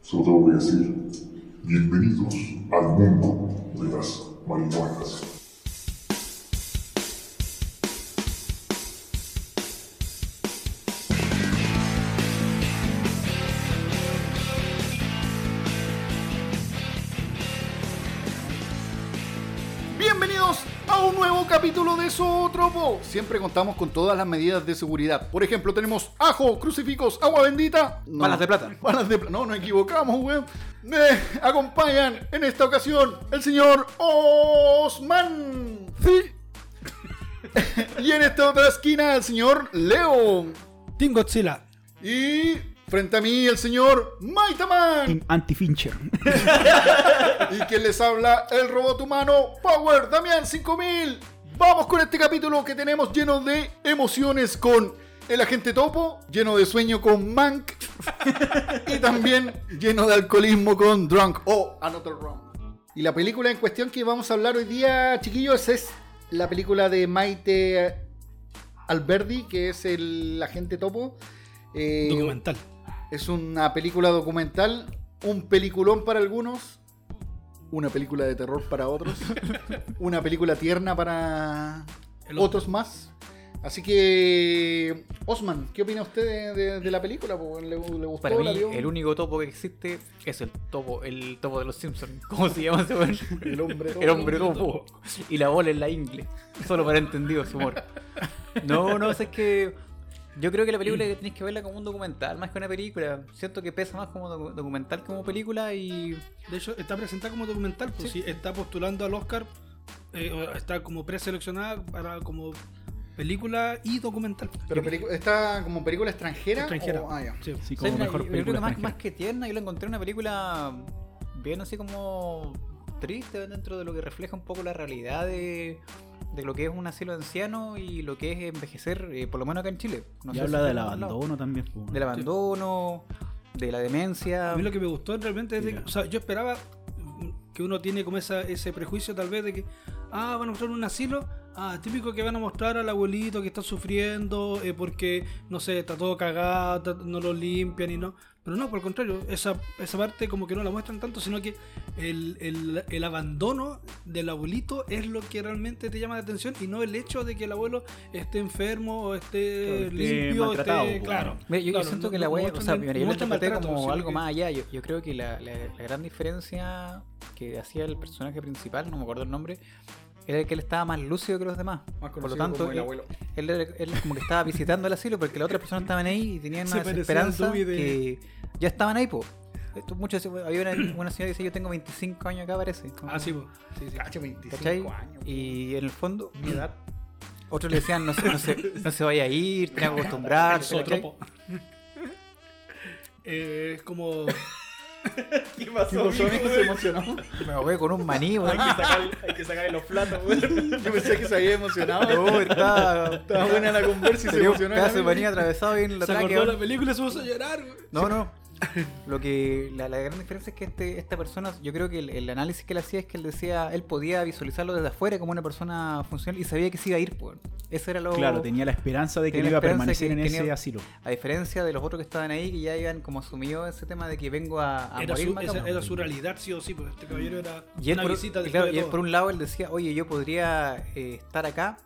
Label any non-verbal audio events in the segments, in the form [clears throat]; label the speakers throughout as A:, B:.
A: Solo voy a decir, bienvenidos al mundo de las marihuanas.
B: Bienvenidos a un nuevo capítulo de Zootropo. Siempre contamos con todas las medidas de seguridad. Por ejemplo, tenemos ajo, crucifijos, agua bendita. No.
C: Balas de plata.
B: Balas de plata. No, nos equivocamos, weón. Me acompañan en esta ocasión el señor Osman. Sí. [laughs] y en esta otra esquina el señor Leo.
D: Team Godzilla,
B: Y frente a mí el señor Maitaman.
D: Team Anti-Fincher.
B: Y quien les habla, el robot humano Power Damián 5000. Vamos con este capítulo que tenemos lleno de emociones con el agente topo, lleno de sueño con Mank y también lleno de alcoholismo con Drunk o Another Round. Y la película en cuestión que vamos a hablar hoy día, chiquillos, es la película de Maite Alberdi, que es el agente topo. Eh,
D: Documental.
B: es una película documental, un peliculón para algunos, una película de terror para
D: [laughs]
B: otros, una película tierna para
D: El otro.
B: otros más. Así que, Osman, ¿qué opina usted de, de- de la película? po? ¿Le, le gustó?
C: Para mí,
B: ¿La vio?
C: el único topo que existe es el topo, el topo de los Simpsons. [laughs] ¿Cómo se llama ese weón?
B: El hombre
C: [laughs] El hombre topo. Y la bola en la ingle. Solo para entendidos, su humor. No, no, es que. Yo creo que la película tenés que verla como un documental, más que una película. Siento que pesa más como docu- documental como película y.
D: De hecho, está presentada como documental, pues sí, está postulando al Oscar, eh, o está como preseleccionada para como película y documental.
B: Pero pelicu- ¿Está como película extranjera?
D: extranjera.
B: o- ah, ya.
D: Sí.
E: Sí,
C: o sea,
E: como
C: una-
E: mejor
C: yo creo que
E: película
C: más, más
E: extranjera.
C: que tierna, yo la encontré una película bien así como triste dentro de lo que refleja un poco la realidad de, de lo que es un asilo de anciano y lo que es envejecer, eh, por lo menos acá en Chile. No
E: y
C: sé
E: habla
C: si
E: del
C: en otros lados.
E: abandono también. pues,
C: Del
E: bueno.
C: abandono, de la demencia.
D: A mí lo que me gustó realmente es de que,
E: Mira.
D: o sea, yo esperaba mm, que uno tiene como esa, ese prejuicio tal vez de que, ah, van a mostrar un asilo, ah, típico que van a mostrar al abuelito que está sufriendo eh, porque, no sé, está todo cagado, está- no lo limpian y no. Pero no, por el contrario, esa, esa parte como que no la muestran tanto, sino que el, el- el abandono del abuelito es lo que realmente te llama la atención y no el hecho de que el abuelo esté enfermo o esté
E: Claro, esté
D: limpio, esté,
E: maltratado, pues.
D: claro.
C: Mira, yo, yo
D: Claro,
C: siento
D: no-
C: que la
D: no
C: wea, o
D: muestran
C: sea,
D: el-
C: mira,
D: no
C: yo la
D: muestran
C: interpreté
D: maltrato,
C: como
D: sino
C: algo
D: que-
C: más allá. Yo, yo creo que la, la- la gran diferencia que hacía el personaje principal, no me acuerdo el nombre, era que él estaba más lúcido que los demás.
B: Más
C: Por
B: conocido
C: lo tanto,
B: como el
C: él,
B: abuelo.
C: él era- él como que estaba visitando el asilo porque las otras personas estaban ahí y tenían
D: Se
C: una
D: parecía al
C: esperanza
D: Dewey de-
C: que ya estaban ahí, po. Esto, muchos, había una, una señora que decía, yo tengo 25 años acá, parece.
D: Ah, sí, pues.
B: Sí, sí. Cacho, 25
C: ¿Cachai?
B: años.
C: Y en el fondo, mi edad. Otros le decían, no se, no se, no se vaya a ir, tiene que acostumbrarse. ¿cachai?
D: Zootropo. [laughs] Eh, es como.
B: ¿Qué pasó, amigo?
D: [laughs]
B: se emocionó.
C: Me ahogué con un maní, weón. [laughs]
B: Yo pensé que se había emocionado.
D: [laughs]
C: No, estaba.
B: Estaba buena la conversa y se
C: Tenía un
B: emocionó. el
C: pedazo de
B: amigo.
C: maní atravesado bien en la
D: Se
C: tráquea,
D: acordó
C: weón.
D: la película y se puso a llorar. güey.
C: No, no.
B: [laughs]
C: Lo que. La, la gran diferencia es que este, esta persona, yo creo que el, el análisis que él hacía es que él decía, él podía visualizarlo desde afuera como una persona funcional y sabía que se iba a ir, weón. Eso era lo.
E: Claro, tenía la esperanza de que
C: Tenía
E: él
C: la
E: iba a
C: esperanza
E: permanecer
C: que
E: en ese
C: tenía-
E: asilo.
C: A diferencia de los otros que estaban ahí, que ya iban como asumido ese tema de que vengo a, a
D: Era su,
C: morirme acá,
D: esa-
C: weón.
D: era su realidad, sí o sí, porque este caballero era
C: Y él,
D: una
C: por,
D: visita
C: y
D: después
C: claro,
D: de
C: y él
D: todo.
C: por un lado él decía, oye, yo podría eh, estar acá,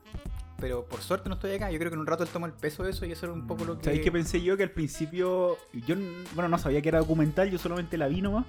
C: pero por suerte no estoy acá. Yo creo que en un rato él toma el peso de eso y eso era un poco lo que...
E: ¿Sabéis qué pensé yo? Que al principio. Yo, n- bueno, no sabía que era documental, yo solamente la vi nomás.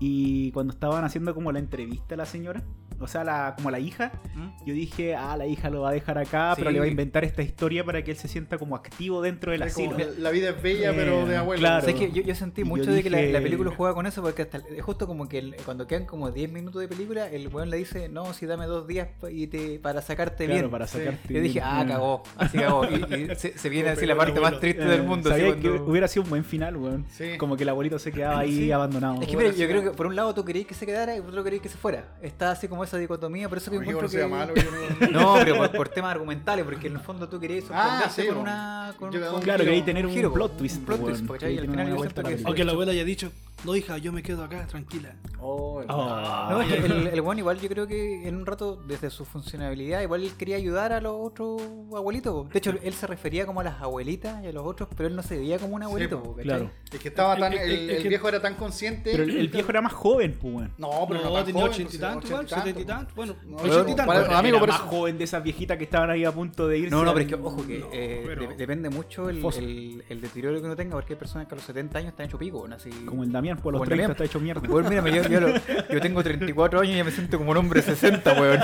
E: Y cuando estaban haciendo como la entrevista a la señora, o sea, la, como a la hija,
C: ¿Mm?
E: yo dije, ah, la hija lo va a dejar acá,
C: Sí.
E: pero le va a inventar esta historia para que él se sienta como activo dentro del
B: Es como que
E: asilo.
B: la vida es bella, pero de
E: Eh,
B: abuelo.
E: claro.
C: ¿Sabes qué? yo, yo sentí
E: Y yo
C: mucho de que la,
E: dije-
C: la película juega con eso porque hasta el- justo como que el- cuando quedan como 10 minutos de película, el weón le dice, no, si dame dos días pa- y te, para sacarte
E: Claro,
C: bien.
E: para sacarte
C: Yo dije,
E: bien.
C: ah, cagó, así cagó. Y,
E: [laughs]
C: y se, se viene así la parte más triste del
E: Eh,
C: mundo. así
E: Sabía que
C: cuando-
E: hubiera sido un buen final, weón.
B: Sí.
E: Como que el abuelito se quedaba ahí
C: Sí.
E: abandonado.
C: Es que mira, yo creo que por un lado tú querías que se quedara y por otro querías que se fuera. Está así como esa dicotomía, por eso que
B: Amigo,
C: encuentro
B: no
C: que...
B: sea malo. yo no-
C: [laughs] No, pero por, por temas argumentales, porque en el fondo tú querías sorprenderte
B: Ah, sí,
C: con
B: bueno.
C: una. Con,
B: Yo le daba
C: con-
B: un
E: Claro,
B: giro.
E: que ahí tener un,
C: giro,
E: plot
C: un
E: twist.
C: plot twist,
E: weón.
C: porque ahí
E: Ahí
C: al
E: tiene
C: final
E: una
C: yo
E: vuelta
C: siento
E: a la
C: que-
E: película.
D: Aunque la abuela haya dicho, No, hija, yo me quedo acá, tranquila.
C: Oh,
E: Ah.
C: No, el,
E: [laughs]
C: el, el weón igual yo creo que en un rato, desde su funcionabilidad, igual él quería ayudar a los otros abuelitos. po. De hecho, él se refería como a las abuelitas y a los otros, pero él no se veía como un abuelito.
B: po,
C: po, ¿cachai?
E: Claro.
B: Es que estaba
D: El-
B: tan.
D: el-
B: El,
D: el-
B: el
D: que-
B: viejo era tan consciente.
E: Pero el, el viejo era más joven, pues, weón.
B: No, pero no, tan
D: tenía
B: joven,
D: ochenta y
B: pues,
D: tanto, igual,
B: ochenta
D: setenta y tanto. Bueno,
B: No,
D: ochenta y
B: pero-
D: tanto.
B: para-
E: Era
B: amigo, por
E: más
B: eso-
E: joven de esas viejitas que estaban ahí a punto de irse.
C: No, no, pero es que,
E: al-
C: ojo, que eh,
D: pero-
C: de- depende mucho el,
E: Foso.
C: el- el deterioro que uno tenga, porque hay personas que a los 70 años están hecho pico, weón, así.
E: Como el Damián, pues a los
C: Como el
E: 30
C: Damián.
E: está hecho mierda.
C: Weón, mírame, yo, yo, lo- yo tengo 34 años y ya me siento como un hombre de 60, weón.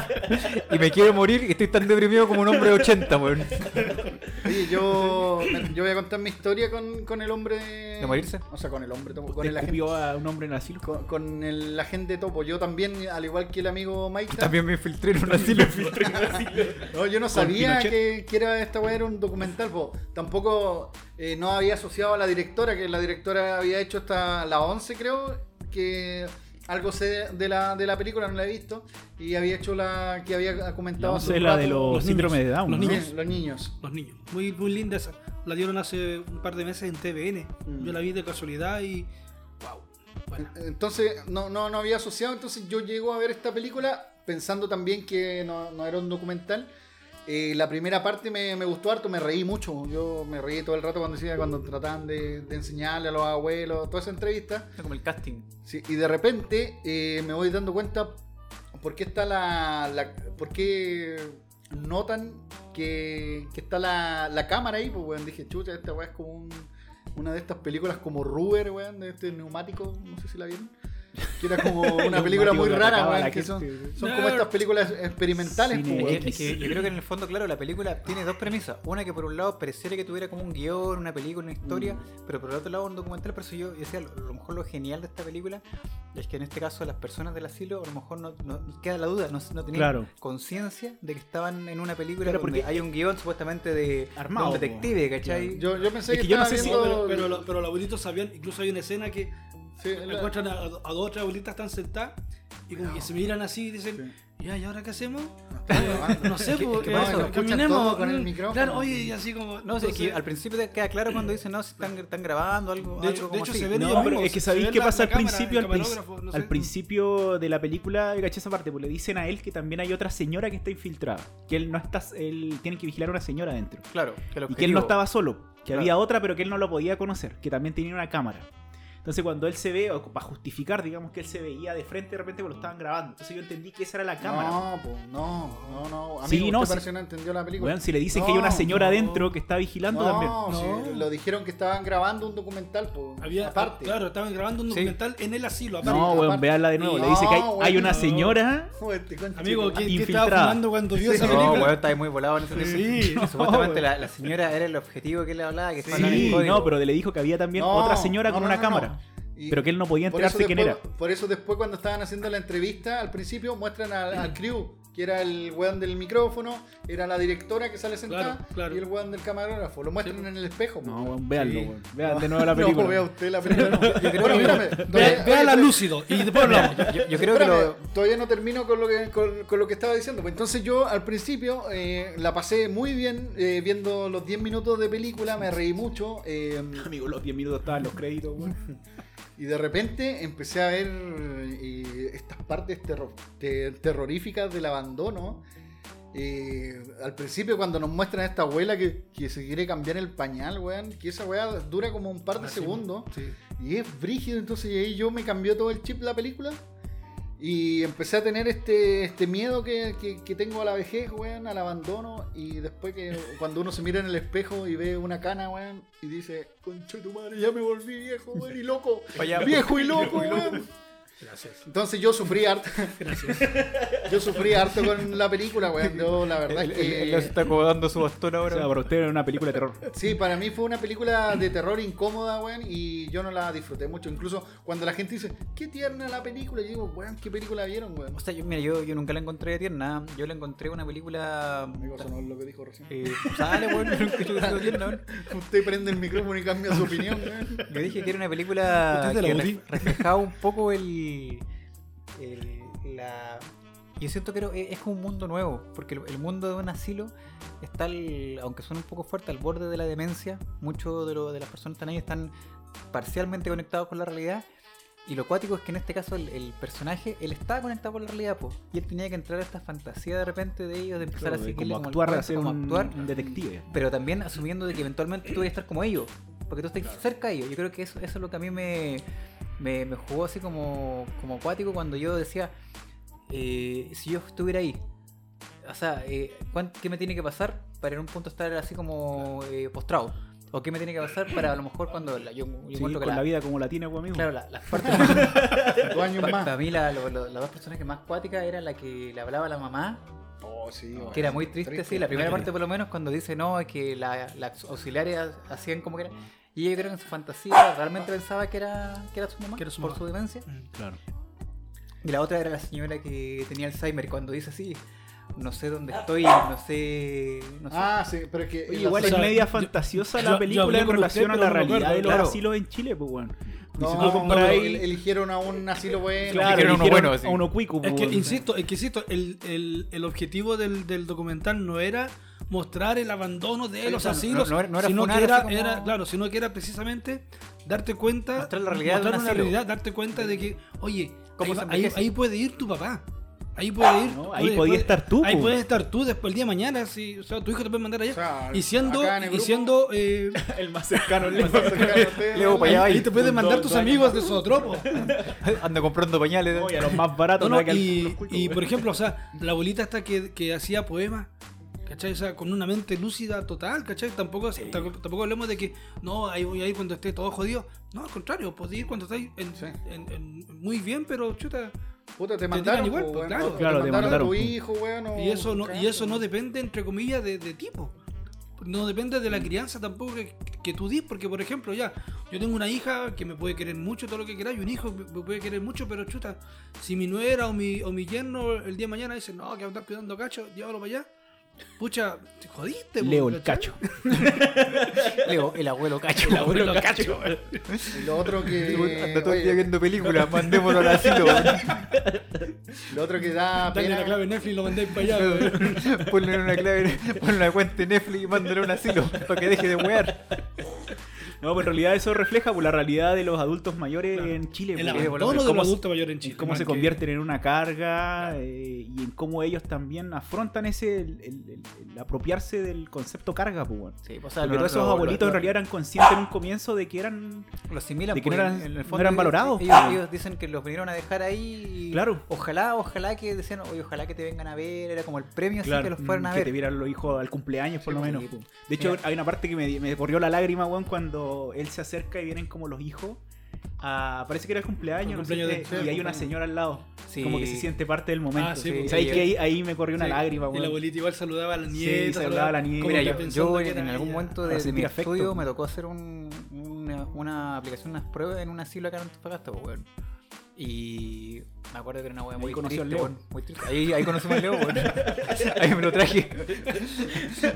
C: Y me quiero morir y estoy tan deprimido como un hombre de 80, weón.
B: Oye, yo, yo voy a contar mi historia con, con el hombre. ¿De
C: morirse?
B: O sea, con el hombre topo. [laughs] Con
E: Te
B: el, agente,
E: escupió a un hombre en el asilo.
B: con, con el agente topo. Yo también, al igual que el amigo Mike.
C: También me infiltré
E: [laughs]
C: en un asilo.
B: No, yo no sabía
E: Pinochet.
B: que, que era esta weá era un documental, po. tampoco eh, no había asociado a la directora, que la directora había hecho hasta la 11 creo, que algo sé de la, de la película, no la he visto, y había hecho la que había
E: La
B: comentado... hace
E: 11
B: un
E: es la
B: rato.
E: de los,
D: Los
E: síndromes de Down.
D: Los
E: ¿no?
D: niños.
B: Sí, los niños.
D: Los niños. Muy, muy linda esa. La dieron hace un par de meses en TVN.
B: Mm.
D: Yo la vi de casualidad y. ¡Wow! Buena.
B: Entonces, no, no, no había asociado. Entonces, yo llego a ver esta película pensando también que no, no era un documental. Eh, la primera parte me, me gustó harto, me reí mucho. Yo me reí todo el rato cuando decía, cuando trataban de, de enseñarle a los abuelos, toda esa entrevista.
C: Como el casting.
B: Sí, y de repente eh, me voy dando cuenta por qué está la. la- por qué notan que, que está la, la cámara ahí. Pues, weón, dije, chucha, esta weá es como un- una de estas películas como Ruber, weón, de este neumático, no sé si la vieron. Que era
E: [laughs]
B: como una película muy
E: Neumático que
B: rara,
E: atacaba a
B: weón,
E: la
B: que son,
E: gente.
B: son como estas películas experimentales, pues,
E: Cine
C: Es
B: weón.
C: que- es que yo creo que en el fondo, claro, la película tiene dos premisas. Una que por un lado pareciera que tuviera como un guión, una película, una historia, pero por el otro lado un documental. Por eso yo decía, lo- a lo mejor lo genial de esta película es que en este caso las personas del asilo a lo mejor no, no- nos queda la duda, no, no tenían
E: Claro.
C: conciencia de que estaban en una película
E: Pero
C: donde
E: porque-
C: hay un guión supuestamente de,
E: Armado,
C: de un detective, ¿cachai?
B: Yo, yo pensé
E: Es
B: que,
E: que yo no
B: estaba
E: sé si-
D: No,
B: viendo-
D: pero, pero lo- pero los abuelitos sabían, incluso hay una escena que
B: sí, la-
D: encuentran a, a dos o tres abuelitas están sentadas y como que se miran así y dicen, ya, ¿y ahora qué hacemos? No
B: [laughs]
D: sé,
C: que-
D: pues,
C: que
D: eh,
C: pasa, lo
B: escuchan
D: caminemos
B: todo con el
D: mm,
B: micrófono.
D: Claro, oye, y así como.
C: no, sé, es que
D: entonces,
C: al principio te queda claro cuando dicen, no, si están, están grabando algo.
D: De hecho-
C: algo
D: de
C: como
D: hecho
C: así.
D: se ven
E: No,
D: ellos
E: pero
D: mismos,
E: es que
D: se
E: sabéis
D: ven
E: qué
D: la-
E: pasa
D: la
E: al
D: cámara,
E: principio,
D: el
E: al, princi-
D: camarógrafo, no sé.
E: al principio de la película, yo caché esa parte, pues le dicen a él que también hay otra señora que está infiltrada, que él no está, él tiene que vigilar a una señora adentro,
C: Claro, que el
E: y que él
C: objetivo-
E: no estaba solo, que
C: Claro.
E: había otra pero que él no lo podía conocer, que también tenía una cámara. Entonces cuando él se ve, o para justificar, digamos que él se veía de frente de repente porque lo estaban grabando, entonces yo entendí que esa era la cámara.
B: No, pues, no, no, no. Amigo,
E: Sí,
B: usted
E: no,
B: parece
E: sí.
B: que no entendió la película.
E: Bueno, si le dicen que hay una
B: No,
E: señora
D: no.
E: adentro que está vigilando también.
B: No, sí,
D: No.
B: lo dijeron que estaban grabando un documental, pues,
D: Había,
B: aparte.
D: Claro, estaban grabando un
C: Sí.
D: documental en el asilo. aparte.
E: No,
B: Sí,
E: weón,
B: aparte-
E: véanla de nuevo.
B: y-
E: Le dice que hay,
B: No,
E: hay
B: weón,
E: una
B: no.
E: señora.
B: [laughs] Joder, este conche
D: Amigo, ¿qué,
B: tu
D: qué
E: Infiltrada.
D: estaba fumando cuando vio esa
C: No,
D: película?
C: weón, está muy volado en ese
D: Sí.
C: sentido. Supuestamente la, la señora era el objetivo que le hablaba, que estaba en el
E: Sí,
C: código.
E: no, pero le dijo que había también
B: No,
E: otra señora
B: no,
E: con
B: no,
E: una
B: no,
E: cámara.
B: no. Y
E: Pero que él no podía
B: por eso
E: enterarse quién era.
B: después- Por eso después cuando estaban haciendo la entrevista, al principio muestran al, al crew, que era el weón del micrófono, era la directora que sale sentada,
D: Claro, claro.
B: y el weón del camarógrafo. Lo muestran en el espejo.
E: No,
B: pues.
E: weón, véanlo,
D: Sí.
E: weón. Vean de nuevo la
B: [laughs]
E: película.
B: No, vea usted la película. no.
C: creo
B: Bueno,
C: que-
B: mírame,
D: Ve,
B: todavía-
D: véala
B: oye,
D: lúcido y después [laughs] hablamos.
C: yo, yo creo que
B: Eh, Espérame,
C: lo.
B: todavía no termino con lo que, con, con lo que estaba diciendo. Pues Entonces yo al principio eh, la pasé muy bien eh, viendo los 10 minutos de película, me reí mucho eh,
E: Amigo, los 10 minutos estaban los créditos, weón.
B: y de repente empecé a ver eh, estas partes terro- te- terroríficas del abandono. Eh, al principio cuando nos muestran a esta abuela que, que se quiere cambiar el pañal, weón, que esa weá dura como un par de segundos.
D: Ah, Sí.
B: Y es brígido, entonces ahí yo me cambió todo el chip la película. Y empecé a tener este, este miedo que, que- que tengo a la vejez, weón, al abandono. Y después
D: [laughs]
B: que cuando uno se mira en el espejo y ve una cana, weón, y dice, concha tu madre, ya me volví viejo, weón, y loco.
C: Vaya,
B: viejo y loco, weón.
D: Gracias.
B: Entonces yo sufrí harto. yo sufrí harto con la película, weón. Yo, la verdad
C: Él
B: es que...
C: se está acomodando su bastón
E: O
C: ahora.
E: sea, para usted era una película de [laughs] terror.
B: Sí, para mí fue una película de terror incómoda, weón, y yo no la disfruté mucho. Incluso cuando la gente dice, qué tierna la película, yo digo, weón, ¿qué película vieron, weón?
C: o sea, yo, mira, yo, yo nunca la encontré de tierna. Yo la encontré una película.
B: Amigo, eso no es lo que dijo recién.
C: Eh, sale, weón. [laughs] Yo nunca la encontré tierna, weón.
B: Usted prende el micrófono y cambia su opinión, weón.
C: Yo dije que era una película
D: Usted
C: que
D: te la
C: re-
D: botí.
C: reflejaba un poco el, el- la yo siento que era- e, es es como un mundo nuevo, porque el, el mundo de un asilo está, al- aunque suena un poco fuerte, al borde de la demencia. Muchos de, lo- de las personas que están ahí están parcialmente conectados con la realidad. Y lo cuático es que en este caso el, el personaje, él estaba conectado con la realidad, po, y él tenía que entrar a esta fantasía de repente de ellos, de empezar a
E: Claro, de
C: seguirle como
E: como
C: el
E: actuar,
C: cuento,
E: hacer
C: como
E: un-
C: actuar,
E: un detective.
C: Pero también asumiendo de que eventualmente tú vas a estar como ellos, porque tú estás cerca de ellos. Yo creo que eso, eso es lo que a mí me, me, me jugó así como, como acuático cuando yo decía, eh, si yo estuviera ahí, o sea, eh, ¿cuán- ¿qué me tiene que pasar para en un punto estar así como eh, postrado? ¿O qué me tiene que pasar para a lo mejor cuando la- yo, yo
E: Seguir
C: encuentro que
E: con la vida como la tiene, pues, amigo.
C: Claro, la- las partes más-
B: Dos años
C: para,
B: más.
C: para mí la, lo- lo- las dos personas que más cuáticas era la que le hablaba a la mamá,
B: Oh, sí, bueno.
C: que era muy triste, sí, la primera
E: Triste.
C: parte por lo menos cuando dice no, es que la- las auxiliares hacían como que era... Y ella creo que en su fantasía realmente pensaba que era, que era su mamá
D: Que era su
C: por
D: mamá.
C: su demencia.
E: Claro.
C: Y la otra era la señora que tenía Alzheimer cuando dice así, no sé dónde estoy, no sé... No sé.
B: Ah, sí, pero es que.
E: Oye,
B: la-
E: igual
D: o sea,
E: es media
D: yo- yo-
E: fantasiosa la
D: yo hablé
E: película en
D: con
E: relación
D: usted,
E: a
D: pero
E: la
D: no me
E: realidad
D: acuerdo,
E: de los
D: claro.
E: asilos en Chile, pues, weón.
B: No,
E: y si
B: no,
E: tú comparáis-
B: el- eligieron a un asilo bueno.
E: Claro,
C: Dijeron uno
E: dijeron
C: bueno, así.
E: a uno cuico,
D: Es
E: pues,
D: que,
E: weón.
D: insisto, es que insisto, el, el, el objetivo del, del documental no era mostrar el abandono de
C: Sí,
D: los
C: o sea, no-
D: asilos,
C: no era- no era
D: sino
C: funar,
D: que era,
C: así como-
D: era- claro, sino que era precisamente darte cuenta,
C: Mostrar la realidad de
D: mostrar
C: un
D: una
C: asilo.
D: realidad, darte cuenta de que, oye,
C: Cómo
D: ahí,
C: se Ah,
D: va- ahí-
C: envejece.
D: ahí puede ir tu papá, ahí puede ir,
E: No, ahí
D: puede-
E: podía
D: puede-
E: estar tú,
D: ahí
E: po.
D: puede estar tú después el día de mañana, si, o sea, tu hijo te puede mandar allá,
B: O sea,
D: y siendo,
B: acá en el
D: y
B: grupo-
D: siendo eh,
E: el más cercano.
B: Más cercano a ustedes,
C: Leo,
B: ¿no?
C: para allá.
D: ahí
C: Pues ahí.
D: te pueden
E: Un
D: mandar
E: do-
D: tus
E: dos años
D: amigos
E: más.
D: de Sotropo. [laughs]
C: Ando comprando pañales.
E: Oye, a los más baratos.
D: No, no,
E: nada que al-
D: y,
E: los cuicos,
D: y,
E: weón.
D: por ejemplo, o sea, la abuelita hasta que, que hacía poemas, ¿cachai? O sea, con una mente lúcida total, ¿cachai? Tampoco, tampoco, tampoco hablemos de que no, ahí voy a ir cuando esté todo jodido. No, al contrario, podéis ir cuando estáis en-
B: Sí.
D: en- en- muy bien, pero chuta.
B: Puta, te mandaron.
D: igual,
B: po,
D: pues,
B: weón,
D: claro.
B: o
E: Claro, te
B: te mandaron a tu
E: mandaron, po.
B: hijo, weón. o-
D: Y eso no, y eso no
B: Claro.
D: depende, entre comillas, de, de tipo. No depende
E: Mm.
D: de la crianza tampoco que, que tú dis, porque por ejemplo, ya, yo tengo una hija que me puede querer mucho, todo lo que quiera, y un hijo que me puede querer mucho, pero chuta, si mi nuera o mi, o mi yerno el día de mañana dice, no, que va a estar cuidando cacho, diablo para allá, pucha, te jodiste, po,
E: Leo el
D: ¿cachai?
E: cacho.
C: Leo, el abuelo
D: [laughs]
C: cacho.
D: El abuelo cacho.
B: Y lo otro que.
C: Anda todo el día
B: oye,
C: viendo películas, mandémoslo al asilo.
B: lo otro que da
D: Dale
B: pena.
D: la clave Netflix y lo mandáis para
E: [laughs]
D: allá. weón.
C: ponle una clave, ponle una cuenta en Netflix y mándale un asilo para que deje de wear.
E: No, pero en realidad eso refleja pues, la realidad de los adultos mayores en Chile.
D: El
E: pues.
D: abandono de
E: Cómo
D: los
E: se-
D: adultos mayores en Chile.
E: en cómo
D: man,
E: se
D: que-
E: convierten en una carga eh, y en cómo ellos también afrontan ese el, el- el- el apropiarse del concepto carga, pues, weón.
C: Sí, o sea,
E: Porque
C: lo-
E: todos esos
C: lo-
E: abuelitos
C: lo-
E: en realidad eran conscientes en un comienzo de que eran
C: lo asimilan
E: de que no
C: porque
E: eran-
C: en el
E: no
C: fondo
E: eran
C: ellos-
E: valorados,
C: Ellos,
E: po.
C: ellos dicen que los vinieron a dejar ahí. y
E: Claro.
C: Ojalá, ojalá que decían, oye, ojalá que te vengan a ver. Era como el premio así que los fueran a
E: mm,
C: ver.
E: te vieran los hijos al cumpleaños, por
C: Sí,
E: lo
C: pues,
E: menos.
C: sí,
E: po.
C: pues.
E: De hecho,
C: Mira.
E: hay una parte que me, me corrió la lágrima, weón, cuando él se acerca y vienen como los hijos. a- parece que era el cumpleaños,
D: El
E: no sé
D: cumpleaños
E: qué,
B: de-
E: y
B: sí,
E: hay una
B: cumpleaños.
E: señora al lado.
C: Sí.
E: Como que se siente parte del momento.
D: Ah, sí,
E: sí.
D: pues,
E: ¿Sabes
C: sí.
E: qué? ahí, ahí me corrió una
D: Sí. Y
E: lágrima,
D: la
C: [laughs]
E: weón.
D: abuelita igual saludaba a la
E: Sí,
D: nieta.
E: saludaba a la nieta.
D: como
C: Mira,
D: que
C: yo,
D: pensando
C: yo
D: que
C: en
D: era
C: algún
D: ella.
C: momento
E: Para
C: de, de mi
E: sentir afecto.
C: estudio me tocó hacer un- una, una aplicación, unas pruebas en un asilo acá en Antofagasta, pues, weón. Y me acuerdo que era una wea
E: Ahí
C: muy triste,
E: conoció al Leo.
C: weón, muy triste. Ahí, ahí conocimos al Leo, weón.
E: [laughs]
C: Ahí me lo traje.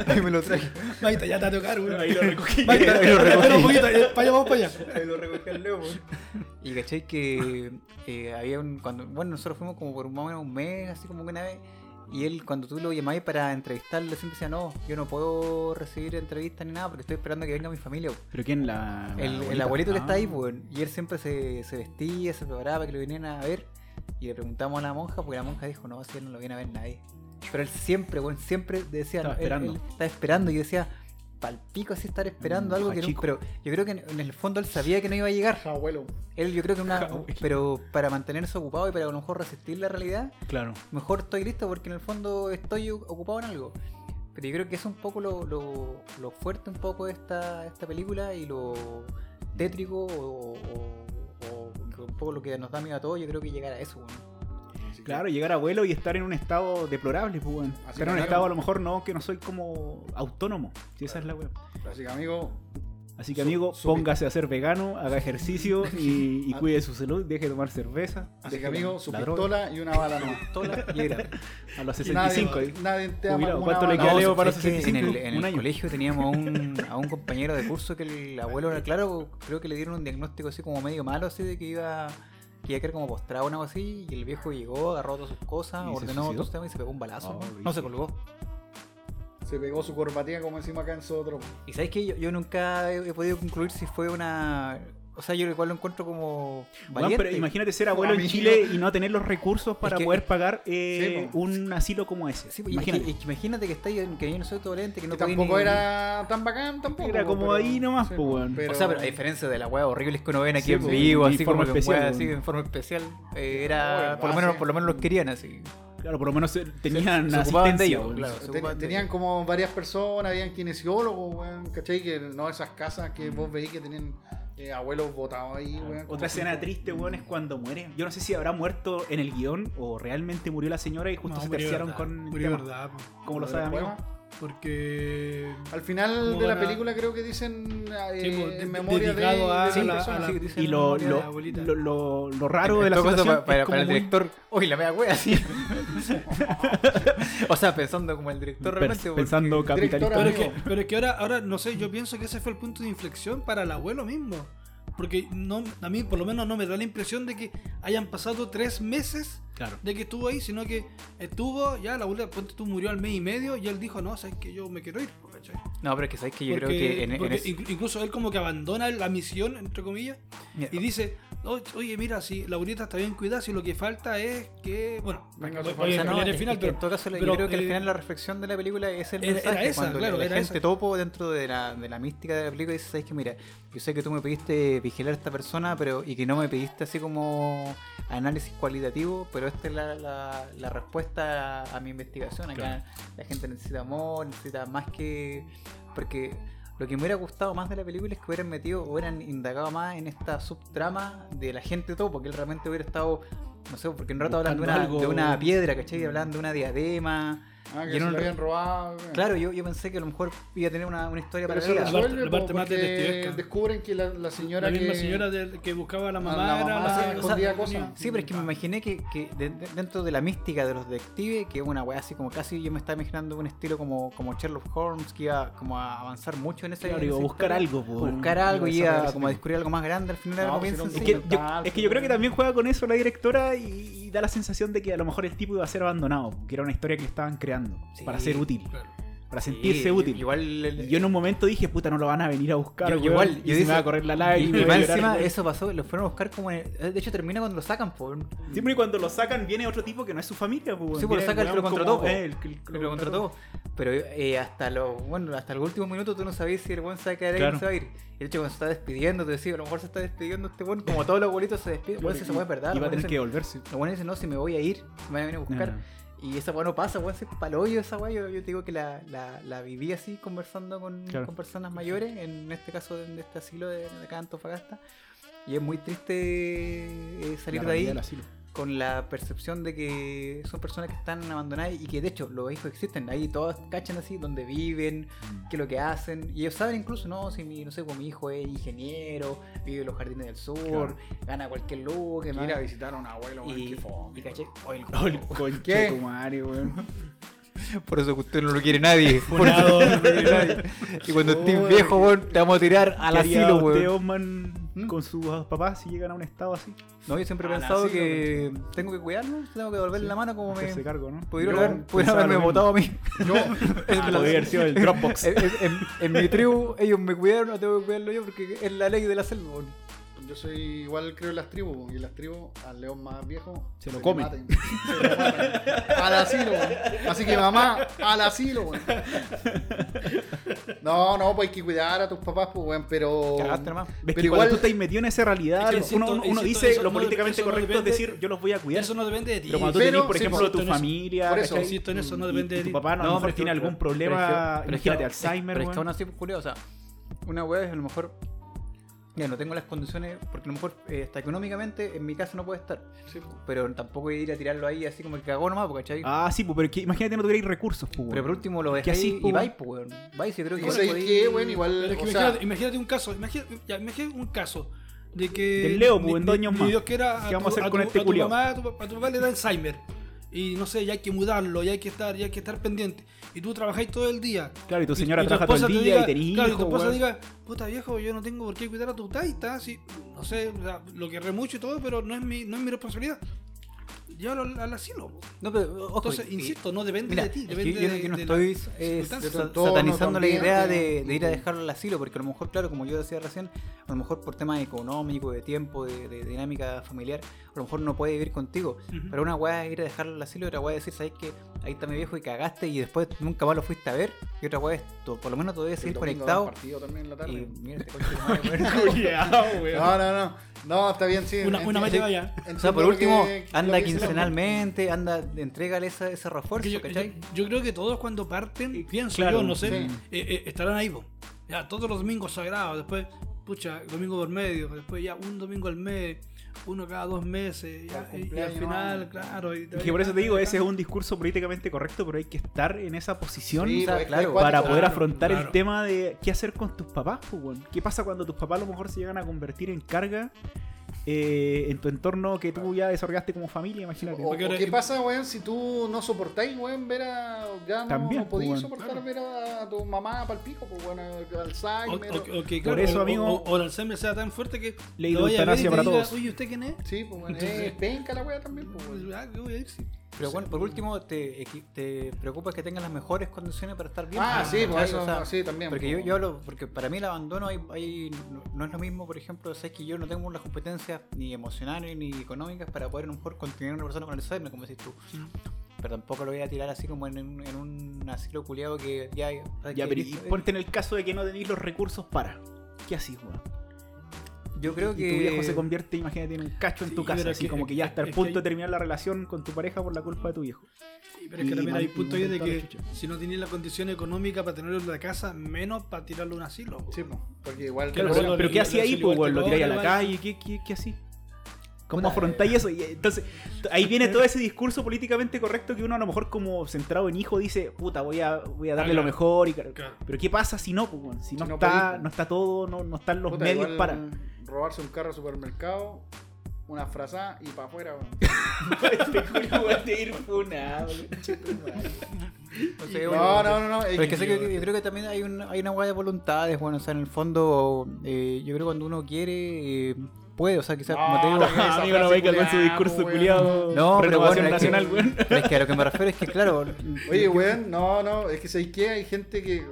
C: Ahí me lo traje.
D: Maita, ya te va a tocar, weón.
E: Ahí lo recogí.
D: Maita,
C: Ahí lo recogí.
D: espera un poquito, eh, para allá, vamos para allá.
C: Ahí lo recogí al Leo, weón. Y caché
E: [laughs]
C: que eh, había un. cuando Bueno, nosotros fuimos como por más o menos un mes, así como que una vez. Y él, cuando tú lo llamabas para entrevistarlo, siempre decía: No, yo no puedo recibir entrevistas ni nada porque estoy esperando que venga mi familia, weón.
E: Pero quién la. la
C: El, el
E: abuelita?
C: abuelito que está ahí,
E: Ah.
C: pues, y él siempre se, se vestía, se preparaba para que lo vinieran a ver. Y le preguntamos a la monja, porque la monja dijo, no, si él no lo viene a ver nadie. Pero él siempre, weón, siempre decía, no,
E: Estaba
C: él-
E: esperando.
C: Él, estaba esperando. Y yo decía, palpico así estar esperando
E: Mm,
C: algo que no.
E: jachico.
C: Pero yo creo que en, en el fondo él sabía que no iba a llegar.
B: Ja, abuelo.
C: Él, yo creo que una.
E: Jabuelo.
C: Pero para mantenerse ocupado y para a lo mejor resistir la realidad,
E: Ah, Claro.
C: mejor estoy listo porque en el fondo estoy o- ocupado en algo. Pero yo creo que es un poco lo, lo- lo fuerte un poco de esta, esta película y lo tétrico o, o- o un poco lo que nos da miedo a todos, yo creo que llegar a eso, weón.
B: Así que-
E: Claro, llegar abuelo y estar en un estado deplorable, pues, weón.
B: Así
E: Estar en un
B: que-
E: estado a lo mejor no, que no soy como autónomo. Si esa es la weón.
B: Así que, amigo,
E: Así que
B: Su-
E: amigo,
B: su-
E: póngase a ser vegano, haga
C: [laughs]
E: ejercicio y,
C: Ah.
E: y cuide su salud, deje de tomar cerveza.
B: así que,
E: deje la-
B: amigo, su
E: la droga.
B: pistola y una bala nomás.
C: [laughs] Tola y era.
E: a los 65.
B: 65. Nadie,
E: eh.
B: nadie te ama
E: Jubilado,
B: como
E: ¿cuánto
B: una
E: le
B: bala.
E: queda,
B: No,
E: Leo?
C: ¿sabes
E: para
C: qué? En
E: 65,
C: el, en el
E: un año.
C: colegio teníamos a un, a un compañero de curso que el abuelo era claro, creo que le dieron un diagnóstico así como medio malo, así de que iba, que iba a quedar como postrado o algo así, y el viejo llegó, agarró todas sus cosas,
E: ¿Y se
C: ordenó
E: suicidó?
C: todo su tema y se pegó un balazo.
E: Oh,
C: weón. no
E: brígido.
C: se colgó.
B: Se pegó su corbatía como encima acá en su otro.
C: Y sabes que yo, yo nunca he, he podido concluir si fue una O sea, yo igual lo encuentro como.
E: Bueno,
C: Valiente.
E: pero imagínate ser abuelo en
B: amigo.
E: Chile y no tener los recursos para
C: que-
E: poder pagar eh,
B: Sí, po.
E: un asilo como ese.
C: Sí, pues, y es que-
E: imagínate.
C: es que imagínate que estáis en que yo no soy tu que no
B: que
C: podéis
B: tampoco
C: ni-
B: era tan bacán tampoco.
E: Era como
B: pero-
E: ahí nomás,
B: sí,
E: po, weón.
B: pero-
C: O sea, pero a diferencia de las weas horribles que uno ven aquí
E: Sí,
C: en
E: pues,
C: vivo,
E: y
C: así como
E: forma
C: que
E: especial,
C: weas
E: pues.
C: así, en forma especial, eh,
B: Oye,
C: era. Por lo,
B: ah,
C: menos,
B: sí.
C: por lo menos los querían así.
E: Claro, por lo menos eh, tenían
C: se ocupaban de
E: asistencia.
C: ellos,
E: weón.
C: claro.
B: Ten- tenían como varias personas, habían kinesiólogos, weón, ¿cachai? Que no esas casas que vos veís que tenían eh, abuelos botados ahí, weón. como
E: Otra escena
B: cinco-
E: triste, weón, es cuando muere. Yo no sé si habrá muerto en el guión o realmente murió la señora y justo
D: No,
E: se
D: murió
E: terciaron
D: verdad,
E: con el
D: murió
E: tema.
D: verdad, po.
E: Como lo
B: ¿Lo
E: sabe,
B: del
E: amigo.
B: poema?
D: porque
B: Al final
D: ¿Cómo
B: de la
D: van a-
B: película creo que dicen eh,
D: Sí, pues, de-
B: en memoria de,
D: dedicado a
B: de
C: Sí,
B: la
D: la-
B: persona.
D: a la-
C: sí, dice
E: Y
C: la
E: lo,
C: memoria
D: de la
E: lo,
D: abuelita.
E: lo, lo- lo raro de
C: En
E: la
C: todo caso,
E: situación
C: pa- para,
E: es como
C: para el
E: muy-
C: director, uy, la mea wea,
E: [laughs]
C: así. [laughs] o sea, pensando como el director realmente.
E: pers-
C: porque-
E: pensando
B: Director,
E: capitalista.
D: Pero es,
B: amigo.
D: que, pero es que ahora, ahora, no sé, yo pienso que ese fue el punto de inflexión para el abuelo mismo. Porque no, a mí por lo menos no me da la impresión de que hayan pasado tres meses
E: Claro.
D: de que estuvo ahí, sino que estuvo, ya la abuela, ponte tú, murió al mes y medio y él dijo, no, sabes que yo me quiero ir. po, ¿cachai?
C: No, pero es que sabes que yo creo
D: Porque-
C: que en, en
D: porque
C: ese-
D: inclu- incluso él como que abandona la misión, entre comillas,
C: Mira,
D: y dice, "O- oye, mira, si la abuelita está bien cuidada, si lo que falta es que, bueno,
B: Venga,
D: voy-
B: su
D: voy
B: familia.
D: a
C: O sea, no,
D: spoilear el
C: es-
D: final,
C: es que
D: pero
C: en todo caso,
D: pero,
C: yo creo que al
D: eh,
C: final la reflexión de la película es el
D: era-
C: mensaje.
D: era esa,
C: cuando
D: claro,
C: la
D: era
C: gente
D: esa.
C: topo dentro de la, de la mística de la película dice, sabes que mira, yo sé que tú me pediste vigilar a esta persona pero y que no me pediste así como análisis cualitativo, pero esta es la, la- la respuesta a mi investigación. Acá la gente necesita amor, necesita más que... Porque lo que me hubiera gustado más de la película es que hubieran metido, hubieran indagado más en esta subtrama de la gente topo, que él realmente hubiera estado, no sé, porque en rato hablan de
E: Buscando
C: una,
E: algo.
C: de una piedra, ¿cachai? Y hablan de una diadema.
B: Ah, que
C: Y
B: se
C: en
B: lo
C: un-
B: habían robado. weón.
C: Claro, yo, yo pensé que a lo mejor iba a tener una, una historia
B: Pero
C: para
B: se
D: La parte-
B: resuelve,
D: la parte
B: po,
D: más
B: porque
D: detectivesca.
B: descubren que la, la señora
D: la misma
B: que...
D: señora del- que buscaba a la
B: a
D: mamá,
B: la
D: era
B: mamá
D: la-
B: se escondía cosas.
C: Sí, pero es
E: Ah.
C: que me imaginé que, que de- de- dentro de la mística de los detectives, que es una weá así como casi yo me estaba imaginando un estilo como, como Sherlock Holmes, que iba como a avanzar mucho en ese
E: Claro, iba a buscar algo, po,
C: Buscar
E: iba a
C: algo y iba
E: desarrollar
C: como a
E: ese
C: descubrir algo más grande al final.
B: No,
C: algo
B: pues
C: bien
B: era un
E: Es
C: sencillo.
E: que, yo,
B: Documental,
E: es que yo creo que
B: weón.
E: también juega con eso la directora y, y da la sensación de que a lo mejor el tipo iba a ser abandonado, que era una historia que le estaban creando
C: Sí,
E: para ser útil,
D: claro.
E: para
C: Sí,
E: sentirse útil.
C: Igual el-
E: Y [laughs] yo en un momento dije, puta, no lo van a venir a buscar.
C: Yo-
E: weón,
C: igual,
E: y
C: yo
E: se me
C: dije-
E: va a correr la
C: y,
E: lágrima.
C: y
E: voy a
C: más
E: llorar,
C: encima
E: weón.
C: eso pasó, lo fueron a buscar como en- eh, De hecho termina cuando lo sacan, por
E: Siempre y cuando lo sacan viene otro tipo que no es su familia. pues, weón.
C: Sí, pues, lo
E: Viene
C: saca el que lo
E: weón
C: contrató,
E: como-
C: po.
E: eh, el que- el que
C: Lo que lo contrató. Pero eh, hasta los bueno, hasta el último minuto tú no sabías si el buen se va a quedar ahí o
E: Claro.
C: se va a ir. Y de hecho cuando se está despidiendo, te decía, a lo mejor se está despidiendo este buen, como todos los abuelitos se despiden, bueno, si se puede verdad.
E: Iba
C: los
E: a tener
C: buenos
E: que Ah,
C: dicen-
E: devolverse.
C: los buenos dicen, no, si me voy a ir, me van a venir a buscar.
E: Ajá.
C: Y esa weá no pasa, weón, se palollo esa weá. Yo, yo te digo que la, la, la viví así conversando con,
E: Claro.
C: con personas mayores, en este caso de, de este asilo de, de acá de Antofagasta. Y es muy triste eh, salir
E: La
C: de ahí
E: realidad del asilo.
C: con la percepción de que son personas que están abandonadas y que de hecho los hijos existen. Ahí todos cachan así donde viven, qué es lo que hacen. Y ellos saben incluso, no, si mi, no sé, pues mi hijo es ingeniero, vive en los jardines del sur,
E: Claro.
C: gana cualquier lugar, que
B: Que
C: más.
B: Ir a visitar a un abuelo, weón,
C: Y,
B: qué fome,
C: y caché, "Oh, el-
E: Oh, el conche
B: ¿Qué?
E: tu madre, weón.
C: Por eso que usted no lo quiere
E: [laughs]
C: nadie. Por eso
D: Funado.
C: no lo quiere nadie. Y cuando estés
B: Uy.
C: viejo, weón, te vamos a tirar al
E: ¿Qué haría
C: asilo,
E: usted,
C: weón.
E: Osman,
C: ¿Mm?
E: con sus papás si llegan a un estado así?
C: No, yo siempre he
B: Al
C: pensado
B: asilo,
C: que tengo que cuidarlo, tengo que devolverle la mano como
E: Hacerse
C: me.
E: cargo, ¿no?
C: Pudieron
B: Yo
C: haber-
E: pensaba
C: pudieron haberme
E: lo mismo.
C: votado a mí. [laughs]
B: Yo,
C: Es la-
E: Podría haber sido el
C: [laughs]
E: Dropbox.
C: en, en- en- en mi tribu ellos me cuidaron, no tengo que cuidarlo yo porque es la ley de la selva. weón.
B: yo soy igual creo en las tribus, weón, y en las tribus al león más viejo
E: Se lo
B: le
E: come.
B: matan, se lo matan. al asilo, weón. Así que mamá, al asilo,
C: [laughs]
B: weón. No, no, pues hay que cuidar a tus papás, pues, weón,
E: Oh.
B: pero...
C: Cagaste nomás.
E: Ves
B: Pero
E: que cuando
B: igual-
E: tú estás metido en esa realidad,
D: Es que
E: uno-
D: siento-
E: uno,
D: y
E: uno
D: siento-
E: dice
D: eso
E: lo
D: no-
E: políticamente
D: eso no
E: correcto es
D: depende-
E: decir, yo los voy a cuidar.
D: Eso no depende de ti.
E: Pero cuando tú
B: Pero,
E: tenés, por
B: sí,
E: ejemplo,
D: pues,
E: tu
D: en eso-
E: familia,
B: por eso,
E: ¿cachai?
D: insisto, en eso no
E: Y- y
D: depende de
E: tu
D: ti.
E: papá no, a lo mejor tiene algún problema, imagínate, Alzheimer,
C: Pero es que
E: weón.
C: aún así, Julio, o sea, una wea es a lo mejor. Ya no tengo las condiciones, porque a lo mejor eh, hasta económicamente en mi casa no puede estar.
B: Sí, pues.
C: Pero tampoco ir a tirarlo ahí así como que cagó nomás, porque ¿cachai?
E: Ah, sí, pues, pero que- imagínate no tuvierais recursos, pues,
C: Pero por
E: weón.
C: último lo
E: ¿Qué
C: dejé
E: hacís,
C: ahí y
E: po, weón?
C: vais, po, weón. Vais, yo creo que
B: Y
C: igual
B: sabéis
C: podéis-
B: qué, weón, igual,
D: Pero es que
B: o sea,
D: imagínate, imagínate un caso, imagínate, ya, imagínate un caso de que.
E: Del Leo,
D: ni-
E: pues, en
D: ni-
E: dos años
D: ni
E: más.
D: Dios quiera, a
E: ¿Qué vamos a
D: tu-
E: hacer
D: a
E: con
D: tu-
E: este
D: a tu
E: culiao?
D: mamá, a tu, pa- a tu papá le da Alzheimer. Y no sé, ya hay que mudarlo, ya hay que estar, ya hay que estar pendiente. Y tú trabajáis todo el día.
E: Claro, y tu señora
D: y
E: trabaja todo el
D: esposa te
E: día
D: diga-
E: y tenés
D: claro, y tu
E: hijos,
D: esposa
E: weón. [laughs]
D: diga, puta viejo, yo no tengo por qué cuidar a tu taita, así, no sé, o sea, lo querré mucho y todo, pero no es mi, no es mi responsabilidad. llévalo al, al asilo. po.
C: No, pero, ojo,
D: Entonces,
C: y-
D: insisto, no depende
C: Mira,
D: de ti,
C: es que
D: depende
C: yo, no-
D: de-
C: yo no
D: de la-
C: estoy eh,
D: circunstancias.
C: sa-
B: Entorno
C: satanizando la
B: también,
C: idea de,
B: tiene-
C: de ir a dejarlo al asilo, porque a lo mejor, claro, como yo decía recién, a lo mejor por temas económicos, de tiempo, de, de dinámica familiar, a lo mejor no puede vivir contigo.
D: Ujú.
C: Pero una weá es ir a dejarlo al asilo, y otra weá es decir, ¿sabes que Ahí está mi viejo y cagaste y después nunca más lo fuiste a ver. Y otra weá es, to- por lo menos todavía seguir conectado. Y mira, este coche de madre,
B: [laughs]
C: weón.
B: No, no, no. No, está bien, sí.
D: Una, una
B: entiendo-
E: eh,
D: vez lleva ya.
B: entiendo
C: O sea, por
B: lo
C: último,
B: que- lo
C: anda
B: que dice la-
C: quincenalmente, anda, entrégale esa- ese
D: Porque
C: refuerzo,
D: yo,
C: ¿cachai?
D: yo- yo creo que todos cuando parten, pienso
E: claro,
D: yo, no sé,
B: sí.
D: eh, eh, estarán ahí, po. ya todos los domingos sagrados, después, pucha, domingo por medio, después ya un domingo al mes, uno cada dos meses,
B: Para
D: ya, y, y al
B: cumpleaños,
D: final,
B: ah.
D: claro. y-
E: Que por eso te digo, ese es un discurso políticamente correcto, pero hay que estar en esa posición
B: Sí,
C: o sea,
B: pues,
C: claro,
B: cuático.
E: para poder
D: Claro,
E: afrontar
D: claro.
E: el tema de qué hacer con tus papás, pues, weón. ¿Qué pasa cuando tus papás a lo mejor se llegan a convertir en carga eh, en tu entorno que tú ya desarrollaste como familia, imagínate?
B: O,
D: Porque
B: o
D: ahora-
B: ¿Qué pasa, weón, si tú no soportáis, weón, ver a. Ya no,
E: También,
B: no podías
E: weón.
B: soportar ver a, a tu mamá para el pico, pues, weón, al-
D: O,
B: Alzheimer.
D: o- o que, claro,
E: eso,
D: o-
E: amigo,
D: o- o el Alzheimer sea tan fuerte que
E: ley
D: lo
E: de
D: vaya a ver y
E: eutanasia
D: te
E: para
D: diga,
E: todos.
D: Oye, ¿usted quién es?
B: Sí, pues, weón,
D: Entonces-
B: es penca la weá también, pues, weón.
D: Ah, yo voy a ir, sí.
C: Pero bueno, por último, te, te preocupas que tengan las mejores condiciones para estar bien.
B: Ah, sí, pues
C: ¿cachai?
B: eso,
C: O sea,
B: sí, también.
C: Porque yo,
B: pues,
C: yo hablo, porque para mí el abandono hay, hay- no, no es lo mismo, por ejemplo, sabes que yo no tengo las competencias ni emocionales ni económicas para poder a lo mejor continuar una persona con Alzheimer, como decís tú. Pero tampoco lo voy a tirar así como en, un- en un asilo culiado que ya.
E: Ya,
D: pues,
C: que-
E: pero y ponte en el caso de que no tenéis los recursos para. ¿Qué haces, weón?
C: Yo creo
E: Y
C: que.
E: tu viejo se convierte, imagínate, en un cacho
D: Sí,
E: en tu casa,
D: pero
E: así
D: que-
E: como que ya hasta el
D: es que
E: punto
D: hay-
E: de terminar la relación con tu pareja por la culpa de tu viejo.
D: Sí, pero es que
E: Y
D: también hay
E: man-
D: punto
E: y
D: ahí de
E: mandar
D: que
E: la chucha.
D: si no tienes la condición económica para tenerlo en la casa, menos para tirarlo a un asilo. po.
B: Sí, pues, porque igual.
D: Claro,
E: Pero,
D: bueno,
E: pero,
D: lo-
E: ¿qué
D: lo-
E: hacía
D: lo-
E: ahí,
D: lo-
E: pues,
D: lo-
E: weón? ¿Lo
D: lo-
E: tiráis a
D: lo-
E: la
D: lo-
E: calle? ¿Qué, qué, qué así? ¿Cómo
C: Puta,
E: afrontáis eso? Y entonces, ahí viene todo ese discurso políticamente correcto que uno a lo mejor como centrado en hijo dice, puta, voy a, voy a darle
D: Ah,
E: lo
D: claro.
E: mejor. Y... car-
D: Claro.
E: Pero ¿qué pasa si no, pues, weón? Si no,
B: Si no
E: está,
B: podís.
E: no está todo, no, no están los
B: Puta,
E: medios
B: igual,
E: para...
B: Robarse un carro al supermercado, una frazada y para afuera, weón.
C: no sé,
B: No,
C: bueno,
B: no, no, no.
C: Pero es que, sé que- yo creo que también hay, un, hay una hueá de voluntades, bueno, o sea, en el fondo, eh, yo creo que cuando uno quiere, eh, puede, o sea, quizás, como
E: Ah,
C: te digo,
B: No, esa
E: Amigo, no
B: frase
E: venga con su
B: culiao,
E: discurso
B: weón.
E: culiado.
C: No, pero
E: renovación
C: bueno, es que-
E: nacional, weón.
C: es que a lo que me refiero es que, claro,
B: Oye, weón, no, no, es que ¿sabes qué? Hay gente que,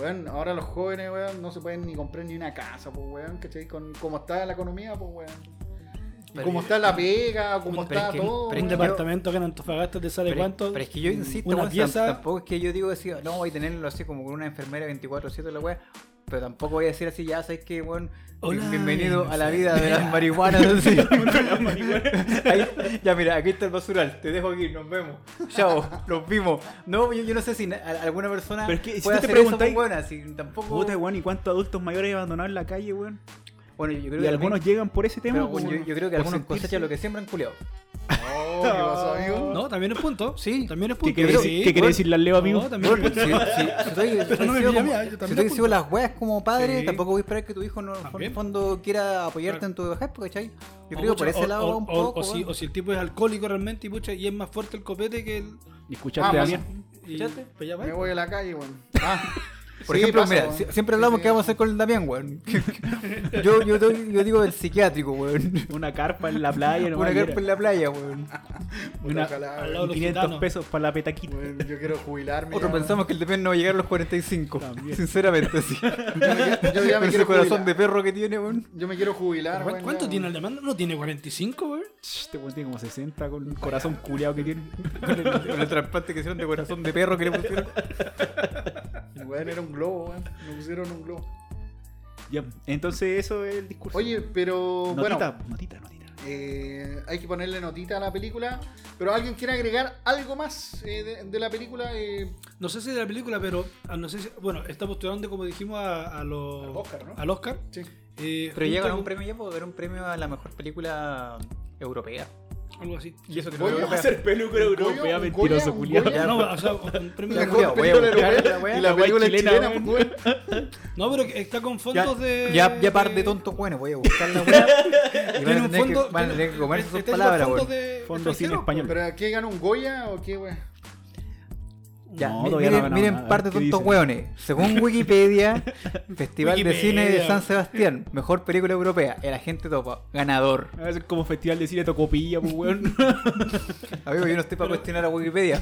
B: weón, ahora los jóvenes, weón, no se pueden ni comprar ni una casa, pues, weón, ¿cachai? Con cómo está la economía, pues, weón. Y
C: Pero-
B: cómo está la pega, cómo
C: pero
B: está
C: es que-
B: todo.
C: pero es
B: weón.
D: Un
C: que-
D: departamento que en Antofagasta te sale
C: pero,
D: cuánto.
C: pero es que yo
E: Mm,
C: insisto,
D: una
C: weón, tam-
D: pieza-
C: tampoco es que yo digo decir, no, voy a tenerlo así como con una enfermera 24-7 la weá, pero tampoco voy a decir así, ya sabes que, weón,
D: Hola,
C: bienvenido a la
D: enfermera.
C: vida de las
E: [laughs]
C: marihuanas. así. [laughs] Ahí- ya mira, aquí está el basural, te dejo aquí, nos vemos, chao, nos vimos. No, yo, yo no sé si na- a- alguna persona
E: Pero es que si
C: puede
E: tú te
C: hacer eso,
E: preguntáis-
C: pues, weón, así, tampoco...
E: Puta, weón, ¿y cuántos adultos mayores abandonados en la calle, weón?
C: Bueno, yo creo
E: Y
C: que
E: algunos
C: también-
E: llegan por ese tema,
C: pero,
E: pues,
C: bueno, yo,
E: weón.
C: yo creo que
E: Por
C: algunos
E: sentirse-
C: cosechan lo que siembran culeado.
B: Oh, ¿qué pasó, amigo?
D: No, también es punto.
C: Sí.
D: También es punto.
E: ¿Qué quiere
D: Sí,
E: decir- qué quiere
D: bueno.
E: decirle al Leo, amigo?
D: No, también es
C: Bueno,
D: punto.
C: si,
D: [laughs]
C: si, si tú has-
D: Pero no me
C: si tú has sido
D: pilla a mí,
C: como-
D: [laughs] yo
C: si tú
D: también
C: has sido las weas como padre,
D: Sí.
C: tampoco voy a esperar que tu hijo no, en
D: También.
C: el fondo quiera apoyarte
D: Claro.
C: en tu vejez, pues, ¿cachai? Yo
D: O
C: creo que por
D: mucho-
C: ese
D: o-
C: lado
D: o-
C: va un
D: o-
C: poco.
D: O
C: ¿eh?
D: si,
C: weón.
D: o si el tipo es alcohólico realmente y, pucha, y es más fuerte el copete que el.
E: Y escucharte,
B: Ah,
E: Damián.
D: y-
C: ¿Escuchaste?
D: pues ya va.
B: Me voy a la calle, weón.
C: Ah.
B: Ah.
C: por
B: Sí,
C: ejemplo,
B: pasa,
C: mira,
B: weón.
C: si- siempre hablamos
B: Sí,
C: que vamos a hacer con el
B: [laughs]
C: Damián, weón. yo, yo, doy- yo digo el psiquiátrico, weón.
E: Una carpa en
C: [laughs]
E: la playa, no
C: Una carpa en la playa, weón.
B: Puta,
E: una-
B: ojalá,
D: al
B: weón.
D: lado de los
E: 500
D: gitanos.
E: pesos para la petaquita.
B: Weón, yo quiero jubilarme.
C: Otro
B: ya,
C: pensamos que el Damián no va a llegar a los 45.
E: También.
C: Sinceramente, sí. [laughs]
B: weón. [laughs] Yo, ya me
C: Con ese
B: quiero
C: corazón
B: jubilar.
C: de perro que tiene, weón.
B: Yo me quiero jubilar,
D: ¿Cuánto,
B: weón, ya,
D: cuánto
B: weón.
D: tiene el alemán? No tiene 45, güey.
E: Este weón tiene como 60 con el corazón culeado que tiene.
C: Con el, con el trasplante que hicieron de corazón de perro que le pusieron.
B: Weón, era un globo, weón. Nos pusieron un globo.
E: Ya, entonces eso es el discurso.
B: Oye, pero bueno.
E: notita, notita, notita.
B: Eh, hay que ponerle notita a la película. Pero alguien quiere agregar algo más eh, de, de la película. Eh,
D: No sé si de la película, pero. ah, No sé si- bueno, está postulando, como dijimos, a, a los.
B: Al Oscar, ¿no?
D: Al Oscar.
B: sí.
D: Eh,
C: Pero
D: junto
C: llega a
D: con-
C: un premio ya, porque era un premio a la mejor película europea.
D: Algo así.
C: Y eso que
B: Voy a hacer
E: película
B: europea, Goya, un mentiroso, Goya, un culiao. Goya.
C: Ya,
D: no,
C: pero-
D: o sea, un premio.
C: La
B: Mejor
C: culiao, voy a
B: película
C: buscar
B: europea
C: la wea.
B: y la
E: La wea
B: película
E: chilena,
B: chilena, pues,
E: weón.
B: weón.
D: No, pero que está con
C: Ya,
D: fondos de.
C: ya, ya par de tontos buenos, voy a buscar [laughs] la weá. Y van
D: Tiene
C: a
D: un
C: tener que,
D: fondo.
C: van a
D: tiene-
C: tener que comerse sus
D: está lleno de
E: [laughs]
C: palabras,
D: fondos
C: weón.
D: de-
E: Fondo cine
D: extranjeros,
E: español.
B: ¿Pero qué ganó un Goya o qué, weón?
D: po.
C: Ya,
E: No,
C: mi-
E: todavía
C: miren,
E: no ha ganado
C: miren
E: nada.
C: parte
E: ¿Qué
C: de tontos
E: dicen?
C: hueones.
E: [laughs]
C: Según Wikipedia, Festival de Cine de
D: Wikipedia.
C: San Sebastián, mejor película europea, El Agente Topa, ganador.
E: A veces como festival de cine Tocopilla, pues, weón.
C: Amigo, yo no estoy para cuestionar a [laughs] Wikipedia.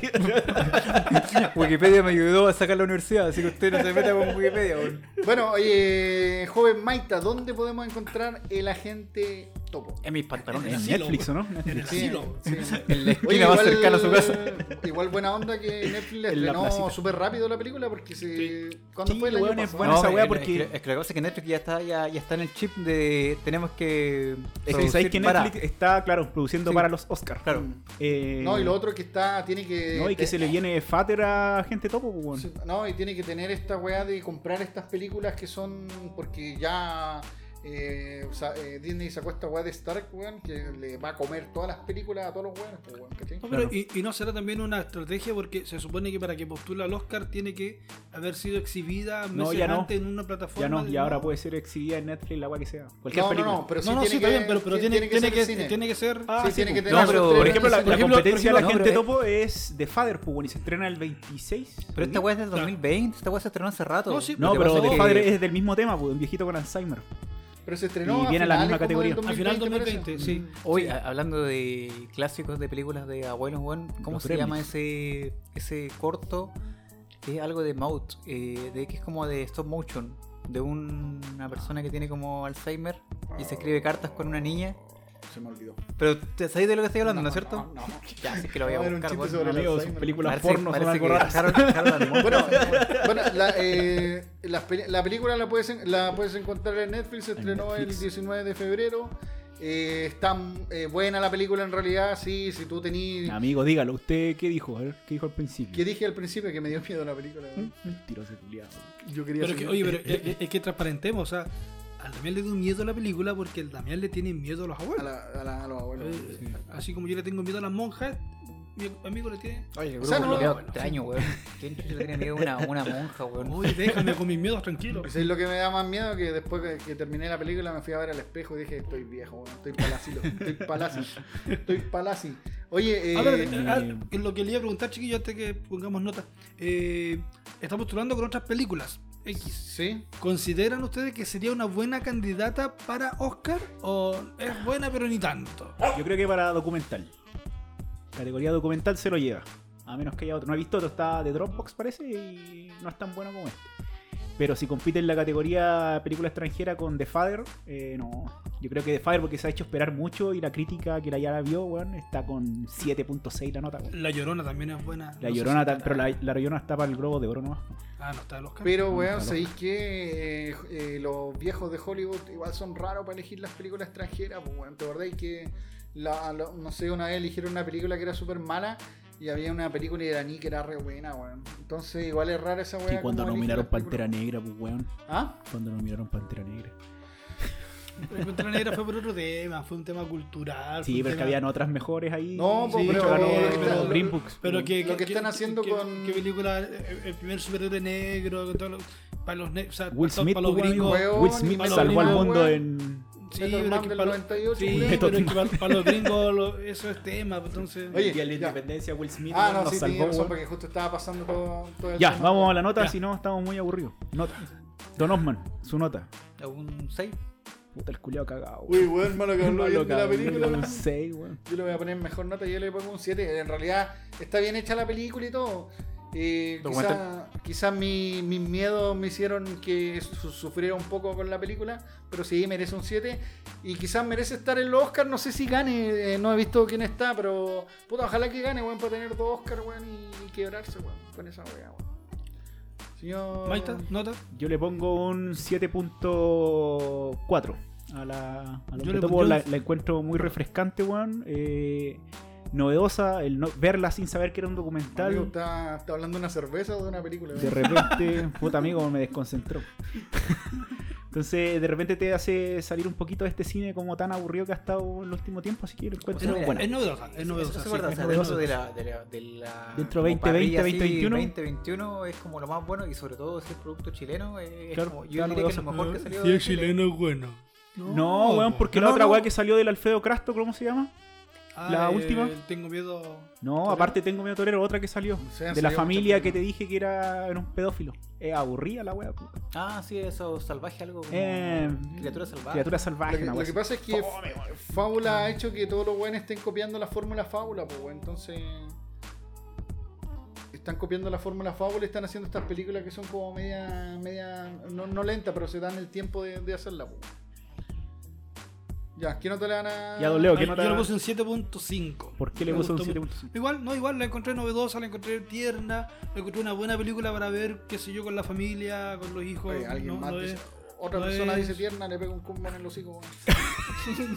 C: Wikipedia me ayudó a sacar la universidad, así que usted no se meta con Wikipedia. weón.
B: Bueno, oye, joven Maita, ¿dónde podemos encontrar el agente topo?
C: En mis
E: En
C: pantalones.
D: Sí, lo-
E: Netflix, ¿o no?
D: En el asilo.
B: sí.
C: En la esquina más cercana a su casa.
B: Igual buena onda que Netflix le
E: En la
B: estrenó
E: placita.
B: súper rápido la película porque se... ¿Cuándo
E: Sí,
B: fue el año
E: weón, es
B: pasado?
E: buena esa
C: pero
E: weá
C: es
E: porque-
C: que- Es que, la cosa es que Netflix ya está, ya, ya está en el chip de tenemos que.
E: Es que
C: producir
E: sabéis que
C: para.
E: Netflix Mm. está, claro, produciendo
C: Sí.
E: para los Oscars.
C: Claro.
B: No, y lo otro que está, tiene que...
E: Eh, No, y que se le viene Fater a gente topo, pues, weón.
B: Sí, No, y tiene que tener esta weá de comprar estas películas que son. Porque ya. eh, o sea, eh, Disney sacó esta weá de Stark, weón, que le va a comer todas las películas a todos los weones, pues, weón, ¿cachai?
D: No, pero
E: Claro.
D: y, y no será también una estrategia porque se supone que para que postule al Oscar tiene que haber sido exhibida meses
E: No, ya no.
D: antes en una plataforma.
E: Ya no, y
D: de-
E: ahora puede ser exhibida en Netflix, la weá que sea. Cualquier
B: No, no,
E: película.
B: no, pero sí
D: no, no,
B: tiene
D: sí,
B: que,
D: está bien, pero, pero tiene, tiene,
B: ser
D: que,
B: cine.
D: tiene que ser.
E: Ah,
B: sí,
E: sí,
B: tiene
E: pues.
B: que tener
C: No,
B: su
C: pero,
B: estreno
E: Por
C: Por
E: ejemplo, la,
B: en
E: la
B: cine.
D: ejemplo,
E: competencia de
D: por
E: la
D: ejemplo,
E: gente
C: pero-
E: topo es de Father, pues, weón, y se estrena el 26.
C: Pero esta weá es del 2020, esta weá se estrenó hace rato.
D: No, sí,
E: No,
C: Lo que
E: pero
C: pasa
E: de
C: es que-
E: Father es del mismo tema, pues, un viejito con Alzheimer.
B: Pero se estrenó.
E: y viene a la misma
B: finales como
D: Al
B: del
D: final
B: 2020, parece.
D: 2020, sí.
C: Hoy, a- hablando de clásicos de películas de abuelos, weón, ¿cómo
E: Los
C: se
E: Gremlins.
C: llama ese, ese corto? Que es algo de Mout, eh, de que es como de stop motion, de un- una persona que tiene como Alzheimer y se escribe cartas con una niña.
E: Se me olvidó.
C: Pero te- sabéis de lo que estoy hablando, ¿no, es cierto?
E: [laughs] No, no.
C: Ya, sí que lo voy a
B: No, era un
C: buscar,
B: chiste
C: weón.
B: sobre
E: Amigo, sus
B: Alzheimer.
E: películas
C: Parece-
E: porno son
C: parece
E: algo
C: que
E: raras.
C: Harold- Harold
E: [laughs]
C: Armstrong-
B: Bueno, bueno, la, eh, las peli- la película la puedes, en- la puedes encontrar en Netflix, se
E: En
B: estrenó
E: Netflix.
B: el 19 de febrero. Eh, está eh, buena la película en realidad, sí, si tú tenías...
E: Amigo, dígalo, ¿usted qué dijo? A ver, ¿qué dijo al principio?
B: Que dije al principio que me dio miedo la película. weón.
E: Mentiroso, culiado.
B: Yo quería
D: Pero es
B: ser-
D: que,
B: [laughs]
D: oye, pero es, es- es que transparentemos, o sea, al Damián le dio miedo a la película porque el Damián le tiene miedo a los
B: a,
D: abuelos.
B: la- a la- a los abuelos.
D: Eh, Así como yo le tengo miedo a las monjas, mi amigo le tiene.
C: Oye, el
B: O sea,
C: grupo
B: no-
C: bloqueado extraño, weón. ¿Quién chucha le tiene miedo a una, a una monja, weón?
D: Oye, déjame con mis miedos tranquilos.
B: Eso es lo que me da más miedo que después que, que terminé la película me fui a ver al espejo y dije, estoy viejo, weón, estoy palacilo, estoy palacio, estoy palacio. Oye, eh,
D: Ah, pero, eh, ah, en lo que le iba a preguntar, chiquillo, antes que pongamos nota. Eh, está postulando con otras películas. X.
B: ¿sí?
D: ¿Consideran ustedes que sería una buena candidata para Oscar? ¿O es buena pero ni tanto?
E: Yo creo que para documental. Categoría documental se lo lleva. A menos que haya otro. No he visto otro, está de Dropbox parece y no es tan bueno como este. Pero si compite en la categoría película extranjera con The Father, eh, no. Yo creo que The Father porque se ha hecho esperar mucho y la crítica que la ya la vio, weón, está con 7.6 la nota, weón.
D: La Llorona también es buena. No
E: La
D: sé
E: llorona,
D: si
E: ta-
D: está-
E: pero la, la llorona está para el globo de oro nomás.
D: Ah, no está el Oscar.
B: Pero, weón,
E: Ojalá.
B: ¿sabéis que eh, los viejos de Hollywood igual son raros para elegir las películas extranjeras? Pues, weón, ¿te acordáis que, la- la- no sé, una vez eligieron una película que era súper mala y había una película iraní que era re buena, weón? Entonces, igual es rara esa weá.
E: Y cuando
B: cómo eligen
E: nominaron
B: las películas.
E: Pantera Negra, pues weón.
B: ¿Ah?
E: Cuando nominaron Pantera Negra.
D: La Contra la Negra fue por otro tema, fue un tema cultural.
E: Sí,
D: fue un
E: pero es que
D: tema-
E: habían otras mejores ahí.
B: No, pues,
E: Sí,
B: pero-
E: ganó
B: pero-
E: Green Books.
D: Pero que,
B: Lo que están haciendo
D: que-
B: con-
D: ¿Qué película? Eh, El primer superhéroe negro. con todo lo- para los, ne- o sea,
E: Will
D: para to-
E: Smith,
D: para los
E: pues,
D: gringos.
E: weón.
B: Weón,
E: Will Smith
D: y
E: salvó al
D: Method Man,
E: mundo
B: weón.
E: en.
D: Sí,
B: Method
D: pero
B: Man
D: es que
B: del
D: para,
B: 98,
D: sí,
B: weón.
D: pero es que para, para los gringos lo- eso es tema. pues, Entonces,
B: Oye,
E: el día de la
B: ya.
E: independencia, Will Smith
B: Ah,
E: weón,
B: no,
E: nos
B: sí,
E: salvó.
B: tenía razón
E: weón.
B: porque justo estaba pasando todo, todo el
E: Ya,
B: tema.
E: vamos a la nota,
D: Ya.
E: si no estamos muy aburridos. Nota. Don Osman, su nota.
C: ¿A un 6?
E: Puta, el culiao cagado.
B: Uy, weón, malo que habló bien de
E: Malo
B: la
E: cagado,
B: película.
E: Un [laughs]
B: weón.
E: 6, weón.
B: Yo le voy a poner mejor nota, yo le pongo un 7. En realidad está bien hecha la película y todo. Eh,
C: Documental.
B: quizás mis miedos me hicieron que su- sufriera un poco con la película, pero sí merece un 7. Y quizás merece estar en los Oscar, no sé si gane, eh, no he visto quién está, pero puta, ojalá que gane, weón, para tener dos Oscar, weón, y, y quebrarse, weón, con esa weá, weón. Señor.
D: Maita, nota.
E: Yo le pongo un 7.4 a la, a lo
D: Yo
E: que
D: le
E: topo,
D: pondría
E: la,
D: un-
E: la encuentro muy refrescante, weón. Eh, novedosa, el no- verla sin saber que era un documental.
B: Amigo, está, está hablando de una cerveza o de una película.
E: De
B: weón.
E: repente, puta amigo, me desconcentró. Entonces, de repente te hace salir un poquito de este cine como tan aburrido que ha estado en el último tiempo, así que lo encuentro
C: O sea,
E: bueno.
D: Es novedosa, es novedosa.
C: Eso
D: sí,
C: es verdad, o
D: es
C: sea,
D: novedosa.
C: dentro de la, de la, de la
E: Dentro
C: como
E: 2020,
C: parrilla así,
E: 2021.
C: 2021 es como lo más bueno y sobre todo si es producto chileno eh, es
E: Claro,
C: como, yo
E: claro,
C: diría que es lo
E: eso.
C: mejor que salió
D: Si
C: de
D: es
C: Chile.
D: chileno es bueno.
E: No, weón, porque
C: No,
E: la
C: no,
E: otra
C: no.
E: weá que salió del Alfredo Crasto, ¿cómo se llama?
D: Ah,
E: La
D: eh,
E: última.
D: Tengo miedo.
E: No,
D: ¿Torero?
E: aparte tengo miedo torero, otra que salió.
B: Sí,
E: de
B: salió
E: la familia
B: mucho
E: que te dije que era, era un pedófilo. Es aburrida la wea. puta.
C: Ah, sí, eso salvaje algo. Como
E: Eh,
C: criatura salvaje.
E: Criatura
B: Lo
E: salvaje,
B: que,
E: una
B: lo
E: wea
B: que
E: así.
B: pasa es que F-
E: pues, Fome, weón.
B: Fábula ha hecho que todos los weones estén copiando la fórmula Fábula, pues weón. Entonces. Están copiando la fórmula Fábula y están haciendo estas películas que son como media. media no, no lenta, pero se dan el tiempo de, de hacerla, pues. Ya, ¿qué nota le van a.?
E: Ya, don Leo, ¿qué
D: Ay,
E: nota?
D: Yo le puse un 7.5.
E: ¿Por qué le
D: Me
E: puso un
D: gustó
E: 7.5?
B: [laughs]
D: Igual, no, igual la encontré novedosa, la encontré tierna, la encontré una buena película para ver, qué sé yo, con la familia, con los hijos.
B: Oye, alguien
D: no-
B: más
D: no
B: dice-
D: es-
B: Otra
D: no
B: persona
D: es-
B: dice tierna, le pega un combo en el hocico, weón.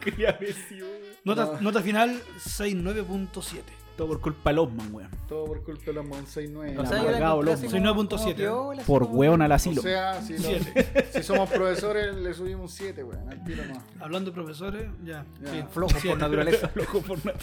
E: Quería ver si, weón.
D: Nota,
B: No.
D: nota final 6.9.7.
E: Todo por culpa de Losman, weón.
B: Todo por culpa de los Mon 69.
C: O sea, yo la
E: Amargado,
C: encontré
E: loco.
C: así
D: Soy
C: como-
D: 9.7.
C: como piola, así
E: Por
C: como-
E: weón al
B: O
E: asilo.
B: sea, [laughs] si, no- si somos profesores, le subimos un 7, weón. Al tiro más.
D: Hablando de profesores, ya.
B: Ya.
D: sí.
C: [laughs] Flojo por naturaleza.
E: Loco por nat-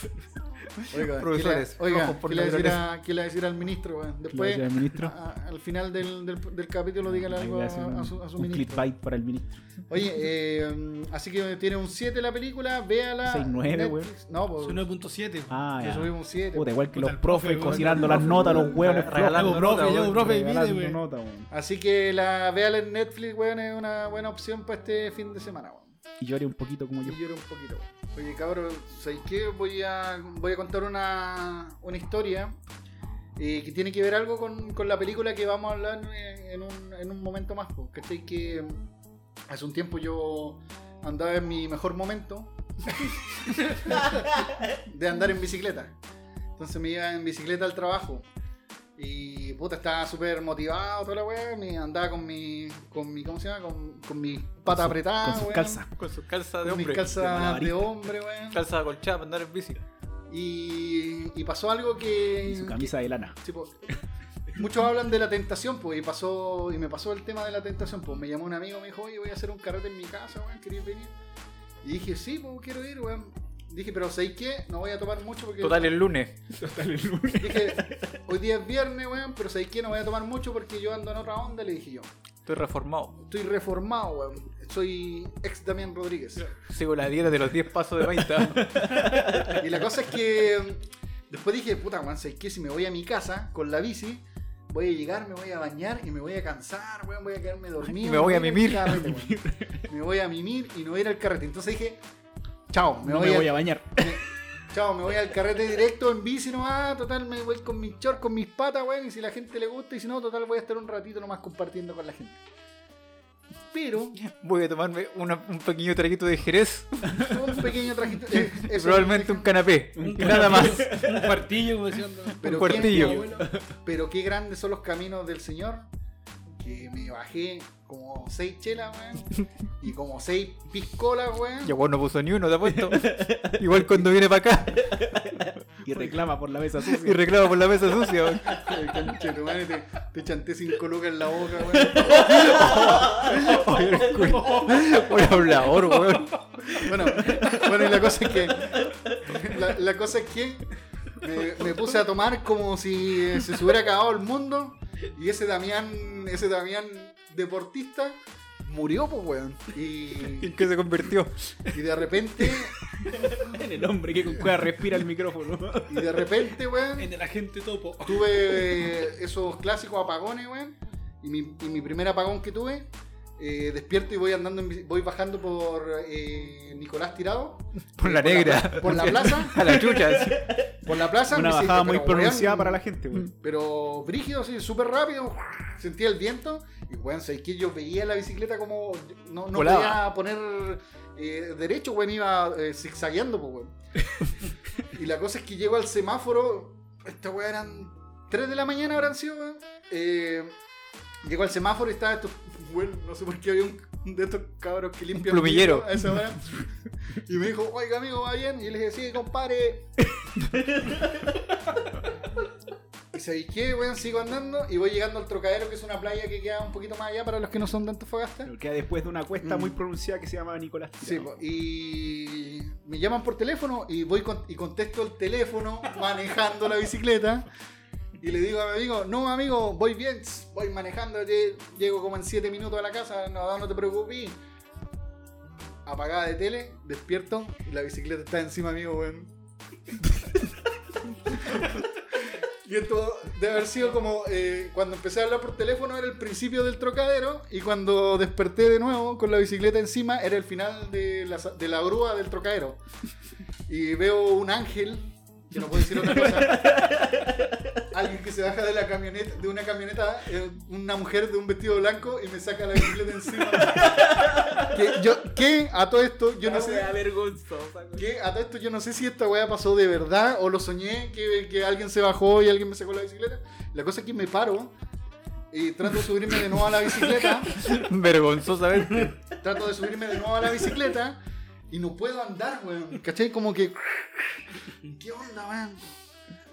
B: Oiga,
C: Profesores,
B: ¿qué le- oiga,
C: ojo por
B: ¿qué le va a decir
C: naturaleza.
B: a- qué le va a decir al ministro? weón? Después,
E: decir al ministro?
B: a- a- al final del, del, del capítulo, dígale
E: Ahí
B: algo
E: le
B: a,
E: hacen un,
B: a su, a su
E: un
B: ministro.
E: clickbait para el ministro.
B: Oye, eh, mm, así que tiene un 7 la película, véala.
E: 6.9,
B: Netflix. No, pues,
D: Soy 9.7.
E: Ah,
B: le
E: ya.
B: subimos un 7.
E: Puta, igual que
D: Puta,
E: los
D: el
E: profes
D: profe, weón,
E: cocinando
D: el
E: las
D: profe,
E: notas, los
C: weón,
E: hueones
C: regalando
E: flojos,
D: profe,
C: nota,
D: llevo
C: weón.
D: profe, mire,
E: regalando
D: weón.
E: nota, weón.
B: Así que la véala en Netflix, weón, es una buena opción para este fin de semana, weón.
E: Y lloré un poquito como yo.
B: Y lloré un poquito. Oye, cabrón, ¿sabéis qué? Voy a, voy a contar una, una historia eh, que tiene que ver algo con, con la película que vamos a hablar eh, en un, en un momento más. po. ¿Cachai? Que mm, hace un tiempo yo andaba en mi mejor momento de andar en bicicleta. Entonces me iba en bicicleta al trabajo. Y puta, estaba súper motivado toda la weá. me Andaba con mi, con mi, ¿cómo se llama? Con, con mi pata
E: su-
B: apretada.
E: con sus
B: weón.
E: calzas.
C: Con sus calzas de
B: Con mis
C: hombre.
B: calzas
E: malabarista.
B: de hombre, weón.
C: Calza colchada para andar en bici.
B: Y, y pasó algo que.
E: Y su camisa de lana.
B: que- sí, po. muchos hablan de la tentación, pues, y pasó. Y me pasó el tema de la tentación, pues. Me llamó un amigo, me dijo, oye, voy a hacer un carrete en mi casa, weón, ¿querías venir? Y dije, sí, pues quiero ir, weón. Dije, pero ¿sabéis qué? No voy a tomar mucho porque.
C: Total, el lunes.
B: Dije, hoy día es viernes, weón, pero ¿sabéis qué? No voy a tomar mucho porque yo ando en otra onda, le dije yo.
C: Estoy reformado.
B: Estoy reformado, weón. Soy ex Damián Rodríguez.
C: Sigo la dieta de los 10 pasos de 20.
B: [laughs] Y la cosa es que mm, después dije, puta, weón, ¿sabes qué? Si me voy a mi casa con la bici, voy a llegar, me voy a bañar y me voy a cansar, weón, voy a quedarme dormido.
C: Y me voy a
B: ir al
C: mimir.
B: carrete,
C: [laughs]
B: weón. Me voy a mimir y no voy a ir al carrete. Entonces dije, chao, me,
E: No
B: voy,
E: me
B: al,
E: voy a bañar.
B: chao, me voy al carrete directo en bici nomás, total, me voy con mis shorts, con mis patas, weón, y si la gente le gusta y si no, total, voy a estar un ratito nomás compartiendo con la gente. Pero,
C: Voy a tomarme una- un pequeño traguito de Jerez.
B: un pequeño trajito.
C: [laughs]
B: eh, eso,
C: probablemente un canapé.
D: Un
C: Nada más.
D: Un martillo, como decían.
B: [laughs]
D: ¿no?
B: Pero
C: Un cuartillo.
B: qué-
C: [laughs]
B: pero qué grandes son los caminos del Señor. Que me bajé como seis chelas, weón.
C: [laughs]
B: Y como seis piscolas, weón.
C: Ya bueno, no puso ni uno, te apuesto. Igual cuando viene para acá
E: Y reclama por la mesa
C: y
E: sucia.
C: reclama por la mesa sucia. weón.
B: [laughs] Ay, conche tu madre, te, te chanté cinco lucas en la boca, weón.
C: Oye, el culo. Oye, hablador, weón.
B: Bueno, bueno, y la cosa es que. La, la cosa es que. Me, me puse a tomar como si eh, se hubiera acabado el mundo. Y ese Damián. Ese Damián deportista. Murió, pues, weón.
C: ¿En
B: Y,
C: qué se convirtió?
B: y de repente.
E: En el hombre que con cueva respira el micrófono.
B: Y de repente, weón.
D: En el agente topo.
B: tuve eh, esos clásicos apagones, weón. Y mi, y mi primer apagón que tuve, eh, despierto y voy andando, en bici- voy bajando por eh, Nicolás Tirado.
C: Por la negra.
B: Por la plaza.
C: [laughs] A la chucha. sí.
B: Por la plaza. en
E: Una
B: bici, pero,
E: bajada muy
B: weón, Mm.
E: pronunciada para la gente, weón.
B: Pero brígido, así, súper rápido. Sentía el viento. Y weón, sabes que yo veía la bicicleta como. No, no
C: Volaba.
B: podía poner eh, derecho, weón. Iba eh, zigzagueando, pues,
C: [laughs]
B: weón. y la cosa es que llego al semáforo. Esta weón eran 3 de la mañana, habrán sido, weón. Eh, llego al semáforo y estaba estos. Weón, no sé por qué había un. De estos cabros que limpian.
C: plumillero.
B: vidrio a esa hora. Y me dijo, oiga amigo, va bien. Y yo le dije, sí, compadre, Y sabéis qué, weón, sigo andando y voy llegando al Trocadero, que es una playa que queda un poquito más allá para los que no son de Antofagasta.
E: Pero queda después de una cuesta
B: Mm.
E: muy pronunciada que se llama Nicolás.
B: Sí,
E: Tirado.
B: po, y me llaman por teléfono y voy con- y contesto el teléfono manejando la bicicleta. Y le digo a mi amigo, no amigo, voy bien, tss, voy manejando, lle- llego como en 7 minutos a la casa, no, no te preocupes. apagada de tele, despierto y la bicicleta está encima mío, weón. y esto debe haber sido como eh, cuando empecé a hablar por teléfono era el principio del trocadero y cuando desperté de nuevo con la bicicleta encima era el final de la, sa- de la grúa del trocadero. Y veo un ángel, que no puedo decir otra cosa. Alguien que se baja de la camioneta, de una camioneta, eh, una mujer de un vestido blanco y me saca la bicicleta encima. [laughs] que, yo, que a todo esto, yo no sé.
F: vergonzosa. güey.
B: Que a todo esto yo no sé si esta weá pasó de verdad o lo soñé, que, que alguien se bajó y alguien me sacó la bicicleta. La cosa es que me paro y trato de subirme de nuevo a la bicicleta.
C: Vergonzosamente.
B: trato de subirme de nuevo a la bicicleta y no puedo andar, weón. ¿Cachai? Como que. [laughs] ¿Qué onda, weón?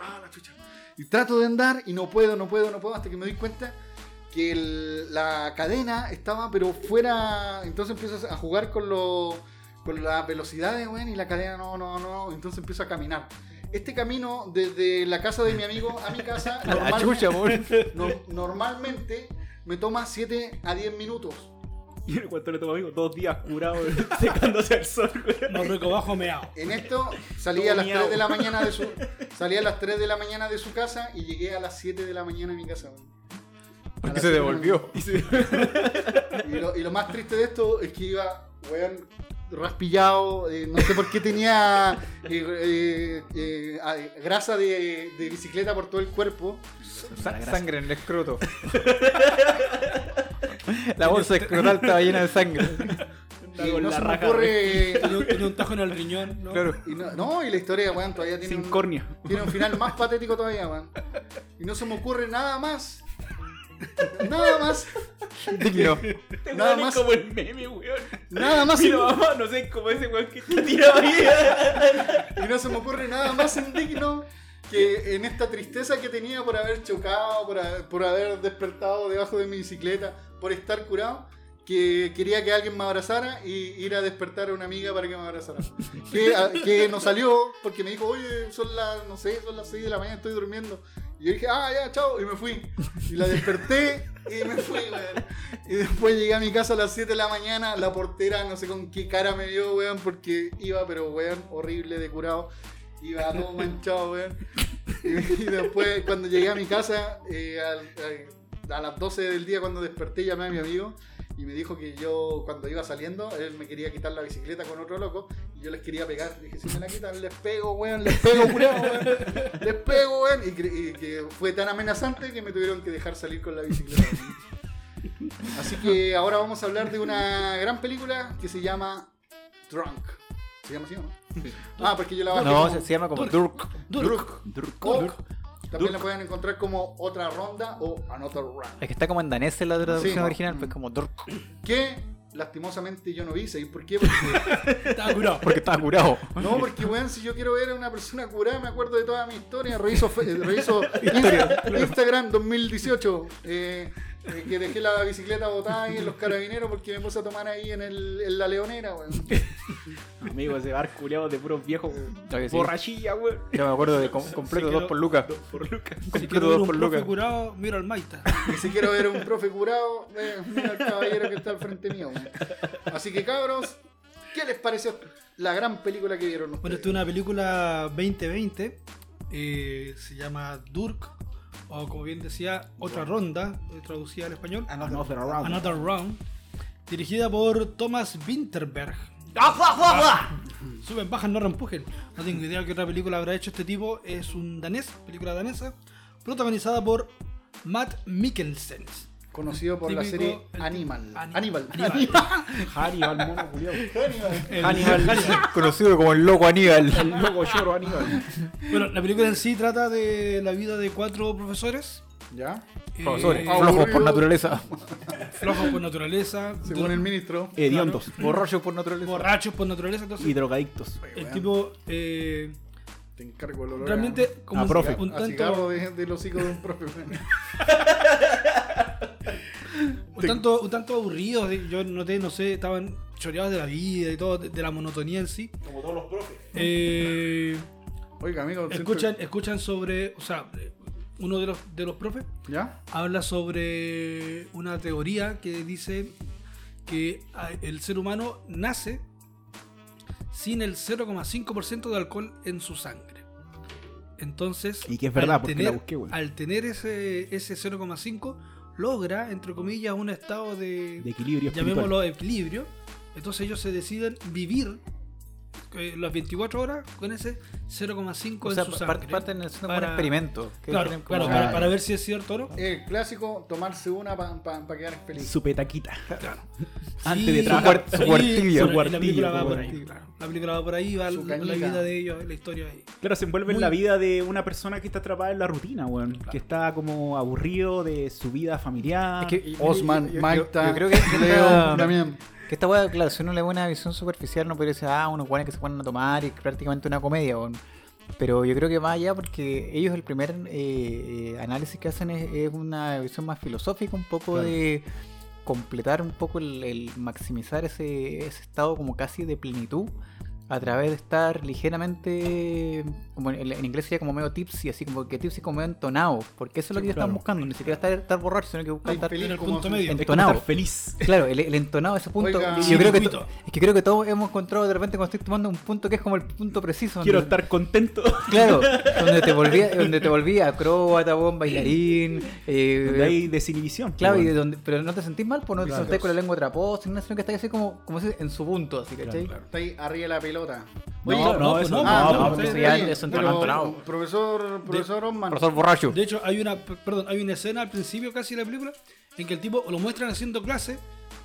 B: Ah, la chucha. Y trato de andar y no puedo, no puedo, no puedo, hasta que me doy cuenta que el- la cadena estaba, pero fuera. Entonces empiezo a jugar con los. Con las velocidades, weón, y la cadena no, no, no. Entonces empiezo a caminar. Este camino desde la casa de mi amigo a mi casa.
C: [laughs] A la
B: normal-
C: chucha, por.
B: no- normalmente me toma 7 a 10 minutos.
E: ¿Y cuánto le tomó amigo? Dos días curado, [laughs] secándose al sol, güey.
D: Morroco bajo meao.
B: En esto salí a las 3 de la mañana de su
E: [laughs]
B: salí a las 3 de la mañana de su casa y llegué a las 7 de la mañana a mi casa. weón. A
C: Porque
B: las
C: se
B: siete de la
C: devolvió.
B: mañana. Y lo, y lo más triste de esto es que iba, weón, raspillado, eh, no sé por qué tenía eh, eh, eh, ah, eh, grasa de, de bicicleta por todo el cuerpo.
C: Sa- sangre en el escroto. La bolsa escrotal estaba llena de sangre.
B: Y
E: Con
B: no
E: la
B: se me
E: raja,
B: ocurre...
D: Tiene un- tiene un tajo en el riñón, ¿no?
C: Claro.
B: y no, no, y la historia, weón, todavía tiene
E: Sin
B: un-
E: córnea.
B: Tiene un final más patético todavía, weón. Y no se me ocurre nada más. Nada más.
C: Digno.
B: Nada
E: Nada
B: más. Ah,
E: más. Este como el meme, weón.
B: Nada más.
E: Mira, mamá, no sé, como ese weón que que tiraba ahí.
B: Y no se me ocurre nada más indigno que en esta tristeza que tenía por haber chocado, por haber, por haber despertado debajo de mi bicicleta, por estar curado, que quería que alguien me abrazara y ir a despertar a una amiga para que me abrazara. Que, a- que no salió porque me dijo, oye, son las, no sé, son las 6 de la mañana, estoy durmiendo. Y yo dije, ah, ya, chao, y me fui. Y la desperté y me fui, weón. Y después llegué a mi casa a las 7 de la mañana, la portera no sé con qué cara me vio, weón, porque iba, pero weón, horrible de curado. Iba todo manchado, weón. Y, y después, cuando llegué a mi casa, eh, al- a, a las 12 del día, cuando desperté, llamé a mi amigo y me dijo que yo, cuando iba saliendo, él me quería quitar la bicicleta con otro loco y yo les quería pegar. Dije, si me la quitan, les pego, weón, les pego, curado, weón. Les pego, weón. Y, cre- y que fue tan amenazante que me tuvieron que dejar salir con la bicicleta. weón. Así que ahora vamos a hablar de una gran película que se llama Drunk. ¿Se llama así o no? Ah, porque yo la bajé
C: No,
B: como-
C: se, se llama como Durk.
B: Druk.
E: Durco,
B: Oak.
E: durco.
B: También la pueden encontrar como otra ronda o another round.
C: Es que está como en danés en la traducción
B: Sí.
C: original,
D: Mm.
C: pues como Durk.
B: Que lastimosamente yo no vi, ¿sabéis por qué?
C: [laughs]
B: Porque,
D: Estaba curado.
C: [laughs] Porque estaba curado.
B: no, porque weón, si yo quiero ver a una persona curada, me acuerdo de toda mi historia. Reviso, fe- eh,
C: [laughs]
B: reviso Insta- Instagram 2018. eh, eh, que dejé la bicicleta botada ahí en los carabineros porque me puse a tomar ahí en, el, en la leonera, weón.
E: Amigo, ese bar culeado de puros viejos.
C: Claro que sí.
E: Borrachilla, weón.
C: Yo me acuerdo de com- completo
D: Se quedó-
C: dos por Lucas.
E: Por Lucas.
D: Si
C: Completo
D: quiero ver
C: dos
D: un
C: por
D: profe
C: Lucas.
D: curado, miro al Maita.
B: Y si quiero ver a un profe curado, eh, mira al caballero que está al frente mío. weón. Así que cabros, ¿qué les pareció la gran película que vieron
D: Bueno,
B: ustedes?
D: esta es una película 2020. eh, se llama Durk. O como bien decía, Otra Ronda, eh, traducida al español.
E: Another round.
D: Another Round. Dirigida por Thomas Winterberg. Ah, Suben, bajan, no reempujen. No tengo idea qué otra película habrá hecho este tipo. Es un danés, película danesa. Protagonizada por Matt Mikkelsen.
B: Conocido por la
D: Típico-
B: serie
D: el-
B: Animal.
D: Ani-
B: Animal.
D: Animal.
E: Hannibal, mono culeado.
D: El-
C: [laughs] Conocido como el loco Aníbal.
E: El loco lloro, Aníbal.
D: Bueno, la película en sí trata de la vida de cuatro profesores.
B: [laughs] ¿Ya?
D: eh,
C: Profesores,
B: Aburrido.
C: flojos por naturaleza.
D: flojos por naturaleza.
B: Según
D: dro-
B: el ministro.
E: Hediondos.
C: Borrachos por naturaleza.
D: Borrachos por naturaleza. Entonces,
E: Y drogadictos.
D: el tipo eh,
B: Te encargo el olor.
D: realmente como
E: Ah,
D: un-
E: profe.
D: un
B: a, a cigarro
D: tanto,
B: de, del hocico de un profe. weón.
D: un tanto, un tanto aburrido. de- Yo noté, no sé, estaban choreados de la vida y todo, de, de la monotonía en sí. Como todos los profes. Eh,
B: Oiga, amigo. siento-
D: escuchan, escuchan sobre, o sea, uno de los, de los profes
B: ¿Ya?
D: habla sobre una teoría que dice que a- el ser ah, humano nace sin el 0,5% de alcohol en su sangre. Entonces,
E: Y que es verdad,
D: al
E: porque
D: tener,
E: la busqué, weón.
D: Al tener ese, ese 0,5, logra, entre comillas, un estado de,
E: De equilibrio espiritual.
D: llamémoslo equilibrio. Entonces ellos se deciden vivir eh, las 24 horas con ese 0,5
C: O sea,
D: en su
C: par-
D: sangre.
C: parten haciendo un
D: Para-
C: experimento. que
D: Claro,
C: tienen como-
D: claro, para, para ver si es cierto o no.
B: El clásico, tomarse una para quedar feliz.
E: Su petaquita.
D: Sí,
E: Antes de
D: su
E: trabajar.
D: cuart-
C: su
D: sí,
C: cuartillo,
D: su-
E: cuartillo,
D: La película va
E: su
D: por ahí.
E: cuartillo.
D: claro. La película va por ahí, va
B: Su
D: la, la
B: cañita.
D: vida de ellos, la historia ahí.
E: Claro, se envuelve en
D: Muy-
E: la vida de una persona que está atrapada en la rutina, weón. Que está como aburrido de su vida familiar.
C: Es que-
B: Osman,
C: yo- yo-
B: Maita,
C: yo creo que- que
B: Leo,
C: esta-
B: Damián.
C: Que esta weá, claro, si uno le ve una visión superficial, no podría decir, ah, unos guanes que se ponen a tomar y es prácticamente una comedia, weón. Pero yo creo que va allá porque ellos el primer eh, eh, análisis que hacen es, es una visión más filosófica, un poco
E: Claro.
C: de completar un poco el, el maximizar ese, ese estado como casi de plenitud a través de estar ligeramente, como en, en inglés sería como medio tipsy, así como que tipsy como medio entonado, porque eso es lo que ellos
E: claro.
C: están buscando, ni siquiera estar, estar borracho, sino que buscan
B: Ay,
C: estar
B: feliz
D: En el
B: como
D: punto
B: su-
D: medio.
E: Es como
C: entonado.
E: estar feliz.
C: Claro, el, el entonado, ese punto.
B: Oiga,
C: y yo creo que
D: circuito.
C: to- es que creo que todos hemos encontrado de repente cuando estoy tomando un punto que es como el punto preciso.
E: Quiero
C: donde- [laughs]
E: estar contento.
C: Claro, donde te volví, donde te volví acróbata, bon,
E: [laughs]
C: bailarín. eh,
E: Donde hay desinhibición.
C: Claro, y
E: weón.
C: de donde, pero no te sentís mal, pues no te
E: Claro.
C: sentís con la lengua traposa, sino que estás así como, como si- en su punto, así, ¿cachai?
E: claro.
B: Está ahí arriba de la pelota.
E: No,
B: Oye,
E: no,
D: pues
E: eso
D: no,
E: no.
D: pues
B: ah,
D: no,
E: no,
D: pues
C: pero
B: sí,
C: eso ya
B: oye,
C: es un
B: pero,
C: tema entonado.
B: Profesor, profesor Osman.
C: Profesor borracho.
D: De hecho, hay una, p- perdón, hay una escena al principio casi de la película en que el tipo lo muestran haciendo clase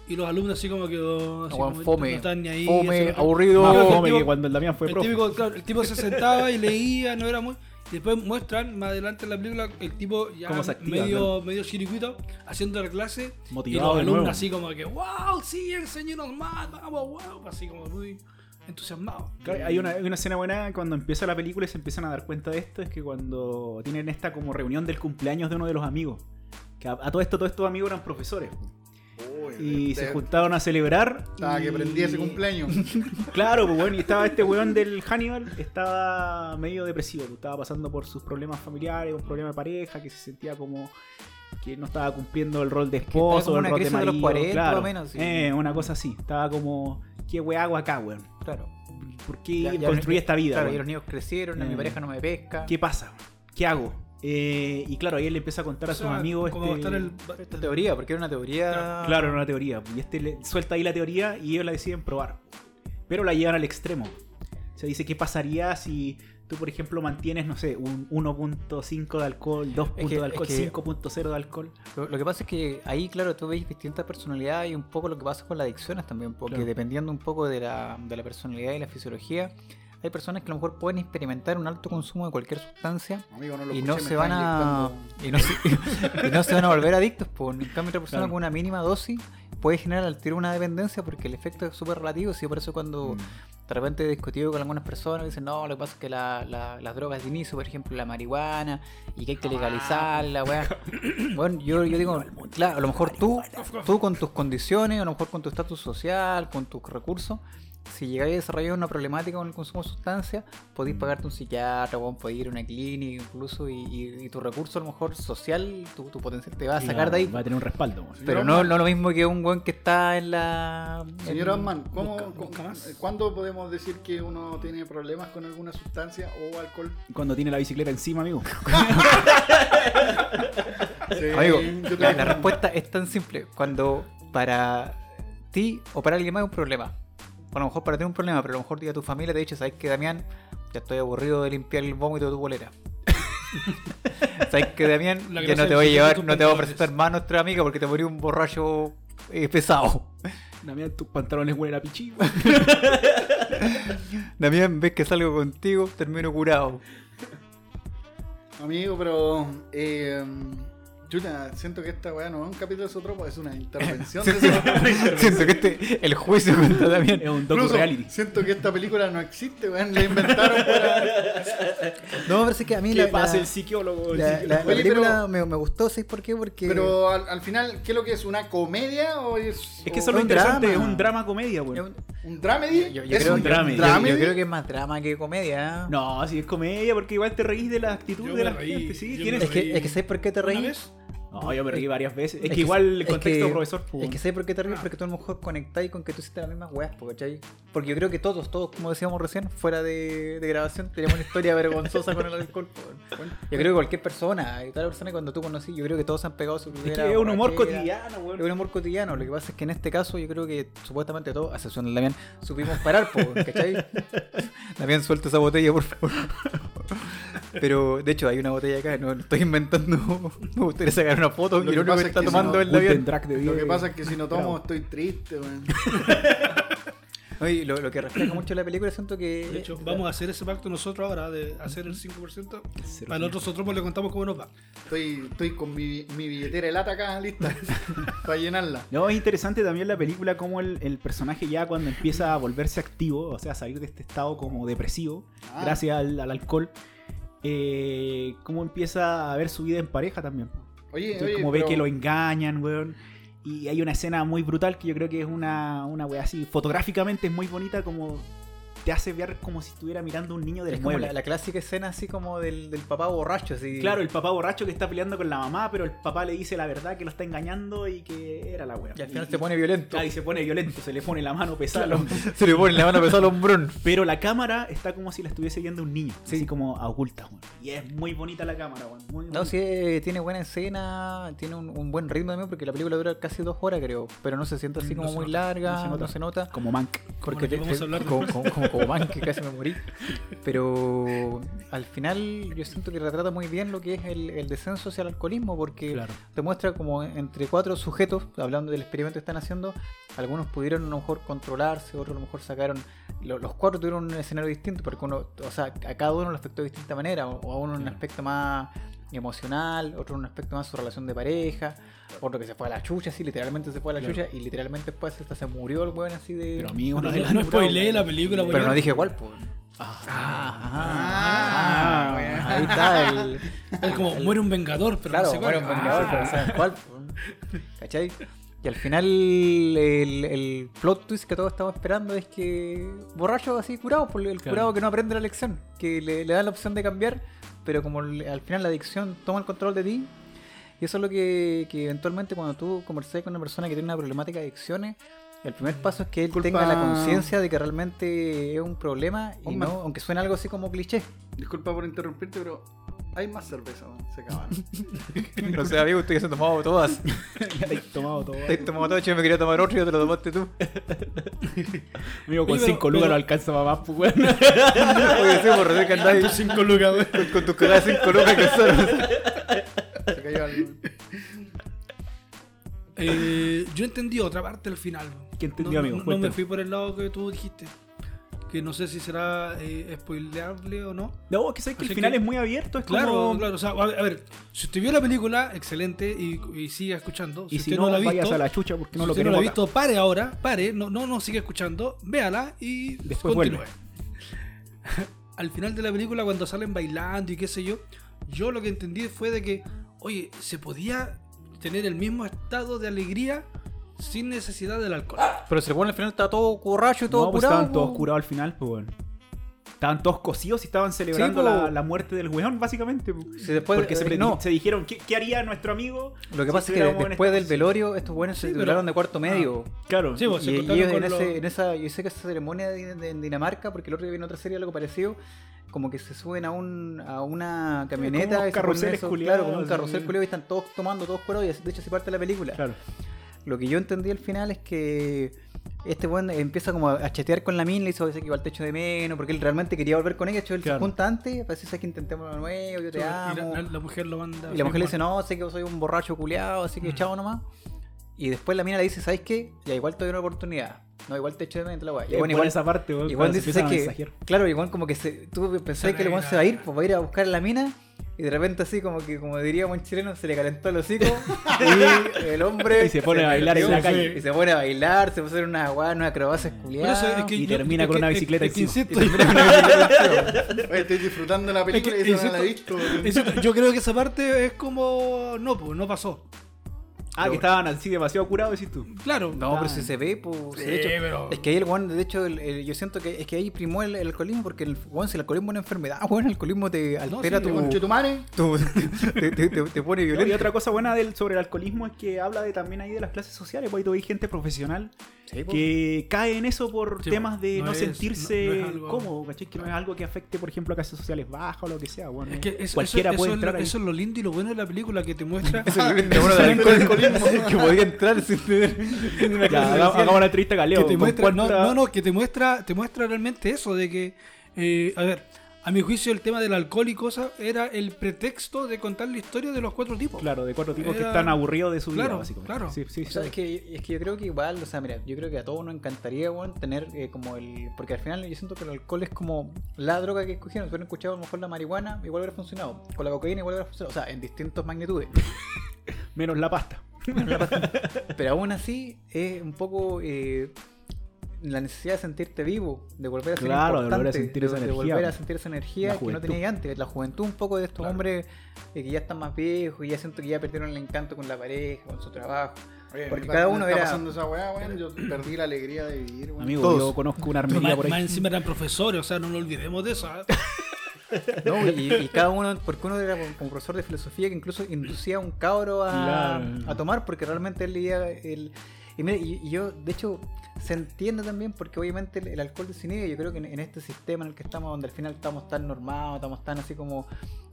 D: y los alumnos así como que oh, así
C: Ah, weón,
D: como
C: fome,
D: no están ni ahí,
C: fome,
D: así como-
C: aburrido.
D: Claro,
E: Más
D: el
E: fome
D: tipo-
E: que cuando el Damián fue
D: el
E: profe.
D: típico, claro, el tipo se sentaba y leía, no era muy. Y después muestran más adelante en la película el tipo ya
E: Cómo se activa,
D: medio,
E: claro.
D: medio chiricuito haciendo la clase.
E: Motivado
D: y los
E: de
D: alumnos
E: nuevo.
D: así como que, wow, sí, enséñenos más, vamos, wow. Así como muy entusiasmado.
E: Claro, Hay una, hay una escena buena cuando empieza la película y se empiezan a dar cuenta de esto, es que cuando tienen esta como reunión del cumpleaños de uno de los amigos, que a, a todo esto todos estos amigos eran profesores, y se juntaron a celebrar.
B: Ah, este que
E: y-
B: prendí ese cumpleaños.
E: Claro, pues bueno, y estaba este weón del Hannibal, estaba medio depresivo, pues, estaba pasando por sus problemas familiares, un problema de pareja, que se sentía como que no estaba cumpliendo el rol de
C: que estaba
E: esposo,
C: como
E: el
C: una
E: rol de
C: crisis de
E: marido,
C: los 40
E: claro.
C: o menos, sí.
E: Eh, una cosa así, estaba como, ¿qué weá hago acá, weón?
C: Claro.
E: ¿Por qué
C: Ya- ya-
E: construí esta vida?
C: Claro,
E: weón?
C: y los niños crecieron, a mi
E: Eh.
C: pareja no me pesca.
E: ¿Qué pasa? ¿Qué hago? Eh, y claro, ahí él le empieza a contar a
D: O
E: sus
D: sea,
E: amigos.
D: como
E: este-
D: estar el-
C: Esta teoría, porque era una teoría.
E: Claro, era una teoría. Y este le- suelta ahí la teoría y ellos la deciden probar. Pero la llevan al extremo. Se dice, ¿qué pasaría si tú, por ejemplo, mantienes, no sé, un 1.5 de alcohol, 2
C: que-
E: puntos de alcohol,
C: es que-
E: 5.0 de alcohol?
C: Lo, lo que pasa es que ahí, claro, tú veis distintas personalidades y un poco lo que pasa con las adicciones también, porque
E: Claro.
C: dependiendo un poco de la, de la personalidad y la fisiología, hay personas que a lo mejor pueden experimentar un alto consumo de cualquier sustancia
B: Amigo, no lo
C: y
B: escuché,
C: no
B: me
C: se
B: estaba
C: van a
B: inyectando.
C: y no se, y no se [laughs] van a volver adictos. Por, en cambio, otra persona
E: Claro.
C: con una mínima dosis puede generar al tiro una dependencia porque el efecto es súper relativo. Sí, por eso cuando
E: Mm.
C: de repente he discutido con algunas personas, dicen, no, lo que pasa es que la- la- las drogas de inicio, por ejemplo, la marihuana, y que hay que
E: Ah.
C: legalizarla, weá.
E: [laughs]
C: Bueno, yo, yo digo, claro, a lo mejor tú, tú con tus condiciones, a lo mejor con tu estatus social, con tus recursos, si llegáis a desarrollar una problemática con el consumo de sustancias,
B: Mm.
C: podéis pagarte un psiquiatra, weón, podéis ir a una clínica incluso, y, y- y tu recurso a lo mejor social, tu, tu potencial te va a sacar de ahí.
E: Va a tener un respaldo. weón.
C: Pero no, no lo mismo que un weón que está en la... en-
B: Señor Osman, ¿cómo-
D: Nunca-
B: cu-
D: nunca más.
B: ¿cuándo podemos decir que uno tiene problemas con alguna sustancia o alcohol?
E: Cuando tiene la bicicleta
C: [laughs]
E: encima, amigo.
B: Sí,
C: Amigo,
B: Eh, yo
C: la,
B: creo
C: la
B: que-
C: respuesta es tan simple. Cuando para ti o para alguien más es un problema. O a lo mejor para ti es un problema, pero a lo mejor ya tu familia te dice, ¿sabes qué, Damián? Ya estoy aburrido de limpiar el vómito de tu
B: [laughs]
C: bolera. ¿Sabes qué, Damián?
D: La
C: Ya
D: grasa
C: no te
D: del
C: voy a
D: chiquito
C: llevar,
D: tus
C: no te voy a
D: pantalones.
C: presentar más a nuestra amiga porque te murió un borracho eh, pesado. [laughs]
E: Damián, tus pantalones huelen a pichí. weón.
C: Damián, ves que salgo contigo, termino
B: [laughs]
C: curado.
B: Amigo, pero. Eh, chuta, siento que esta weá no es un capítulo de Sotropo, es una intervención de Sotropo.
C: Siento que este, el juicio [laughs] contra [laughs] Damián
E: es un docu
B: Incluso
E: reality.
B: siento que esta película no existe, weón. La inventaron para.
C: No, pero es que a mí
E: ¿Qué
C: la,
E: pasa
C: la-
E: el psicólogo? El
C: la-
E: psiqui-
C: la- la
B: Oye,
C: película
B: pero-
C: me, me gustó, ¿sabes por qué? Porque...
B: Pero al, al final, ¿qué es lo que es? ¿Una comedia o es.?
E: Es que
B: o-
E: eso es lo
C: un
E: interesante,
C: drama.
E: es un drama comedia,
C: es
E: weón.
C: un-
B: ¿Un dramedy?
C: Yo, yo
B: ¿Es
C: creo,
B: un
C: yo-
E: dramedy.
C: yo-
B: dramedy?
C: yo creo que es más drama que comedia. ¿eh?
E: No, si es comedia, porque igual te reís de la actitud
D: Yo me
E: de la
D: reí,
E: gente, sí.
D: yo
E: Tienes
D: me
C: Es que,
D: reí.
C: es que ¿sabes por qué te
D: ¿Una
C: reís?
D: vez?
E: No, yo me reí varias veces. Es,
C: Es
E: que,
C: que-
E: igual el
C: es
E: contexto
C: que-
E: profesor. pues,
C: Es que sé por qué te ríes, porque tú a lo mejor conectáis con que tú hiciste las mismas weas, po, pues, ¿cachai? Porque yo creo que todos, todos, como decíamos recién, fuera de, de grabación, teníamos una historia [laughs] vergonzosa con el alcohol. po. Yo creo que cualquier persona, y toda la persona cuando tú conocí, yo creo que todos han pegado su
E: es,
C: primera
E: que es un humor
C: borrachera.
E: cotidiano,
C: Es
E: weón.
C: un humor cotidiano, lo que pasa es que en este caso yo creo que supuestamente todos, a excepción de Damián, supimos parar, po,
B: [laughs]
C: ¿cachai? Damián, suelta esa botella, por favor. Pero, de hecho, hay una botella acá, no, no estoy inventando, [laughs] me gustaría sacar una foto,
B: Lo
C: y
B: que
C: lo único
B: pasa
C: que
B: es
C: está
B: que si
C: tomando
B: no-
C: el Damián.
B: Lo que pasa es que si no tomo
E: Bravo.
B: estoy triste, weón.
C: Oye, lo, lo que refleja mucho la película, siento que.
D: De
E: eh,
D: hecho, vamos a hacer ese pacto nosotros ahora de hacer el 5%. Para el otro nosotros pues, le contamos cómo nos va.
B: Estoy, estoy con mi, mi billetera de lata acá
E: [laughs]
B: lista para llenarla.
E: No, es interesante también la película como el, el personaje ya cuando empieza a volverse activo, o sea, a salir de este estado como depresivo,
B: Ah.
E: gracias al, al alcohol, eh, cómo empieza a ver su vida en pareja también.
B: Oye,
E: Entonces,
B: oye,
E: como
B: pero-
E: ve que lo engañan, weón. Y hay una escena muy brutal que yo creo que es una, una weá así, fotográficamente es muy bonita, como te hace ver como si estuviera mirando a un niño del
C: Es como
E: mueble.
C: la, la clásica escena así como del, del papá borracho, así.
E: Claro, el papá borracho que está peleando con la mamá, pero el papá le dice la verdad que lo está engañando y que era la weá.
C: Y al final se pone violento.
E: Claro, y se pone violento, se le pone la mano pesada. [laughs] al hombre.
C: Se le pone la mano pesada al hombrón.
E: Pero la cámara está como si la estuviese viendo un niño,
C: Sí.
E: así como a ocultas, weón. Y es muy bonita la cámara, weón. Muy
C: No,
E: bonita.
C: sí, eh, tiene buena escena, tiene un, un buen ritmo también, porque la película dura casi dos horas, creo. Pero no se siente así
E: Mm, No
C: como
E: se
C: muy
E: nota,
C: larga,
E: no se nota.
C: no se nota.
D: [laughs]
E: Como Mank.
C: Porque
E: [laughs]
D: Bueno, que
C: te-
D: vamos a
C: te-
D: hablar
C: como,
D: después.
C: como, como, como man, que casi me morí. Pero al final yo siento que retrata muy bien lo que es el, el descenso hacia el alcoholismo, porque te muestra como entre cuatro sujetos, hablando del experimento que están haciendo, algunos pudieron a lo mejor controlarse, otros a lo mejor sacaron, lo- los cuatro tuvieron un escenario distinto, porque uno, o sea, a cada uno lo afectó de distinta manera, o o a uno en un aspecto más emocional, otro en un aspecto más su relación de pareja, otro que se fue a la chucha, así literalmente se fue a la chucha, y literalmente después hasta se murió el weón así de...
E: Pero amigo,
D: No,
E: no,
D: no, no spoileé la película,
C: Pero no
D: weón.
C: dije cuál, pues. Ah, ah, ahí está el.
D: Es como muere un vengador, pero
C: claro,
D: no sé cuál. Ah,
C: bueno, un vengador, pero ¿sabes cuál? po? [laughs] ¿Cachai? Y al final, el, el plot twist que todos estamos esperando es que. Borracho así curado, por el
D: Claro.
C: curado que no aprende la lección, que le, le da la opción de cambiar, pero como le- al final la adicción toma el control de ti. Y eso es lo que, que eventualmente cuando tú conversas con una persona que tiene una problemática de adicciones, el primer paso es que él
B: Culpa-
C: tenga la conciencia de que realmente es un problema, y
B: Hombre.
C: no, aunque suene algo así como cliché.
B: Disculpa por interrumpirte, pero hay más cerveza, weón. se
E: [laughs]
B: acabaron.
C: [laughs] No sé, amigo, ustedes se han tomado todas.
E: Te has tomado todo.
C: Te has tomado todo, yo me quería tomar otro y yo te lo tomaste tú.
E: Amigo, con
D: Oye, pero-
E: cinco lucas
D: pero-
E: no alcanza para más, pues, weón.
C: [laughs]
D: [laughs]
C: Oye, sí, pues, por que andáis
D: Tus cinco lucas, weón.
C: con, con tus cagadas sin coloca que son.
B: Se cayó algo.
D: Eh, yo entendí otra parte al final. weón.
E: ¿Qué entendió,
D: No-
E: amigo?
D: No, no me
E: Cuéntame.
D: fui por el lado que tú dijiste. Que no sé si será eh, spoileable o no.
E: No, es que sabes que
D: Así
E: el final
D: que-
E: es muy abierto, es
D: Claro,
E: como...
D: claro. O sea, a ver, a ver, si usted vio la película, excelente y, y siga escuchando.
E: Y si
D: usted
E: no,
D: la ha
E: vayas
D: visto,
E: a la chucha porque no
D: si
E: lo
D: usted no la
E: queremos
D: ha
E: acá.
D: visto, pare ahora, pare, no, no, no siga escuchando, véala y
E: Después
D: continúe.
E: vuelve.
D: [laughs] Al final de la película, cuando salen bailando y qué sé yo, yo lo que entendí fue de que, oye, se podía tener el mismo estado de alegría sin necesidad del alcohol.
C: Pero se pone al final está todo borracho y todo
E: No, pues
C: curado.
E: estaban todos
C: po.
E: curados al final, pues, weón. Estaban todos cosidos y estaban celebrando
C: po.
E: la, la muerte del weón, básicamente. po.
C: Sí, después-
E: Porque se,
C: eh,
E: pre-
C: no.
E: se dijeron, ¿qué, qué haría nuestro amigo?
C: Lo que
E: si
C: pasa es
E: estuviéramos
C: que
E: en
C: después
E: esta
C: del velorio, estos buenos se
D: Sí, pero-
C: titularon de
E: Ah.
C: cuarto medio.
E: posición?" Claro.
D: Sí, pues, se
C: Y, y
D: contaron
C: ellos en,
D: con los-
C: ese- en esa, yo sé que esa ceremonia de- de- en Dinamarca, porque el otro día viene otra serie algo parecido, como que se suben a un a una camioneta,
E: unos
C: y se ponen
E: carruseles
C: esos-
E: culiados,
C: claro, como un
E: sí.
C: carrusel culiado y están todos tomando, todos curados, y de hecho así parte la película.
E: Claro.
C: Lo que yo entendí al final es que este buen empieza como a chatear con la mina, le hizo decir que iba al techo de menos, porque él realmente quería volver con ella, de hecho él
E: Claro.
C: se junta antes, para decir, "Sabes que intentemos lo nuevo, yo
D: Y
C: te
D: la,
C: amo.
D: la- la mujer lo manda.
C: Y la mujer le dice,
D: bueno.
C: no, sé que soy un borracho culeado, así que
D: Mm.
C: chao nomás. Y después la mina le dice, ¿sabes qué? Ya igual te doy una oportunidad. No, igual te echo de menos la weá. Y
E: Es
C: bueno,
E: buena
C: igual,
E: esa parte, weón.
C: igual
E: cuando se
C: dice,
E: empiezan
C: "Sabes
E: a
C: que,
E: mensajear.
C: claro, igual como que se, tú pensás que el weón se va a ir, pues va a ir a buscar a la mina. Y de repente así como que, como diríamos en chileno, se le calentó el hocico y el hombre...
E: [laughs] Y se pone a bailar en
C: Sí,
E: la
C: sí.
E: calle.
C: Y se pone a bailar, se pone a hacer una guada, una acrobacia
D: Por
C: culiada.
D: eso es que
E: Y
D: yo-
E: termina
D: es
E: con
D: que-
E: una
D: es-
E: bicicleta
D: es que
E: encima.
D: insisto,
B: Oye, estoy disfrutando la película
D: Es que-
B: y eso no la he
D: [laughs] insisto-
B: visto. weón.
D: Eso- yo creo que esa parte es como. No, pues no pasó.
E: Ah, que estaban así demasiado curados, decís tú.
D: Claro.
C: No, pero
E: Ah.
C: si se ve, pues.
D: Sí,
C: de hecho,
D: pero-
C: Es que ahí el weón, de hecho, el- el- yo siento que es que ahí primó el, el alcoholismo porque el weón, si el alcoholismo es una enfermedad, weón, el alcoholismo te altera
D: sí,
C: tu.
E: [laughs]
B: Conchetumare.
C: tu- [laughs] te, te- te- te pone
E: Y
C: violento.
E: otra cosa buena del, sobre el alcoholismo es que habla de, también ahí de las clases sociales, porque ahí tú ves gente profesional
C: Sí, po.
E: que cae en eso por
D: Sí,
E: temas de
D: no
E: no,
D: es-
E: sentirse
D: no- no es algo-
E: cómodo, ¿cachai? Que no es algo que afecte, por ejemplo, a clases sociales bajas o lo que sea. Bueno,
D: Es que eso,
E: cualquiera
D: eso- eso es
E: puede
D: lo-
E: entrar ahí.
D: eso es lo lindo y lo bueno de la película que te
E: [laughs]
D: muestra.
C: Eso es lo [laughs] bueno del alcoholismo. que podía entrar sin tener. sin
D: [laughs]
C: una
E: Ya,
C: clase
E: hagamos-
C: social.
E: hagamos una entrevista con Leo.
D: que te
E: ¿Con
D: muestra, no,
E: cuánta-
D: no, no, que te muestra, te muestra realmente eso, de que, eh, a ver, a mi juicio el tema del alcohol y cosas era el pretexto de contar la historia de los cuatro tipos.
E: Claro, de cuatro tipos que
D: Era-
E: están aburridos de su vida,
D: Claro,
E: básicamente.
D: claro.
E: Sí, sí,
C: O sea,
E: sí.
C: es que, es que yo creo que igual, o sea, mira, yo creo que a todos nos encantaría, weón, tener eh, como el. Porque al final yo siento que el alcohol es como la droga que escogieron. Si hubieran escuchado a lo mejor la marihuana, igual hubiera funcionado. Con la cocaína, igual hubiera funcionado. O sea, en distintas
E: [laughs]
C: magnitudes.
E: Menos la pasta.
C: Pero aún así, es un poco. eh, la necesidad de sentirte vivo, de volver a ser
E: Claro, de volver a
C: importante,
E: sentir
C: de,
E: esa
C: de
E: energía,
C: volver a
E: pues.
C: sentir esa energía
E: La
C: que no
E: juventud.
C: tenías antes, la juventud un poco de estos
E: Claro.
C: hombres eh, que ya están más viejos y ya siento que ya perdieron el encanto con la pareja, con su trabajo. Porque cada uno
B: está
C: era-
B: pasando esa weá, weón. Yo perdí la alegría de vivir, weón.
E: Amigo, yo conozco una
D: Pero
E: armería
D: más,
E: por
D: más
E: ahí.
D: encima eran profesores, o sea, no nos olvidemos de eso. ¿ah?
C: No, y,
E: [laughs]
C: y cada uno, porque uno era como profesor de filosofía que incluso inducía a un cabro a,
E: Claro.
C: a tomar, porque realmente él leía el. Y mira, y, y yo, de hecho, se entiende también porque obviamente el, el alcohol desinhibe, yo creo que en, en este sistema en el que estamos, donde al final estamos tan normados, estamos tan así como.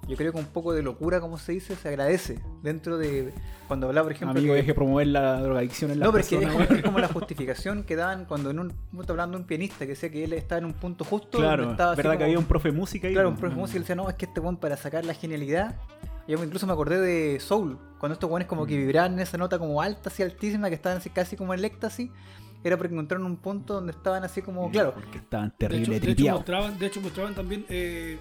C: Yo creo que un poco de locura, como se dice, se agradece dentro de. Cuando hablaba, por ejemplo.
E: Amigo,
C: que-
E: deje promover la drogadicción en la
C: no, pero es que es como, es como la justificación que daban cuando en un. Estaba hablando de un pianista que decía que él estaba en un punto justo.
E: Claro,
C: donde estaba
E: verdad
C: así como-
E: que había un profe de música ahí.
C: Claro, un
E: ¿no?
C: profe de música decía, no, es que este weón para sacar la genialidad. Yo incluso me acordé de Soul, cuando estos weones como que vibraban en esa nota como alta, así altísima, que estaban así casi como en el éxtasis, era porque encontraron un punto donde estaban así
E: Mm.
C: como, claro,
E: Porque estaban
D: De hecho,
E: terrible
D: de, hecho
E: tripiados.
D: mostraban, de hecho, mostraban también, eh,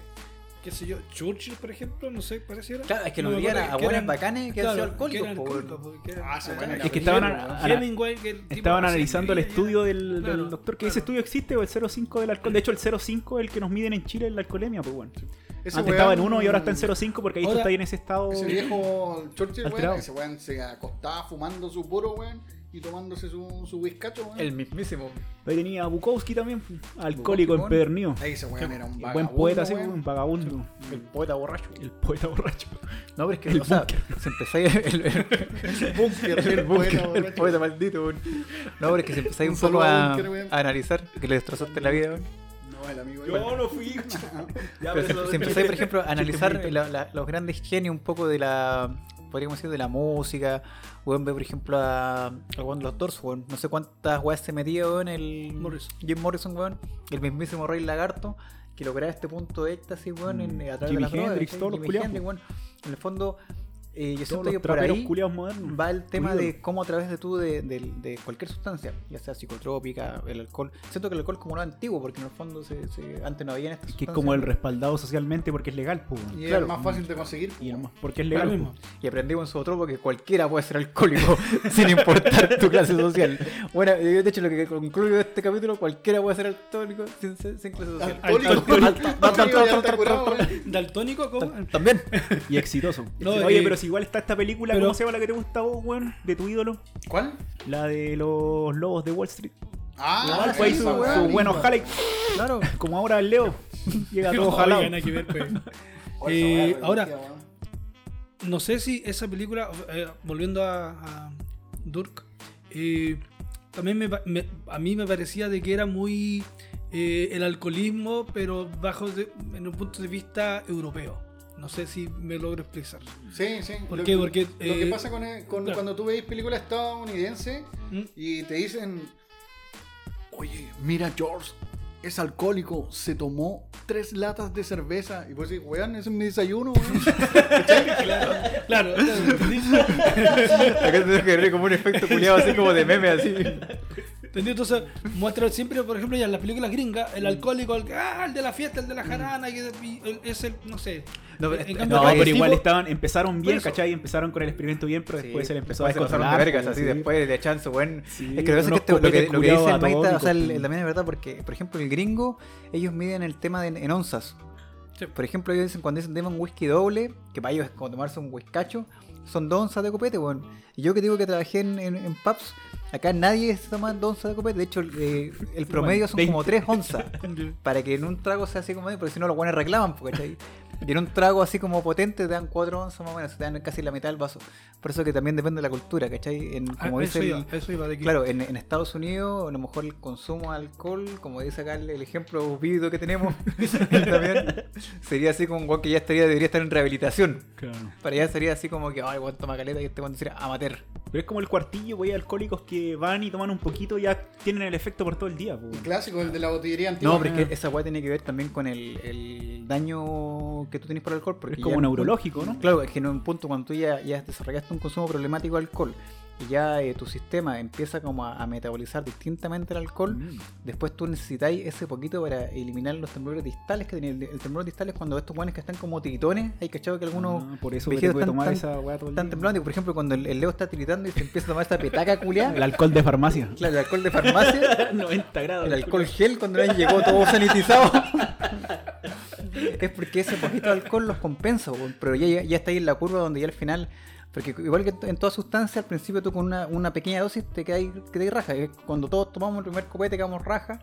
D: qué sé yo, Churchill, por ejemplo, no sé, pareciera.
C: claro, es que
D: No
C: lo
D: me
C: veían
D: acuerdo,
C: a
D: que
C: buenas
D: eran-
C: bacanes que han sido
D: claro,
C: alcohólicos,
D: eran
C: po, weón.
D: alcohólicos, que eran-
B: Ah, se van a la
E: eh, Es que estaban
B: mierda,
E: a-
B: weón.
E: a-
D: Hemingway, que el tipo
E: Estaban
D: así,
E: analizando el
D: ya, ya,
E: estudio del,
D: claro,
E: del doctor, que ese
D: claro.
E: estudio existe, o el 0,5 del alcohol. De hecho, el 0,5 es el que nos miden en Chile en la alcoholemia, pues bueno.
B: Ese
E: Antes estaba en
B: weón-
E: 1 y ahora está en 0,5 porque ahí
D: Ahora-
E: está ahí en ese estado.
B: Ese viejo Churchill,
E: Alterado.
B: weón, ese weón se acostaba fumando su puro, weón, y tomándose su, su whiskacho, weón.
C: el mismísimo.
E: Ahí tenía a Bukowski también, alcohólico
C: Bukowski,
E: empedernido.
B: Ahí ese weón era un
E: Buen
B: vagabundo,
E: poeta, sí,
B: weón.
E: un vagabundo.
C: El poeta borracho.
E: El poeta borracho.
C: No, pero es que, o sea, se empezáis el, el,
B: [laughs] El búnker,
C: el,
B: el
C: búnker,
B: poeta,
C: el poeta maldito, weón. No, pero es que se empezáis
B: Un
C: un, poco
B: saludo al
C: a,
B: búnker, weón.
C: a analizar que le destrozaste la vida, weón.
B: No, el amigo.
E: no [laughs] fui.
C: Pero se, se empezó, por ejemplo, a analizar la- la- los grandes genios un poco de la. Podríamos decir de la música. Weón ve, por ejemplo, a, a weón de los Doors, weón. No sé cuántas weas se metía, weón, el.
D: Morrison.
C: Jim Morrison, weón. El mismísimo Rey Lagarto. Que lograba este punto de éxtasis, weón, en, a través
E: Mm. Jimi
C: de las drogas,
E: Hendrix,
C: ¿cachai?
E: todos los
C: Jimi
E: culiaos,
C: Hendrix, weón. En el fondo, eh, yo
E: Todos
C: siento que
E: los
C: por
E: traperos
C: ahí
E: culiados modernos.
C: va el tema
E: ídolo.
C: de cómo a través de tú de, de- de cualquier sustancia, ya sea psicotrópica, el alcohol. Siento que el alcohol es como lo antiguo, porque en el fondo se, se- antes no había en estas
E: Que es
C: sustancias.
E: como el respaldado socialmente porque es legal, pues. bueno.
B: Y es
C: claro.
B: más fácil de conseguir. pues,
E: Y además, porque es
D: Lo
E: legal.
D: mismo.
E: pues.
C: Y aprendimos otro que cualquiera puede ser alcohólico [laughs] sin importar tu clase social. Bueno, yo de hecho lo que concluyo de este capítulo, cualquiera puede ser alcohólico sin, sin clase social.
B: Alcohólico.
C: Alcohólico.
B: Alcohólico, ya está curado, weón.
D: Daltónico, ¿cómo?
C: También.
E: [laughs] Y
C: [laughs]
E: exitoso.
D: No,
E: Oye,
D: eh,
E: pero si igual está esta película,
D: pero-
E: ¿cómo se llama la que te gusta a vos, weón? De tu ídolo.
B: ¿Cuál?
E: La de los lobos de Wall Street.
B: Ah,
E: Fue ahí
B: esa
E: su,
B: weá,
E: su
B: amigo.
E: buen ojalá y- Claro, como ahora
C: [laughs]
E: el Leo. Llega todo
D: Ojalá,
E: jalado.
D: nada que ver, pues.
B: Oh, esa weá
D: Eh,
B: es
D: ahora,
B: divertida, weón.
D: no sé si esa película, eh, volviendo a, a Durk, eh, también me pa- me- a mí me parecía de que era muy eh, el alcoholismo, pero bajo de- en un punto de vista europeo. No sé si me logro expresar.
B: Sí, sí.
D: ¿Por
B: Lo
D: qué?
B: que-
D: Porque,
B: Lo que
D: eh,
B: pasa con, e-, con-
D: claro.
B: cuando tú veis películas estadounidenses
D: ¿Mm?
B: y te dicen, oye, mira George, es alcohólico, se tomó tres latas de cerveza. Y vos decís, weón, ese es mi desayuno,
D: [laughs]
B: weón.
D: Claro, [laughs]
C: Acá te que como un efecto culiado así como de meme así.
D: ¿Entendido? Entonces, muestra siempre, por ejemplo, ya en las películas gringas, el alcohólico, el, ah, el de la fiesta, el de la jarana, que y el- es el, no sé.
C: Mm. No,
D: En
C: este-
D: cambio,
E: No,
D: acá el
E: pero igual
D: tipo-
E: estaban, empezaron bien,
D: Por eso.
E: ¿cachai? Empezaron con el experimento bien, pero después se le empezó a
C: descontar
E: descontrolar.
C: de vergas
E: pues,
C: así
E: sí.
C: después de chanzo, weón.
E: Sí,
C: es que lo que pasa es que
E: unos
C: este- lo que,
E: copetes
C: lo que dice el
E: culiados
C: Maita, o sea, el-
E: atómicos,
C: el- también es verdad porque, por ejemplo, el gringo, ellos miden el tema de- en onzas.
D: Sí.
C: Por ejemplo, ellos dicen cuando dicen deme un whisky doble, que para ellos es como tomarse un whiskacho, son dos onzas de copete, weón. Y yo que digo que trabajé en, en- en pubs, acá nadie se toma dos onzas de copete. De hecho, el, eh, el promedio son como tres
E: [laughs]
C: onzas. para que en un trago sea así como, porque si no los buenos reclaman, pues, ¿cachai? Y en un trago así como potente te dan cuatro onzas más o menos, te dan casi la mitad del vaso. Por eso que también depende de la cultura, ¿cachai? En-
D: Ah,
C: como
D: eso,
C: dice
D: iba,
C: el-
D: eso iba de que-
C: Claro, en, en Estados Unidos a lo mejor el consumo de alcohol, como dice acá el, el ejemplo vívido que tenemos, [laughs] también sería así como un guan que ya estaría, debería estar en rehabilitación.
E: Claro.
C: Para allá sería así como que, ay, guan toma caleta y este guan sería amateur.
E: Pero es como el cuartillo, güey, alcohólicos que van y toman un poquito y ya tienen el efecto por todo el día, pues. po.
B: El clásico, el de la botillería antigua.
C: No, pero es que esa guay tiene que ver también con el, el daño que tú tienes por el alcohol. Porque
E: Es como
C: ya en un
E: neurológico,
C: punto-
E: ¿no?
C: Claro, es que en un punto cuando tú ya, ya desarrollaste un consumo problemático de alcohol y ya eh, tu sistema empieza como a, a metabolizar distintamente el alcohol,
E: Mm.
C: Después tú necesitáis ese poquito para eliminar los temblores distales que tenía. El, el temblor distal es cuando estos guanes que están como tiritones, hay cachado que algunos
E: Ah, por eso que
C: viejitos
E: te puede
C: están-
E: tomar
C: están-
E: esa weá todo el
C: están
E: día.
C: temblando. Y por ejemplo, cuando el, el Leo está tiritando y se empieza a tomar esta petaca culiada,
E: El alcohol
C: [laughs]
E: de farmacia.
C: claro, el alcohol de farmacia,
E: 90 grados.
C: el alcohol gel cuando el llegó todo sanitizado. es porque ese poquito de alcohol los compensa, weón, pero ya, ya, ya está ahí en la curva donde ya al final. Porque igual que en toda sustancia, al principio tú con una, una pequeña dosis te quedáis quedáis raja. Es Cuando todos tomamos el primer copete quedamos raja,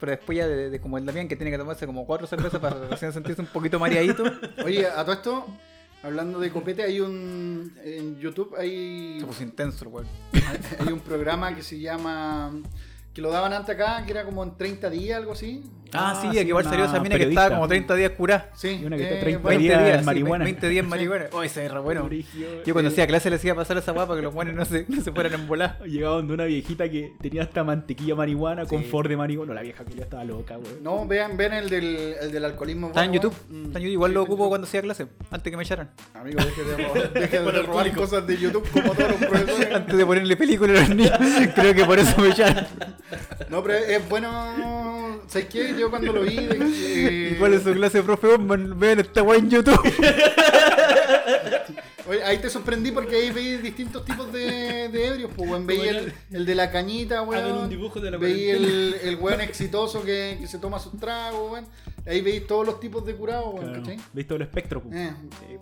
C: pero después ya de, de como el Damián que tiene que tomarse como cuatro cervezas para recién sentirse un poquito mareadito.
B: Oye, a todo esto, hablando de copete, hay un. En YouTube hay,
D: [laughs]
C: Se puso intenso el weón.
E: Ah,
B: hay un programa que se llama. que lo daban antes acá, que era como en 30 días, algo así.
C: Ah, sí,
E: Ah,
C: que
E: sí,
C: igual
E: una
C: salió esa mina
E: periodista.
C: que estaba como 30 días curada.
B: Sí,
E: Y una que está
B: eh,
E: 30
B: bueno,
C: 20
E: días en
C: días, sí,
E: marihuana.
C: 20 días en
E: [laughs]
C: marihuana. Oh, ese es re bueno.
E: Brígido.
C: Yo cuando hacía clase les iba a pasar esa guapa que los guanes no se, no se fueran a embolar.
E: Llegaba donde una viejita que tenía hasta mantequilla marihuana, con confort de marihuana. No, la vieja que ya estaba loca, güey.
B: No, vean, vean el del, el del alcoholismo.
C: Está en
B: bueno,
C: YouTube.
B: bueno. Mm,
C: Está en YouTube. Igual
B: sí,
C: lo
B: está en
C: ocupo
B: YouTube.
C: cuando hacía clase, antes que me echaran.
B: Amigo, deje de,
C: [laughs]
B: robar- deje de robar cosas de YouTube como todos los profesores.
C: Antes de ponerle película a los niños, [laughs] creo que por eso me echaron.
B: No, pero es bueno. ¿Sabes qué? Yo cuando lo vi. eh,
C: [laughs] ¿Y cuál es su clase, profe Osman? Vean esta guay en YouTube.
B: Oye, ahí te sorprendí porque ahí veí distintos tipos de, de ebrios, pues, weón. Veí el, el de la cañita, weón.
D: Hagan un dibujo de la
B: Veí
D: cuarentena.
B: el, el weón exitoso que, que se toma sus tragos, weón. Ahí veí todos los tipos de curados, weón,
E: Claro.
B: ¿cachai?
E: ¿Veis todo el espectro, po.
B: Eh,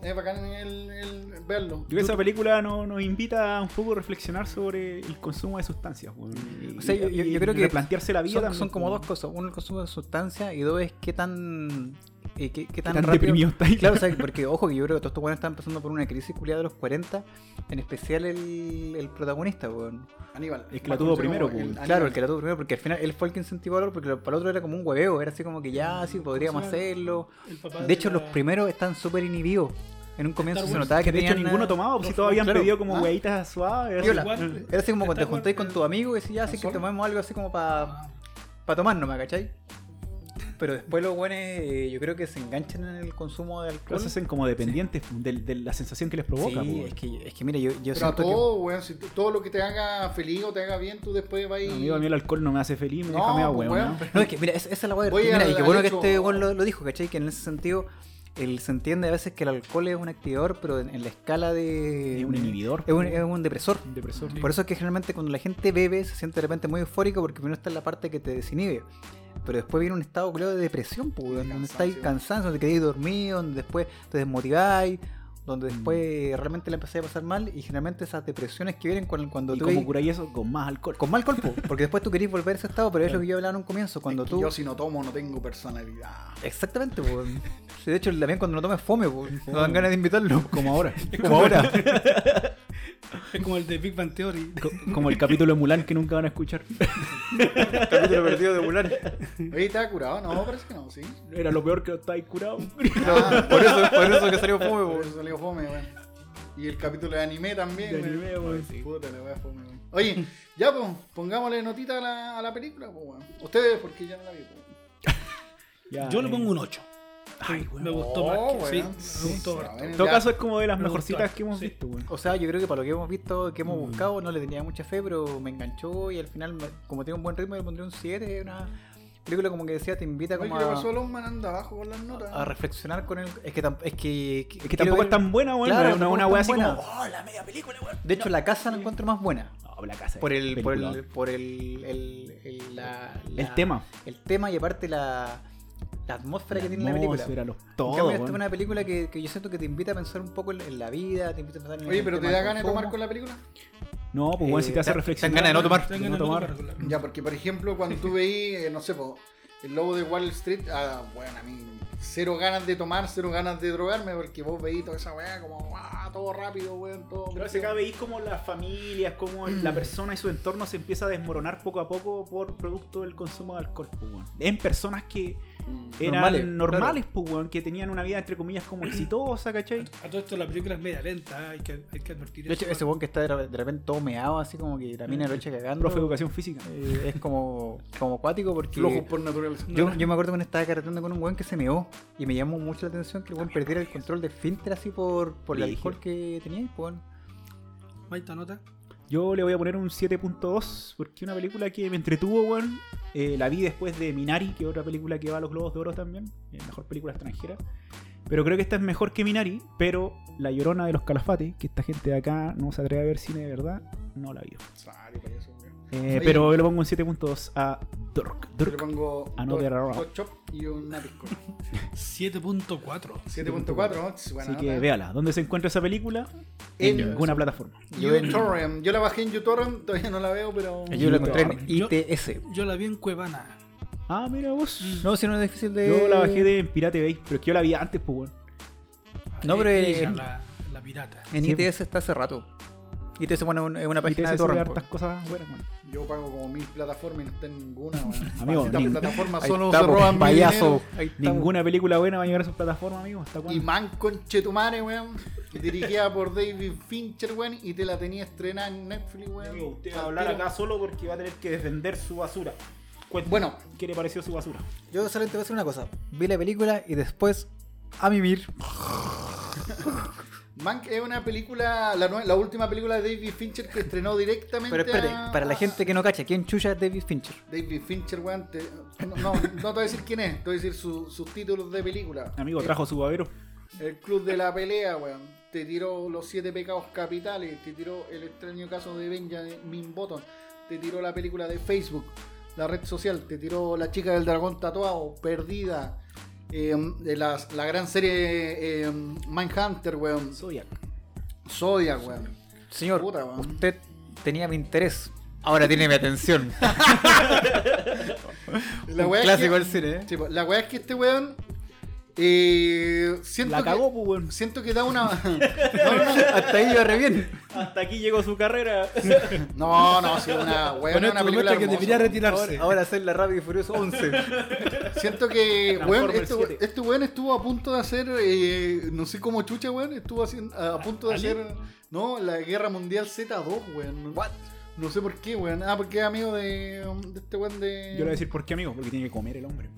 B: es bacán el, el verlo.
E: Yo creo que esa película no- nos invita a un poco a reflexionar sobre el consumo de sustancias, güey. Y-
C: O sea, yo, yo-
E: y
C: yo creo que.
E: replantearse [laughs] la vida
C: son,
E: también, pues.
C: son como
E: po.
C: dos cosas. Uno, el consumo de sustancia. Y dos, es qué tan. eh, qué, qué tan
E: tan
C: rápido-
E: deprimido está ahí.
C: Claro, o
E: [laughs]
C: sea, porque ojo que yo creo que todos estos buenos están pasando por una crisis culiada de los 40. En especial el, el protagonista, weón.
B: Aníbal.
E: Es que la tuvo primero,
B: El-
E: pues.
B: Aníbal.
C: Claro, el que la tuvo primero, porque al final él fue el que incentivó al otro, porque lo- para el otro era como un hueveo, era así como que ya,
E: Mm,
C: sí, podríamos
D: Sí.
C: hacerlo.
D: el papá
C: De hecho,
D: la-
C: los primeros están súper inhibidos. En un comienzo
D: Star
C: se
D: Wars,
C: notaba que,
E: Que de hecho
C: tenían
E: ninguno
C: una-
E: tomaba, pues si todos
D: Claro.
E: habían pedido como
B: Ah.
E: huevitas suaves. así.
C: Viola.
D: Igual-
C: Era así como cuando te
D: Star Wars,
C: juntáis con tu amigo y decís, ya, así que
B: ¿Consola?
C: tomemos algo así como para pa tomar nomás, ¿cachai? Pero después los buenos, eh, yo creo que se enganchan en el consumo de alcohol.
E: Los hacen como dependientes po, del- de, la sensación que les provoca,
C: sí,
E: po.
C: es que, es que mira, yo,
B: Pero
C: yo
B: a
C: siento que-
B: todo, weón. Si tú- todo lo que te haga feliz o te haga bien, tú después vas y.
E: No, amigo, a mí el alcohol no me hace feliz, me
B: No,
E: deja medio
B: pues,
E: hueón,
B: weón.
E: ¿no?
C: No, es que, mira, esa, esa es la weá.
B: Voy
C: divertida. Mira,
B: al-
C: y qué
B: al
C: bueno que
B: hecho-
C: este weón lo, lo dijo, ¿cachai? Que en ese sentido el, se entiende a veces que el alcohol es un activador, pero en, en la escala de.
E: Es un inhibidor,
C: Es un,
E: po.
C: es un depresor.
E: Un depresor.
C: Por eso es que generalmente cuando la gente bebe se siente de repente muy eufórico porque primero está la parte que te desinhibe. Pero después viene un estado claro de depresión, po, weón, donde estáis
B: cansancio.
C: cansados, donde queréis dormir, donde después te desmotiváis,
E: Mm.
C: donde después realmente la empezáis a pasar mal y generalmente esas depresiones que vienen cuando, cuando
E: ¿Y
C: tú
E: cómo
C: veis-
E: curáis eso? Con más alcohol.
C: con mal cuerpo, porque después tú querís volver a ese estado, pero es lo que yo hablaba en un comienzo, cuando
B: Es que
C: tú...
B: Yo si no tomo, no tengo personalidad.
C: Exactamente, po. Sí, de hecho, también cuando no tomes fome, po. No dan ganas de invitarlo.
E: Como
C: [laughs]
E: ahora.
C: Como ahora.
D: Es [laughs] como el de Big Bang Theory.
E: Co- como el capítulo de Mulan que nunca van a escuchar. [laughs]
C: Capítulo perdido de volar.
B: Oye, ¿te ha curado? No, parece que no,
C: [laughs]
B: sí.
E: Era lo peor que estáis curado.
B: Ah,
C: Por eso, por eso que salió fome, po.
B: por eso salió fome, weón. Y el capítulo de anime también,
E: De
B: weón.
E: anime, weón.
B: Sí. Puta, la weá fome, weón. Oye, ya, pues, pongámosle notita a la, a la película, pues, weón. Ustedes, porque ya no la vi, pues.
E: Ya,
D: Yo le
E: eh.
D: pongo un 8. me gustó más.
B: Oh,
D: que- sí,
B: weón.
D: me gustó más.
B: Ya.
E: En todo caso es como de las
D: Me
E: mejorcitas
D: gustó,
E: que hemos
D: sí.
E: visto, weón.
C: O sea, yo creo que para lo que hemos visto, que hemos buscado, no le tenía mucha fe, pero me enganchó y al final, me- como tiene un buen ritmo, le pondré un 7. Una película, como que decía, te invita
B: Oye,
C: como
B: ¿qué le pasó a
C: a,
B: Longman? Anda abajo con las notas.
C: a reflexionar con él. Es que, tam- es que,
E: Es que tampoco es tan buena, weón.
C: Claro,
E: no es una,
C: tampoco
E: una
C: es tan
E: wea así como.
C: buena.
E: ¡Oh, la media película, weón!
C: De hecho, la casa la encuentro más buena.
E: No, la casa.
C: Por el, por
E: peliculón.
C: el, por el, el, el- la- la-
E: El tema.
C: El tema y aparte la, la atmósfera que tiene la película.
E: atmósfera, los-
C: En
E: todo,
C: cambio, este esta es
E: weón.
C: una película que, que yo siento que te invita a pensar un poco en, en la vida, te invita a pensar en
B: Oye, pero
C: el
B: ¿te
C: tema
B: da
C: del
B: ganas de
C: consumo.
B: tomar con la película?
E: No, pues bueno, si
C: Eh,
E: te hace
C: te-
E: reflexionar.
C: te dan ganas de no tomar.
E: de
D: Tengan
E: no
D: el
E: tomar.
D: otro para-
B: Ya, porque por ejemplo, cuando tú veis, eh, no sé, po, el lobo de Wall Street, ah, bueno, a mí cero ganas de tomar, cero ganas de drogarme, porque vos veis toda esa weá como, ah, todo rápido, weón, todo.
E: Pero se acaba veis cómo las familias, cómo el-
C: Mm.
E: la persona y su entorno se empieza a desmoronar poco a poco por producto del consumo de alcohol, pues, weón. En personas que
C: Mm.
E: eran
C: Normales,
E: normales, pues, weón, que tenían una vida entre comillas como exitosa, ¿cachai?
D: A todo esto la película es media lenta, ¿eh? hay que, hay que advertir
C: De hecho,
D: eso.
C: ese weón que está de re- de repente todo meado, así como que la mina lo echa cagando.
E: Profe de educación física.
C: eh, es como, como acuático porque.
B: Flojos por naturaleza.
C: Yo, yo me acuerdo cuando estaba carreteando con un weón que se meó y me llamó mucho la atención que el weón perdiera el control del filtro así por, por el
E: Brígido.
C: alcohol que tenía. y, Weón.
D: Maita nota.
E: Yo le voy a poner un 7.2 porque una película que me entretuvo, weón. Eh, la vi después de Minari, que es otra película que va a los Globos de Oro también. eh, mejor película extranjera. Pero creo que esta es mejor que Minari, pero La Llorona de los Calafates, que esta gente de acá no se atreve a ver cine de verdad, no la vio.
B: Sale, payaso, weón.
E: Eh,
B: Oye.
E: pero yo le pongo un 7.2 a Dirk.
B: Yo le
E: Dirk.
B: pongo
E: Another
B: dos,
E: round.
B: dos chop y una
E: [laughs]
B: piscola.
D: 7.4.
B: 7.4, ¿no? Tss, buena
E: Así que
B: nota.
E: véala. ¿Dónde se encuentra esa película? En
B: En-
E: ninguna plataforma.
B: Yo en Torrent, yo la bajé en uTorrent, [laughs] todavía no la veo, pero.
C: Yo lo encontré en
D: Yo-
C: ITS.
D: Yo la vi en Cuevana.
E: Ah, mira
B: Mm.
E: vos.
C: No, si no es difícil de.
E: Yo la bajé de Pirate Bay, pero es que yo la vi antes, pues, weón.
C: No, pero
D: Eh,
C: Eh,
D: Ella,
C: en-
D: la, la pirata.
C: En
E: Sí.
C: ITS está hace rato. ITS bueno, es una
E: Y te
C: página
E: hace
C: de
E: saber
C: torrent.
B: pues.
E: hartas cosas buenas, weón.
B: Yo pago como mil plataformas y no está en ninguna, weón.
E: Amigo,
B: Estas
E: nin-
B: plataformas
C: Ahí
B: solo se
C: estamos,
E: pues,
B: roban mi
C: payaso.
B: dinero.
C: Ahí estamos.
E: Ninguna película buena va a llegar a sus plataformas, amigo. ¿Hasta
B: Y
E: cuándo?
B: Man Conchetumare, weón. Dirigida por David Fincher, weón. Y te la tenía estrenada en Netflix, weón. Al tiro.
E: solo porque va a tener que defender su basura.
B: Bueno.
E: ¿qué le pareció su basura?
C: Yo solamente voy a decir una cosa. Vi la película y después a mimir.
B: Mank es una película, la, nue- la última película de David Fincher que estrenó directamente.
C: Pero espérate,
B: a-
C: para la
B: a-
C: gente que no cacha, ¿quién chucha es David Fincher?
B: David Fincher, weón. te- No, no, no te voy a decir quién es, te voy a decir su- sus títulos de película.
E: Amigo,
B: El-
E: trajo su babero.
B: El, Club de la Pelea, weón. Te tiró Los Siete Pecados Capitales. Te tiró El extraño caso de Benjamin Button. Te tiró la película de Facebook, la red social. Te tiró La chica del dragón tatuado, Perdida. eh, de las- la, gran serie eh, Mindhunter, weón.
E: Zodiac.
B: Zodiac, weón.
C: Señor,
B: Puta, weón.
C: usted tenía mi interés. Ahora tiene mi atención.
B: La
C: Un
B: weá es que-
C: clásico del cine, ¿eh?
B: Sí, po, la weá es que este weón. eh, siento,
E: La cagó,
B: que,
E: pues, weón.
B: siento que da una. [laughs]
C: Hasta ahí iba re bien.
E: Hasta aquí llegó su [laughs] carrera.
B: No, no, sí, una weón.
D: Bueno,
B: una película
D: esto demuestra que
B: hermosa,
D: debería
B: weón.
D: retirarse.
C: Ahora, ahora hacer la Rápido y Furioso 11.
B: Siento que, weón,
E: Transformers
B: este, we-
E: 7.
B: este weón estuvo a punto de hacer, eh, no sé cómo chucha, weón, estuvo haciendo, a, a punto
C: ¿Ah,
B: de hacer, no, la Guerra Mundial Z2, weón. What? No sé por qué, weón. Ah, porque es amigo de, um, de este weón de...
E: Yo le voy a decir por qué, amigo, porque tiene que comer el hombre.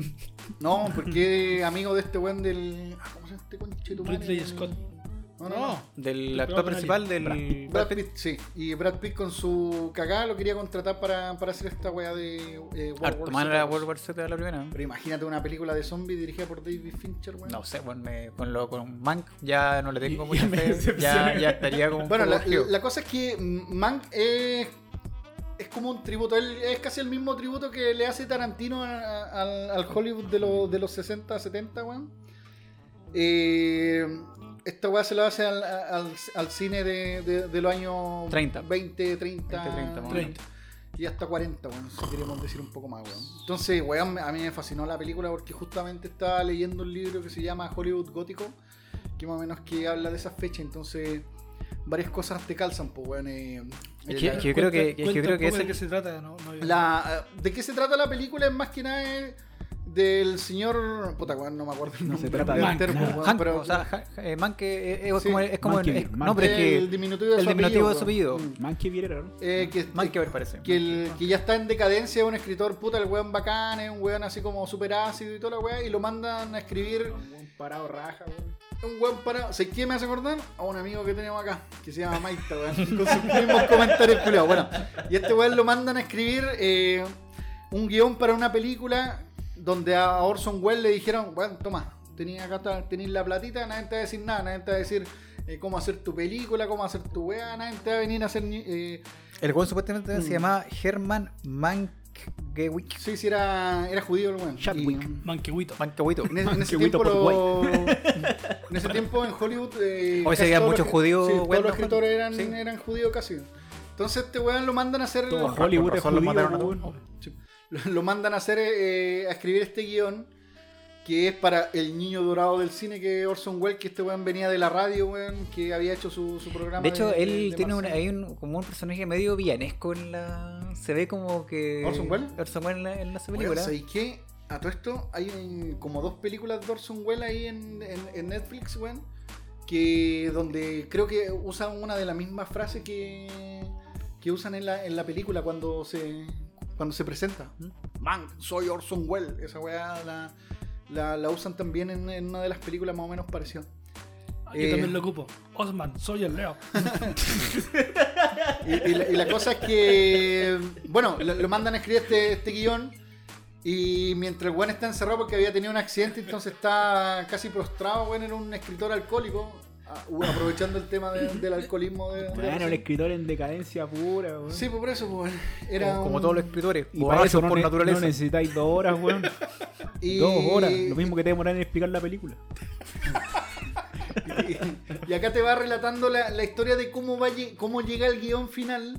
B: No, porque es amigo de este weón del... Ah, ¿cómo se llama este conche tu madre?
D: Ridley Scott.
B: No, no, no.
C: Del
D: Pero
C: actor
D: con
C: principal del.
B: Brad Pitt, sí. Y Brad Pitt con su cagada lo quería contratar para, para hacer esta weá de... Eh, World
C: Harto
B: War
C: man
B: Z.
C: era World War Z la primera.
B: Pero imagínate una película de zombies dirigida por David Fincher, weón.
C: No sé, bueno, me- con, lo, con Mank ya no le tengo [laughs]
E: Y-
C: mucha
E: ya me
C: fe. Ya,
E: decepcioné.
C: ya estaría como. un
B: Bueno,
C: poco
B: la,
C: bajío.
B: la cosa es que Mank es, es como un tributo, él- es casi el mismo tributo que le hace Tarantino a- a- al, al Hollywood de, los- de los 60, 70, weón. Eh, esta weá se lo hace al, al- al cine de, de- de los años
C: 30.
B: 20, 30,
C: 20, 30, más o menos.
D: 30.
B: y hasta 40, weón, si queremos decir un poco más, weón. Entonces, weón, a mí me fascinó la película porque justamente estaba leyendo un libro que se llama Hollywood Gótico, que más o menos que habla de esa fecha, entonces varias cosas te calzan, pues, weón. eh,
C: Es
B: eh,
C: que-
B: la-
C: que- Yo creo que- yo creo que
D: es
C: ese-
D: de qué se trata, ¿no? no
B: la- eh, ¿De qué se trata la película? Es más que nada eh, del señor... Puta, weón, no me acuerdo. el
E: No se
B: nombre,
E: trata de
B: weón,
E: Mank,
B: weón,
C: Hank,
B: pero-
C: o sea, Han- eh, Mank eh, eh, es
B: Sí,
C: como. Es como
E: Mank,
C: es-
E: Mank.
C: no, pero es que.
B: el diminutivo de
C: el
B: su apellido,
C: diminutivo de su
B: weón.
C: apellido.
E: Man, Mm. que viera, ¿no?
B: Eh, que,
C: Mank que ver parece.
B: Que, el, que ya está en decadencia, es un escritor puta, el weón bacán, es un weón así como super ácido y toda la weá, y lo mandan a escribir
E: parado raja, weón.
B: un weón para. ¿Sabes qué me hace acordar? A un amigo que tenemos acá, que se llama Maita, weón, [laughs] con sus mismos comentarios culiados. Bueno, y este weón lo mandan a escribir eh, un guión para una película donde a Orson Welles le dijeron, weón, toma, tenés acá está- tenés la platita, nadie te va a decir nada, nadie te va a decir. eh, cómo hacer tu película, cómo hacer tu weá, nadie te va a venir a hacer ni- eh,
C: El weón supuestamente se llamaba Herman Mankiewicz. Gewick.
B: Sí, sí, era, era judío el weón.
C: Chadwick.
B: Y-
D: Manquehuito.
B: [laughs]
C: Mancahuito.
B: En,
C: [laughs]
B: ese- en ese
E: Manquehuito
B: tiempo lo- [laughs] en ese tiempo en Hollywood eh,
C: Hoy
B: casi
C: se veían
B: todos los
C: muchos
B: escri-
C: judíos,
B: sí, todos
C: weón,
B: los
C: ¿no?
B: escritores eran,
C: Sí.
B: eran judíos casi. Entonces este weón lo mandan a hacer
E: Todo
C: Con
E: Hollywood es
C: razón los
E: judío,
C: mataron a todos.
E: weón.
B: lo, lo mandan a hacer eh, a escribir este guión que es para el niño dorado del cine que Orson Welles, que este weón venía de la radio, weón, que había hecho su, su programa.
C: De hecho, él
B: de
C: tiene una-
B: Marcel.
C: hay un, como un personaje medio villanesco en la. Se ve como que.
B: ¿Orson Welles?
C: Orson Welles en la, en la
B: Weón,
C: película.
B: ¿sabéis qué? A todo esto hay un- como dos películas de Orson Welles ahí en, en- en Netflix, weón, que donde creo que usan una de las mismas frases que, que usan en la, en la película cuando se cuando se presenta. Man, soy Orson Welles. Esa weá la, la- la usan también en, en una de las películas más o menos parecida.
D: Yo
B: Eh,
D: también lo ocupo. Osman, soy el
C: [laughs]
D: Leo.
B: Y, y la, y la cosa es que, bueno, lo, lo mandan a escribir este, este guión. Y mientras el weón está encerrado porque había tenido un accidente, entonces está casi prostrado, weón, era un escritor alcohólico. ah, bueno, Aprovechando el tema de- del alcoholismo de. de-
E: Bueno, el escritor en decadencia pura, weón.
B: Sí, pues por eso, pues, Era
C: Como, como
B: un-
C: todos los escritores.
E: Y para
C: borrachos
E: eso no,
C: por
E: ne-
C: naturaleza.
E: no necesitáis dos horas, weón.
B: [laughs] y-
E: Dos horas. Lo mismo que te demorar en explicar la película.
B: [laughs] Y, y acá te va relatando la, la historia de cómo, va, lle- cómo llega el guión final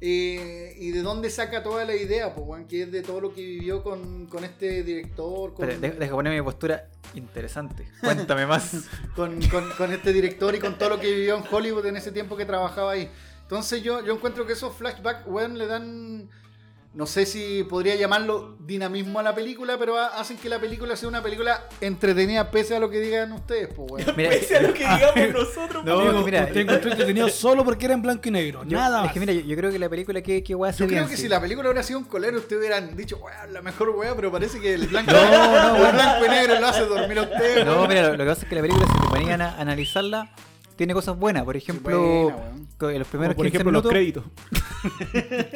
B: eh, y de dónde saca toda la idea, pues, weón, que es de todo lo que vivió con, con este director. Con...
C: Espera, de- deja ponerme mi postura
B: [laughs]
C: interesante. Cuéntame más.
B: con, con- con este director y con todo lo que vivió en Hollywood en ese tiempo que trabajaba ahí. Entonces yo, yo encuentro que esos flashbacks, weón, le dan, no sé si podría llamarlo dinamismo a la película, pero ha- hacen que la película sea una película entretenida pese a lo que digan ustedes, pues,
C: [laughs]
B: weón.
C: Mira,
F: Pese a lo que digamos nosotros. pues.
C: No,
D: Amigo,
C: que mira, eh,
D: usted encontró entretenido solo porque era en blanco y negro.
C: yo-
D: Nada
C: Es que
D: más.
C: mira, yo, yo creo que la película que, que weá se
B: Yo creo
C: bien,
B: que
C: sí.
B: si la película hubiera sido un colero, ustedes hubieran dicho, weón, la mejor weá, pero parece
C: [laughs]
B: que el blanco,
C: No, no,
B: el
C: weón.
B: blanco y negro lo hace dormir a ustedes.
C: [laughs] No,
B: weón.
C: mira, lo, lo que pasa es que la película, si te ponían a analizarla, tiene cosas buenas. Por ejemplo,
B: buena, weón.
C: co- los primeros
E: Como,
C: 15
E: por
B: este
E: ejemplo, los
C: minutos.
E: créditos.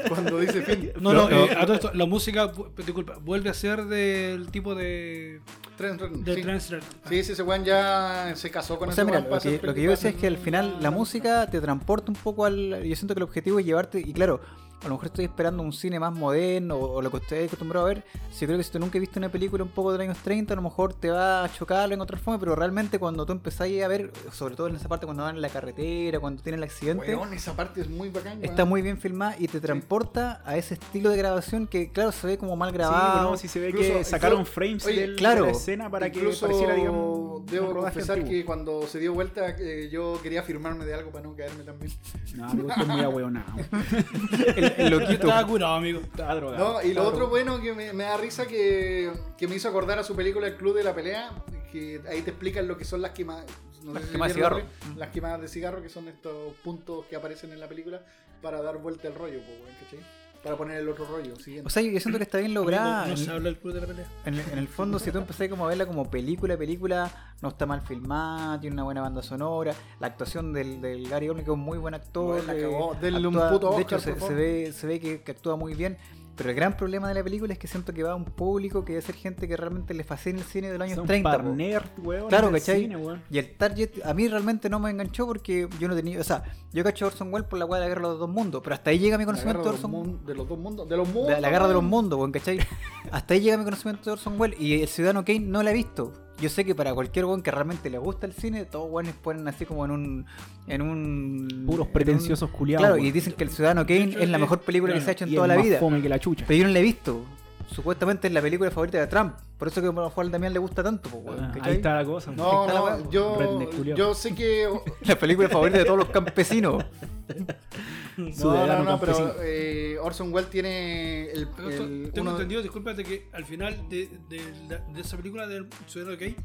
B: Cuando dice fin,
D: No, no,
C: No,
D: eh, a todo esto, la música, vu- disculpa, vuelve a ser del tipo de.
B: Trent Reznor,
D: del
B: sí.
D: Transler.
B: Sí, sí, ese weón ya se casó con
C: O
B: ese
C: sea, mira,
B: weón
C: lo
B: para hacer
C: que, lo que yo decía es que al
B: películas.
C: final la música te transporta un poco al... Yo siento que el objetivo es llevarte... Y claro, a lo mejor estoy esperando un cine más moderno o, o lo que ustedes acostumbrado a ver. Si yo creo que si tú nunca viste una película un poco de los años 30, a lo mejor te va a chocar en otra forma, pero realmente cuando tú empezás a ver, sobre todo en esa parte cuando van en la carretera, cuando tienen el accidente...
B: Weón, esa parte es muy bacán. weón.
C: Está muy bien filmada y te transporta a ese estilo de grabación que, claro, se ve como mal
E: sí,
C: grabado.
E: bueno, si se ve
B: Incluso-
E: que sacaron
B: incluso-
E: frames
B: oye,
E: del-
C: claro.
E: de la escena para
B: Incluso
E: que pareciera, digamos,
B: debo
E: un rodaje
B: confesar
E: antiguo.
B: que cuando se dio vuelta eh, yo quería firmarme de algo para no caerme también.
E: No, me gusta
B: [laughs]
E: muy ahueonado.
C: El, el loquito.
D: Estaba curado, amigo.
E: Estaba drogado.
B: No, y lo otro bueno que me, me da risa que, que me hizo acordar a su película El Club de la Pelea, que ahí te explican lo que son las quemadas. No
C: Las
B: sé si
C: quemadas de
B: vieron,
C: cigarro.
B: Las quemadas de cigarro, que son estos puntos que aparecen en la película para dar vuelta el rollo, pues, weón, ¿cachai? Para poner el otro rollo,
C: O
B: siguiente.
C: sea, yo siento que está bien
D: Amigo,
C: lograda.
D: No
C: en-
D: se habla del club de la pelea.
C: En, en el fondo, si tú empezás como a verla como película, película, no está mal filmada, tiene una buena banda sonora, la actuación del, del Gary Oldman, que es un muy buen actor.
B: Bueno, la
C: eh,
B: cagó. Denle un
C: actúa-
B: puto
C: de
B: Oscar,
C: hecho, se,
B: por
C: se
B: favor.
C: ve, se ve que, que actúa muy bien. Pero el gran problema de la película es que siento que va a un público que debe ser gente que realmente le fascina el cine de los años
E: Son
C: 30. po.
E: parnerd, weón,
C: Claro,
E: en el
C: ¿cachai?
E: cine, weón.
C: Y el target a mí realmente no me enganchó porque yo no tenía, o sea, yo cacho a Orson Welles por la weá de la guerra de los dos mundos, pero hasta ahí llega mi
B: La guerra
C: conocimiento de
B: de, los
C: Orson
B: mun- de los dos mundos. De los mundos.
C: de la guerra de los
B: weón.
C: mundos, weón,
E: [laughs]
C: ¿cachai? Hasta ahí llega mi conocimiento de Orson Welles y el Ciudadano Kane no la he visto. Yo sé que para cualquier weón que realmente le gusta el cine, todos weones ponen así como en un. en un.
E: Puros
C: en un-
E: pretenciosos culiados.
C: Claro,
E: weón.
C: y dicen que el Ciudadano Kane
D: hecho,
C: es la
D: eh,
C: mejor película que
D: claro,
C: se ha hecho en
E: Y
C: toda
E: es
C: la
E: más
C: vida.
E: fome que la chucha.
C: Pero yo no la he visto. Supuestamente es la película favorita de Trump. Por eso que a lo mejor al Damián le gusta tanto, po, weón,
E: Ah,
C: ¿cachai?
E: Ahí está la cosa.
B: No,
C: Está la weá,
B: no,
C: po.
B: yo,
E: Redneck culiao.
B: yo sé que. o-
C: [laughs] La película favorita de todos los
E: [laughs]
C: campesinos.
B: No, no,
E: Ciudadano
B: no, pero
E: campesino.
B: eh, Orson Welles tiene el.
D: Pero esto-
B: el-
D: tengo
B: uno-
D: entendido, discúlpate, que al final de, de la- de esa película del Ciudadano Kane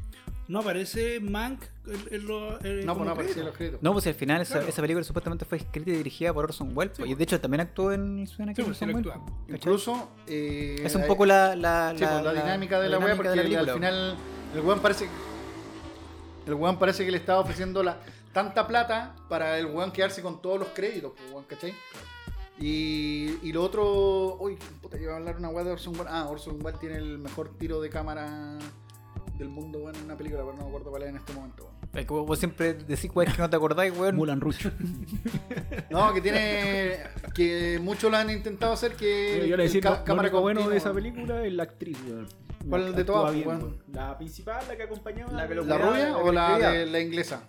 D: no aparece Mank en, en
B: No,
D: lo- en-
B: pues no
D: como
B: aparecían
D: crédito.
B: los créditos.
C: No, pues si al final esa,
D: Claro.
C: esa película supuestamente fue escrita y dirigida por Orson Welles. po, y de hecho también actuó en el Ciudadano
D: Sí,
C: Kane.
D: pues, sí
C: Orson
D: lo
C: Welles,
D: actúa.
C: ¿cachai?
B: Incluso. eh,
C: Es un poco la, la,
B: sí, pues, la dinámica de la web,
C: dinámica
B: porque
C: de la
B: al
C: película.
B: final el weón parece. que- El weón parece que le estaba ofreciendo la, tanta plata para el weón quedarse con todos los créditos, pues, weón, ¿cachai? Y, y lo otro. Uy, puta, yo iba a hablar una weá de Orson Welles. Ah, Orson Welles tiene el mejor tiro de cámara del mundo, weón, en una película, pero no me acuerdo cuál es en este momento, weón.
C: Es que vos, vos siempre decís weón, que no te acordáis, weón.
E: Mulan Rush.
B: No, que tiene. que muchos la han intentado hacer que
E: Mira, yo le
B: el
E: decía,
B: eh, ca-
E: lo- lo único bueno de
B: continua.
E: esa película es la actriz, weón.
B: ¿Cuál
E: La-
B: de
E: actúa
B: todas,
E: bien,
B: weón?
E: weón. La principal, la que acompañaba.
C: La que lo
B: ¿La
C: cuidaba,
B: rubia
C: la
B: o
C: que
B: la,
C: escribía.
B: de- la inglesa?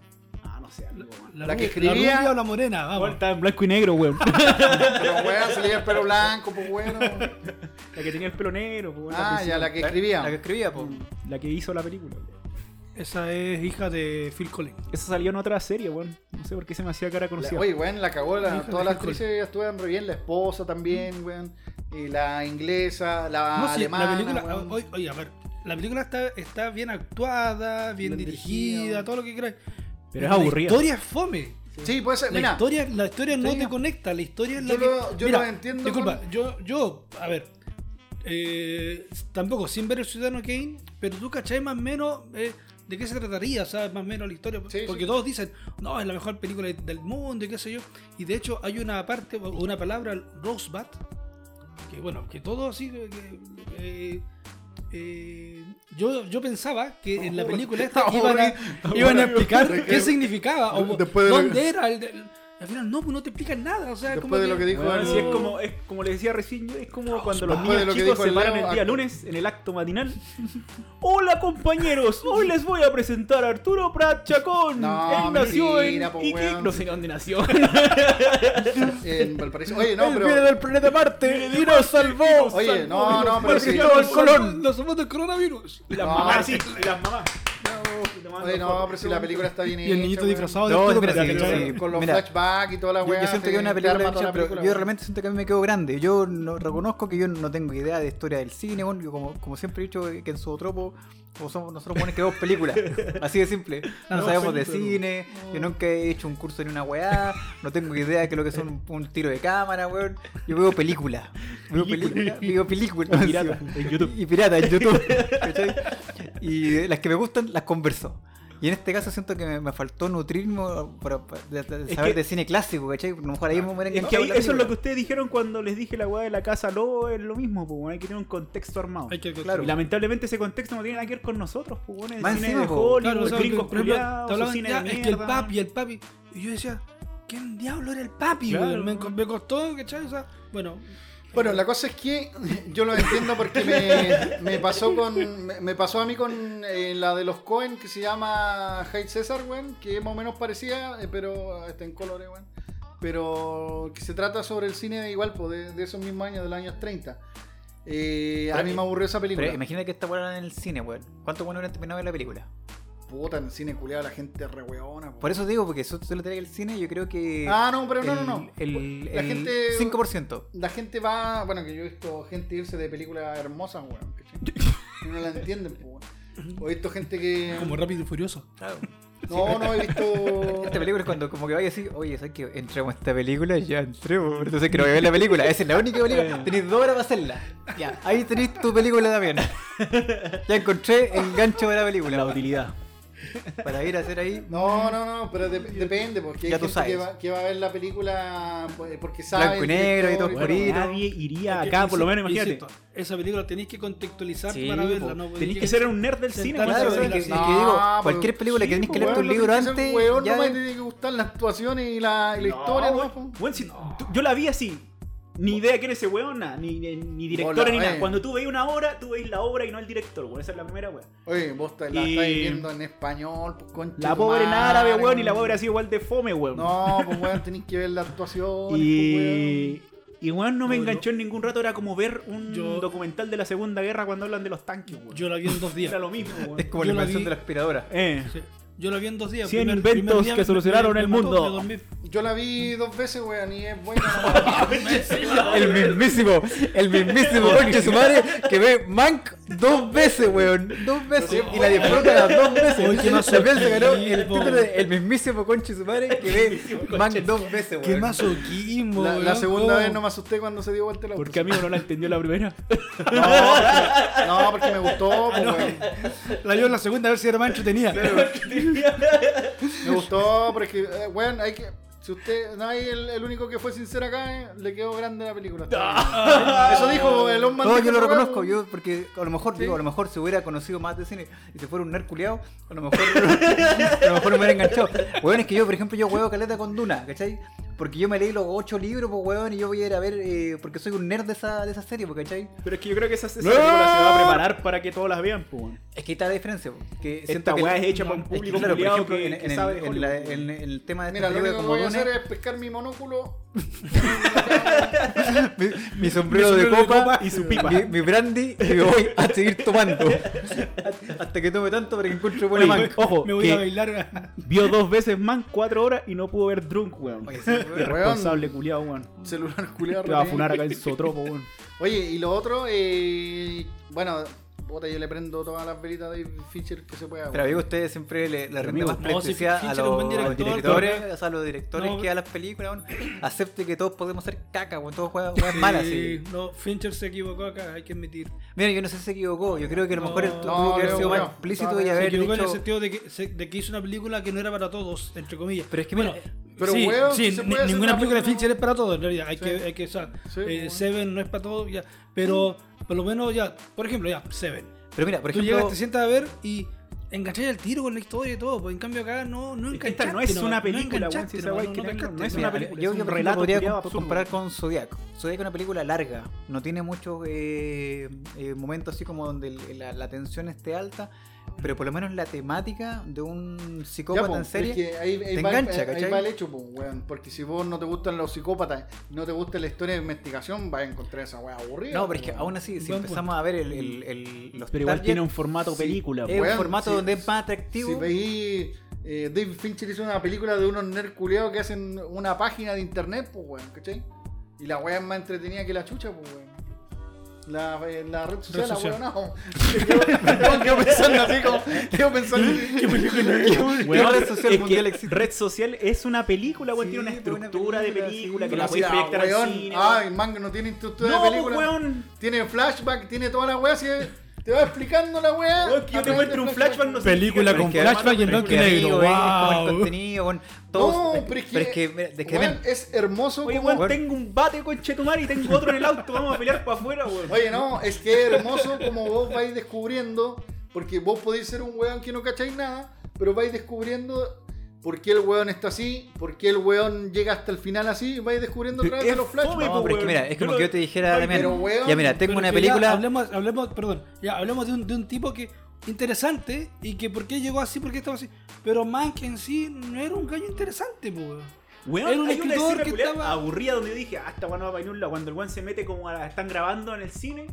E: Ah, no sé, algo, weón.
B: La que
D: ru-
B: escribía-
D: rubia o la morena,
E: Weón,
D: vamos.
E: Estaba en blanco y negro, weón.
B: Pero weón, se leía el pelo blanco, pues bueno.
E: la que tenía el pelo negro, weón, la
B: Ah, ya,
E: principal.
B: la que
C: La que
B: escribía.
C: escribía, po.
E: La que hizo la película, weón.
D: Esa es hija de Phil Collins.
E: Esa salió en otra serie, weón. No sé por qué se me hacía cara
B: La-
E: conocida.
B: Oye, weón, la cagó. la-
D: Hija de
B: todas las
D: Phil Collins.
B: actrices estuvieron re bien. La esposa también, weón. Y la inglesa, la
D: No, sí,
B: alemana.
D: la película,
B: weón.
D: oye, oye, a ver, la película está, está bien actuada, bien,
B: Bien
D: dirigida,
B: dirigida,
D: todo lo que quieras.
E: Pero es aburrida.
D: La historia es fome.
B: Sí, puede ser.
D: La
B: Mira,
D: historia, la historia no
B: Sí.
D: te conecta, la historia es la
B: Yo
D: que-
B: lo- yo lo entiendo
D: Disculpa,
B: con-
D: yo, yo, a ver, eh, tampoco sin ver el Ciudadano Kane, pero tú cachai más o menos eh, de qué se trataría, ¿sabes? Más o menos la historia.
B: Sí,
D: porque
B: sí.
D: todos dicen, no, es la mejor película de- del mundo y qué sé yo. Y de hecho hay una parte, o una palabra, Rosebud, que bueno, que todo así. que- que, eh, eh, yo, yo pensaba que en la película esta iban a, iban a explicar qué significaba o
B: Después de lo que-
D: dónde era. el- el- al final no, pues no te explican nada. O sea,
B: después
D: como
B: de lo que dijo
E: Weón,
B: el-
E: sí, es como, es como le decía recién yo, es como cuando los
B: después de
E: niños
B: lo que
E: chicos
B: dijo
E: se
B: el
E: paran
B: Leo, ah,
E: el día
B: acto.
E: lunes en el acto matinal. Hola compañeros, hoy les voy a presentar a Arturo Prat Chacón.
B: No,
E: Él nació
B: mentira,
E: en
B: po,
E: Iquique,
B: weón.
E: no sé
B: [laughs]
E: dónde nació.
B: en Valparaíso. Oye,
E: [laughs]
B: no,
E: Él viene
B: pero.
E: del planeta Marte y nos salvó.
B: Oye, no, no, pero sí.
E: Cristóbal Colón.
D: Los somos del coronavirus.
E: Y las
B: No,
E: mamás,
B: sí.
E: sí, y las mamás.
B: Oye, no, pero si la película está bien
D: Y el
B: hecha,
D: niñito
B: weón.
D: disfrazado de
C: No,
D: Arturo
C: espera,
D: Prat,
C: sí,
D: ¿cachai?
C: sí.
B: Con los
C: Mira,
B: flashbacks y toda la
C: Yo,
B: weá.
C: yo siento
B: te-
C: que es una
B: te
C: película, de
B: arma toda
C: acción,
B: la
C: pero
B: película,
C: yo
B: weón.
C: realmente siento que a mí me quedo grande. Yo no, reconozco que yo no tengo idea de historia del cine, weón. Yo como, como siempre he dicho que en su tropo o somos, nosotros buenos que vemos
B: [laughs]
C: películas. Así de simple. No,
E: No,
C: sabemos de
E: película,
C: cine, yo nunca he hecho un curso ni una weá, no tengo idea de que lo que son un, un tiro de cámara, weón. Yo veo películas. Veo películas, veo películas.
B: [laughs]
E: Y pirata, en YouTube.
C: Y pirata en YouTube. [laughs] ¿cachai? Y eh, las que me gustan las converso. Y en este caso siento que me, me faltó nutrirme para, para- de- de saber
E: Es que- Ah,
C: de cine clásico, ¿cachai? A lo mejor ahí me hubiera
E: Es
C: enganchado
E: que ahí-
C: la
E: eso es lo que
C: película.
E: ustedes dijeron cuando les dije la weá de la casa lobo, es lo mismo, pues, hay que tener un contexto armado.
D: Hay que-
C: Claro.
E: Y lamentablemente ese contexto no tiene nada que ver con nosotros, pues, bueno, el
C: Más
E: cine
C: encima,
E: de
C: po.
D: [laughs]
E: Hollywood,
D: Claro, o sea,
E: gringos
D: por ejemplo,
E: culiados,
D: te hablaban,
E: cine
D: ya,
E: de
D: es que el
E: mierda.
D: papi, el papi. Y yo decía, ¿quién diablo era el papi?
E: Claro.
D: weón? Me, co- me costó, ¿cachai? O sea, bueno,
B: Bueno, la cosa es que [laughs] yo lo entiendo porque me, me pasó con me, me pasó a mí con eh, la de los Cohen que se llama Hate César, weón, que es más o menos parecida, eh, pero está en colores, weón. Pero que se trata sobre el cine de igual, pues, de, de esos mismos años, de los años 30. Eh, a
C: Pero-
B: mí me aburrió esa película.
C: Pero imagina que esta weá era en el cine, weón. ¿Cuánto bueno hubieran terminado de la película?
B: Puta, en el cine culeado la gente re weona. po.
C: Por eso digo, porque eso se lo trae el cine, yo creo que.
B: Ah, no, pero no, no,
C: el-
B: no.
C: El,
B: La
C: el
B: gente-
C: 5%.
B: La gente va, bueno, que yo he visto gente irse de películas hermosas, weón. ¿cachai?
C: [laughs]
B: Y no la entienden, pues. O he visto gente que.
D: como rápido y furioso.
B: No, no he visto.
C: Esta película es cuando como que vaya así, oye, ¿sabes que entramos a esta película? Ya entremos, entonces que no voy a ver la película. Esa es la única
E: [laughs]
C: película. Tenéis dos horas para hacerla. Ya, ahí tenéis tu película también. Ya encontré el gancho de la película.
E: La utilidad.
C: Para ir a hacer ahí.
B: No, no, no, pero de- depende, porque hay
C: Ya tú
B: gente que
C: sabes.
B: va, que va a ver la película pues, porque sabe.
C: Blanco y
B: el
C: negro y
B: director
C: todo
E: Bueno,
C: Corito.
E: nadie iría
D: Es que,
E: acá, Ah, por lo menos,
D: insisto,
E: imagínate.
D: insisto, esa película tenéis que contextualizar
C: Sí,
D: para verla.
C: po.
D: No,
E: Tenés que ser un nerd del
D: Sí,
E: cine,
D: está
E: weón.
C: Claro,
D: Claro,
C: es que, es que
B: no,
C: digo,
B: pero-
C: cualquier película
B: Sí,
C: que tenés que
B: pues,
C: leer tu
B: weón, no
C: libro
B: tenés que ser
C: antes.
B: Weón,
C: ya-
B: No me tiene que gustar las actuaciones y la, y la
E: No,
B: historia,
E: weón.
B: ¿no?
E: Weón, si- tú- yo la vi así. Ni idea quién es ese weón, nada, ni, ni, ni director
B: Hola,
E: ni nada.
B: eh.
E: Cuando tú veis una obra, tú veis la obra y no el director, weón. Esa es la primera weón.
B: Oye, vos te la
E: Y-
B: estás viendo en español, pues concha.
E: La
B: tu
E: pobre en árabe,
B: madre,
E: weón, y la pobre así igual de fome, weón.
B: No, pues weón, tenés que ver la actuación. pues,
E: y. Y weón no me
D: No,
E: enganchó en ningún rato, era como ver un
D: Yo-
E: documental de la Segunda Guerra cuando hablan de los tanques, weón.
D: Yo la vi en dos
B: [laughs]
D: días.
E: Era lo mismo,
C: Es
E: weón.
C: como la
D: Yo la
C: invención
D: vi-
C: de la aspiradora.
E: [laughs] Eh.
D: Sí, Yo la vi en dos días.
E: Cien inventos que
D: me-
E: solucionaron el
D: mató,
E: mundo.
D: me
B: [laughs]
D: dormí.
B: Yo la vi
E: Mm.
B: dos veces, weón, y es
E: [laughs] Ah,
B: buena.
C: El mismísimo, el mismísimo [laughs] conche su madre que ve Mank dos veces, weón. Dos veces. Y la disfruta las dos veces.
D: Oye, qué más
C: También se ganó el
D: sorpresivo.
C: título de El mismísimo conche su madre que ve Mank dos veces, weón.
D: Qué masoquismo.
B: la, la
D: weón,
B: segunda
D: cómo-
B: vez no me asusté cuando se dio vuelta la
E: Porque amigo no la entendió la primera.
B: No, no, porque me
E: Ah,
B: gustó, pues, weón.
D: [laughs] La vio en la segunda a ver si era más entretenida.
B: Me gustó, porque, eh, weón, hay que. Si usted. No hay el, el único que fue sincero acá, eh, le quedó grande la película.
E: Ah.
B: [laughs] Eso dijo el hombre.
C: No, yo lo reconozco, yo porque a lo mejor, digo, a lo mejor se hubiera conocido más de cine y se fuera un nerd culiao, [laughs] a lo mejor, a lo mejor me hubiera enganchado. Weón, es que yo, por ejemplo, yo huevo caleta con Duna, ¿cachai? Porque yo me leí los ocho libros, pues, weón, y yo voy a ir a ver, eh, porque soy un nerd de esa, de esa serie, pues, ¿cachai?
E: Pero es que yo creo que esa, esa
B: ¡No!
E: película se va a preparar para que todos las vean, pues. weón.
C: Es que ahí está la diferencia, po, que siento
E: Esta
C: que-
E: weá es hecha
C: no,
E: para un
C: es que,
E: público
C: claro, por
E: culiao
C: ejemplo,
E: que-
C: en,
E: que
C: en el-
E: sabe de
C: en
E: Hollywood.
C: la- en- en el tema de esta
B: Mira, lo único
C: película de
B: que voy a
C: Comodones,
B: hacer es pescar mi monóculo.
C: [laughs] mi, mi sombrero de
E: sombrero de
C: copa,
E: copa y su pipa.
C: Mi, mi brandy, y me voy a seguir tomando.
E: [laughs]
C: Hasta que tome tanto para que encuentre buena
E: Oye,
C: manca.
E: ojo,
D: Me voy
E: que
D: a bailar.
E: vio dos veces Man cuatro horas y no pudo ver Drunk, weón.
C: Oye, sí, weón.
E: Responsable culiado, weón.
B: Celular [laughs] culiado.
E: Mm. Te va a funar acá en Sotropo,
B: [laughs]
E: weón.
B: Oye, y lo otro, eh, bueno, puta, yo le prendo todas las velitas de David Fincher que se pueda. weón.
C: Pero amigo, ustedes siempre le, le rinden
E: amigo,
C: más
D: no, si
C: prestigiada a,
D: Fincher es un
C: los,
D: buen
C: a los
D: director,
C: directores,
D: pero-
C: o sea, a los directores
D: No,
C: que a las películas, weón. acepte que todos podemos ser caca, weón, todos juegan juegan malas.
D: Sí,
C: sí.
D: No, Fincher se equivocó acá, hay que admitir.
C: Mira, yo no sé si se equivocó, yo creo que a lo
D: No,
C: mejor él
D: no,
C: tuvo que haber
B: creo
C: sido
B: que no.
C: más explícito
B: Estaba-
C: y
B: se
D: Se
C: haber
D: equivocó en el
C: dicho...
D: sentido de que, se- de que hizo una película que no era para todos, entre comillas.
C: Pero es que mira,
B: pero,
D: sí,
B: weón,
D: sí,
B: si se
D: ni-
B: puede hacer
D: ninguna
B: una
D: película de
B: película-
D: Fincher es para todos, en realidad. Hay,
B: Sí.
D: que, hay que, o sea,
B: Sí,
D: eh,
B: bueno.
D: Seven no es para todos, ya. Pero por lo menos ya, por ejemplo, ya, Seven.
C: Pero mira, por
D: Tú
C: ejemplo...
D: llegas, te sientas a ver y enganchas el tiro con la historia y todo. Pues en cambio acá no, no
E: Es que
D: enganchaste.
E: esta no es una
D: no
E: película, weón,
D: enganchaste,
E: si esa weá hay que
D: no
E: tenerlo,
D: pescaste,
E: no es
D: mira,
E: una
C: Mira, Yo,
E: película, es
C: yo por
E: un
C: ejemplo,
E: relato
C: podría
E: culiao
C: com-
E: absurdo.
C: comparar con Zodiac. Zodiac es una película larga, no tiene muchos eh, eh, momentos así como donde el- la, la tensión esté alta, pero por lo menos la temática de un
B: Ya,
C: psicópata
B: po,
C: en serie.
B: es que ahí, ahí
C: te
B: va,
C: engancha,
B: ahí
C: ¿cachai?
B: va el hecho, po, weón, porque si vos no te gustan los psicópatas, no te gusta la historia de investigación, vas a encontrar esa weá aburrida.
C: No, pero es
B: po,
C: que
B: weón.
C: aún así, si
D: Buen
C: empezamos a ver el, el- el- los
E: Pero igual
C: target,
E: tiene un formato
B: sí,
E: película,
C: es
E: weón.
C: un
B: Weón,
C: formato
B: sí,
C: donde es más
B: Si
C: atractivo.
B: veis, eh, David Fincher hizo una película de unos nerd culiados que hacen una página de internet, pues, weón, ¿cachai? Y la weá es más entretenida que la chucha, pues, weón. La, eh, la red social,
D: Red
B: la
D: social.
B: weón, no. [laughs] Yo quedo pensando así como. Quedo pensando. ¿Qué
C: [laughs]
B: película?
E: Weón,
C: red social
E: es
C: mundial
E: que
C: existe.
E: Red social es una película, weón.
C: Sí,
E: tiene una
C: pero una
E: estructura de
C: película, sí.
E: película que
C: Pero
E: la
B: Así,
E: puedes
B: ah,
E: proyectar al
B: weón,
E: cine. weón.
B: Ay, manga no tiene estructura
E: No,
B: de
E: pues,
B: película.
E: weón.
B: Tiene flashback, tiene toda la weá, así es, te va explicando la weá.
E: Weón, que yo te
B: Aprende
E: muestre un flashback, no sé.
D: Película
E: Pero es
D: con
E: que-
D: flashback y en
E: pero es
D: blanco
E: que-
D: y
C: Porque
D: negro,
C: amigo, es como el
D: wow.
C: contenido, con
B: No,
C: todos.
B: pero es que,
C: mira, es que
B: weón,
C: ven,
B: es hermoso
E: Oye,
B: como
E: weón, tengo un bate con Chetumar y tengo otro en el auto. Vamos a pelear para afuera, weón.
B: Oye, no, es que es hermoso como vos vais descubriendo, porque vos podéis ser un weón que no cacháis nada, pero vais descubriendo por qué el weón está así, por qué el weón llega hasta el final así, y vais descubriendo a través de
E: Es
B: los
E: fome,
B: flashbacks.
C: No, pero es que mira, es
E: Yo
C: como
E: lo-
C: que yo te dijera,
E: Ay,
C: Damián,
B: pero weón,
C: ya mira,
D: Pero
C: tengo una
D: que ya
C: película,
D: hablemos, hablemos, perdón, ya hablemos de un, de un tipo que interesante y que por qué llegó así, por qué estaba así. Pero Mank en sí no era un gallo interesante, po, weón.
E: Weón,
D: Era un
E: hay una
D: escritor
E: escena
D: que
E: culiao
D: estaba-
E: aburrida donde yo dije, ah, esta weón no va para ningún lado. Cuando el weón se mete como a la- están grabando en el cine,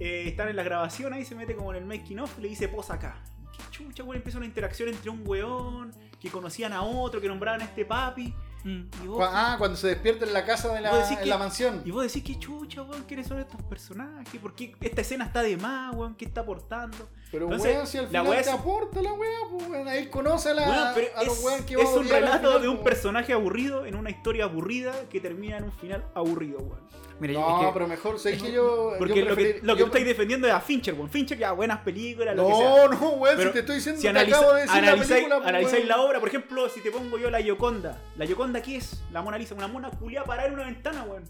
E: eh, están en la grabación ahí, se mete como en el making off, le dice posa acá. Qué chucha, weón, empieza una interacción entre un weón, que conocían a otro, que nombraban a este papi.
D: Mm.
E: Y
B: Cu-
E: vos,
B: Ah, cuando se despierta en la casa de
E: Vos
B: la,
E: decís
B: en
E: que-
B: la mansión.
E: y vos decís, qué chucha, weón, quiénes son estos personajes, por qué esta escena está de más, weón, qué está aportando.
B: Pero
E: Entonces,
B: weón, si al
E: la
B: final
E: weá
B: te
E: es-
B: aporta la weá, pues weón, ahí conoce a, la,
E: Weón, pero
B: a los
E: es,
B: weón que
E: es
B: va a
E: un
B: odiar al
E: relato
B: final,
E: de
B: pues,
E: un
B: weón.
E: personaje aburrido en una historia aburrida que termina en un final aburrido, weón.
C: mira,
B: No,
C: es que-
B: pero mejor, sé que yo.
E: Porque
B: yo
E: lo que,
B: preferir-
E: lo que
B: yo
E: estáis
B: pre-
E: defendiendo es a Fincher, weón. Fincher, ya, buenas películas, lo que sea.
B: No, no, weón, si
E: Pero
B: te estoy diciendo,
E: Si
B: te
E: analiza-
B: acabo de decir la
E: analizáis
B: película, pues,
E: analizáis
B: weón.
E: la obra, por ejemplo, si te pongo yo la Yoconda. ¿La Yoconda qué es? La Mona Lisa, una mona culiada parada en una ventana, weón.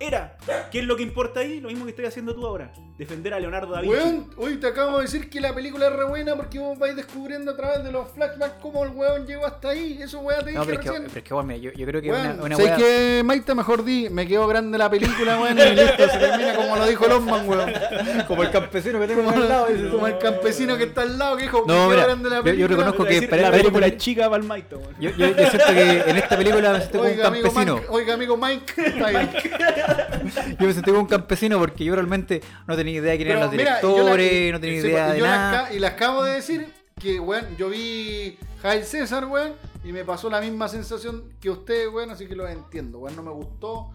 E: Era. ¿Qué es lo que importa ahí? Lo mismo que estoy haciendo tú ahora. Defender a Leonardo da Vinci.
B: Weón, hoy te acabo de decir que la película es re buena porque vos vais descubriendo a través de los flashbacks cómo el weón llegó hasta ahí. Eso weón te dije
C: No, pero es que,
B: recién.
C: pero es que, bueno, mira, yo, yo creo que
B: Weón,
C: una, una
B: sé
C: wea-
B: que Maite mejor di, me quedó grande la película, weón, y listo, se termina como lo dijo Longman, weón.
C: Como el campesino que tengo
B: Como,
C: al lado. dice,
B: como el campesino que está al lado que dijo,
C: No,
B: me
C: mira,
B: quedó grande la
C: yo- yo
B: película.
E: Voy
C: reconozco
E: a
C: que
E: decir,
C: para
E: la
C: la
E: película
C: película-
E: chica para el Maito, weón.
C: [laughs] Yo, yo, yo siento que en esta película me sentí como un
B: Oiga, amigo
C: campesino.
B: Mike, oiga, amigo Mike. [laughs] Está bien.
C: Yo me sentí como un campesino porque yo realmente no tenía idea de quién eran
B: Pero
C: los
B: mira, yo la-
C: directores, no tenía
B: sí,
C: idea
B: pues,
C: de
B: yo las
C: nada.
B: ca- y las acabo de decir que, weón, yo vi Jail César, weón, y me pasó la misma sensación que usted, weón, así que lo entiendo, weón, no me gustó.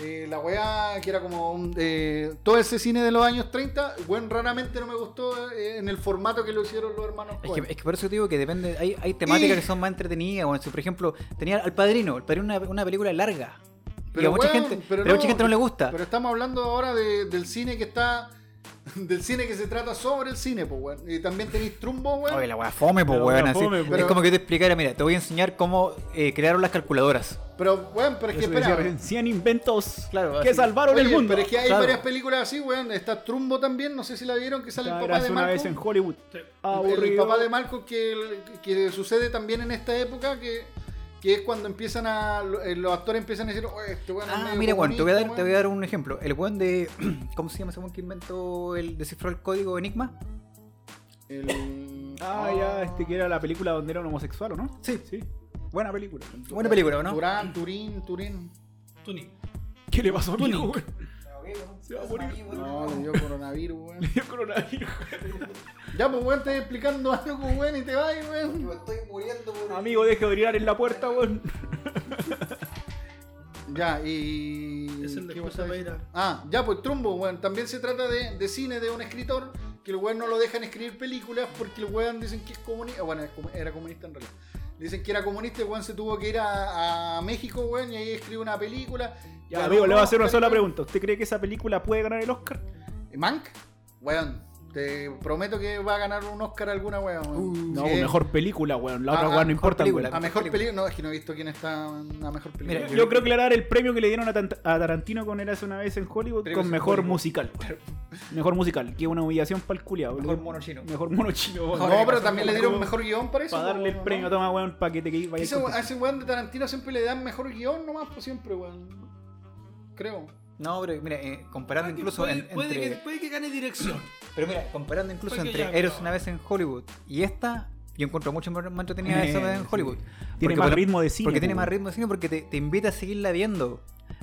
B: Eh, la weá, que era como un, eh, todo ese cine de los años 30, weón, raramente no me gustó eh, en el formato que lo hicieron los hermanos.
C: Es que,
B: Coen.
C: es que por eso te digo que depende, hay, hay temáticas
B: Y-
C: que son más entretenidas. Bueno, si por ejemplo, tenía al Padrino, el Padrino es una, una película larga. Pero a mucha
B: weón,
C: gente, pero a mucha gente no le gusta.
B: Pero estamos hablando ahora de- del cine que está. [laughs] Del cine que se trata sobre el cine, pues, weón. Y también tenéis Trumbo, weón.
C: Oye, la wea fome, pues
E: La
C: weón.
E: wea
C: así.
E: fome,
B: po.
C: es como que yo te explicara, mira, te voy a enseñar cómo eh, crearon las calculadoras.
B: Pero, weón, pero es que
E: Eso decía,
B: espera.
E: 100 inventos
C: Claro,
E: que
C: así.
E: salvaron
B: Oye,
E: el mundo.
B: Pero es que hay
C: Claro.
B: varias películas así, weón. Está Trumbo también, no sé si la vieron, que sale el papá
E: Hágase
B: de
E: una
B: Marco.
E: vez en Hollywood.
D: Sí.
B: El- el
E: Aburrido.
B: papá de Marco que, que sucede también en esta época, que Que es cuando empiezan a. lo- eh, Los actores empiezan a decir, "Oye, este weón es
C: Ah,
B: medio
C: mira, Juan, te voy, a dar,
B: comunista,
C: te voy a
B: weón".
C: dar un ejemplo. El weón de. [clears throat] ¿Cómo se llama ese weón que inventó el descifró el código Enigma?
B: El-
E: Ah, ya, este que era la película donde era un homosexual, ¿o no?
C: Sí.
E: Sí. Buena película.
C: Buena película, ¿o ¿no?
B: Durán, Turín, Turín.
D: Tuni.
E: ¿Qué le pasó a mi hijo?
C: Se va a morir.
B: No, le dio coronavirus, weón.
E: Yo coronavirus.
B: Ya, pues, weón, te estoy explicando algo, weón, y te vas, weón.
C: estoy muriendo
E: Amigo, deje de orinar en la puerta, weón.
B: Ya, y.
D: Es el de
B: ¿qué
D: José
B: vas a decir?
D: Pereira.
B: Ah, ya, pues Trumbo, weón. También se trata de, de cine de un escritor que el weón no lo dejan escribir películas porque el weón dicen que es comunista. Bueno, es comu- era comunista en realidad. Dicen que era comunista, el weón se tuvo que ir a, a México, weón, y ahí escribió una película.
E: Ya,
B: Ganó
E: amigo, le voy a hacer una
B: Oscar,
E: sola
B: weón.
E: pregunta. ¿Usted cree que esa película puede ganar el Oscar?
B: ¿Mank? Weón, te prometo que va a ganar un Oscar alguna weón. weón.
E: Uh, No,
B: Sí.
E: mejor película, weón. La
B: Ah,
E: otra
B: ah,
E: weón no
B: mejor
E: importa,
C: película.
B: A
E: weón.
B: mejor película. No, es que no he visto quién está a mejor película.
C: Mira,
E: Yo creo que le van a dar el premio que le dieron a, Tant- a Tarantino con él hace una vez en Hollywood
B: Premios
E: con
B: en
E: mejor
B: Hollywood.
E: musical. Mejor musical, que es una humillación para el culiao.
B: Ah,
C: Mejor
E: weón.
C: mono chino.
E: Mejor mono chino, weón.
B: no, pero también le dieron mejor guión para eso.
E: Para darle el
B: ¿no? ah,
E: premio, toma, weón, para que te quedes
B: Ese-
E: vayas
B: A ese,
E: contento.
B: weón de Tarantino siempre le dan mejor guión nomás, pues siempre, weón. Creo.
C: No, pero mira, eh, comparando
D: Ah, que
C: incluso
D: puede,
C: en-
D: puede
C: entre.
D: que, puede que gane dirección.
C: Pero mira, comparando incluso
D: Puede que
C: entre
D: ya,
C: Eros
D: no.
C: una vez en Hollywood y esta, yo encuentro mucho más más entretenida esa vez en
E: Eh, Sí.
C: Hollywood.
E: Tiene
C: Porque,
E: más
C: por-
E: ritmo de cine.
C: Porque tiene
E: weón.
C: más ritmo de cine, porque te, te invita a seguirla viendo.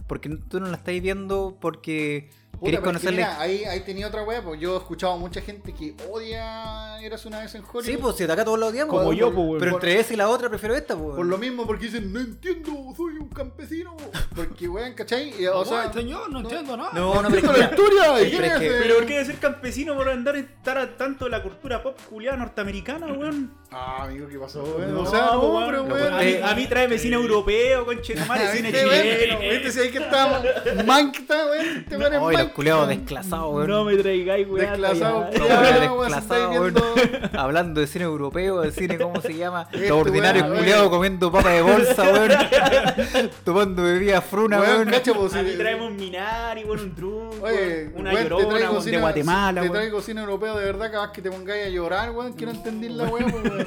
C: Porque tú no la estás viendo porque
B: Puta,
C: querés
B: pero es que
C: conocerla.
B: mira, ahí, ahí tenía otra weá, pues yo he escuchado a mucha gente que odia Eras una vez en Hollywood.
C: Sí, pues si de acá todos la odiamos.
E: Como
C: weón.
E: yo, pues, weón.
C: Pero entre esa y la otra prefiero esta, pues.
B: Por lo mismo, porque dicen, no entiendo, soy un campesino. Porque, weón, ¿cachai? Y, o sea,
D: Ay, señor, no, entiendo nada.
C: No,
E: [laughs]
C: no, pero es que
B: entiendo [laughs] la
C: mira,
B: historia. ¿y quién es
C: Pero es que-
B: ese?
E: Pero ¿por qué decir campesino por andar estar al tanto de la cultura pop culiada norteamericana, weón?
B: Ah, amigo, ¿qué pasó, weón? o sea, no,
E: weón,
B: pero,
E: no,
B: weón.
E: A mí, a mí tráeme cine europeo, conche, tu
B: [laughs]
E: madre, cine
B: Este, weón,
E: chileno.
B: Este sí, ahí que está Mank, está, weón. Este weón es
C: Ay, los
B: Mank.
C: culeados desclasados, weón.
E: No me traigáis, weón.
C: [laughs]
B: Desclasado,
E: ya.
C: Los
B: Ya,
C: culeados
B: weón, se estáis
C: desclasados,
B: viendo-
C: weón. [laughs] Hablando de cine europeo, de cine, ¿cómo se llama?
B: [laughs] Este,
C: Los ordinarios
B: weón,
C: culeados
B: weón.
C: comiendo papa
B: [laughs]
C: de bolsa, weón. [laughs] Tomando bebida fruna,
B: Weón,
C: weón.
B: cacha, pues,
E: A mí
B: eh,
E: traemos un Minari, weón, un trunco,
B: Oye,
E: una
B: weón,
E: llorona, weón, de Guatemala,
B: Te
E: weón.
B: traigo cine europeo, de verdad, capaz que te pongáis a llorar, weón. Quiero entender la weón, [laughs] weón.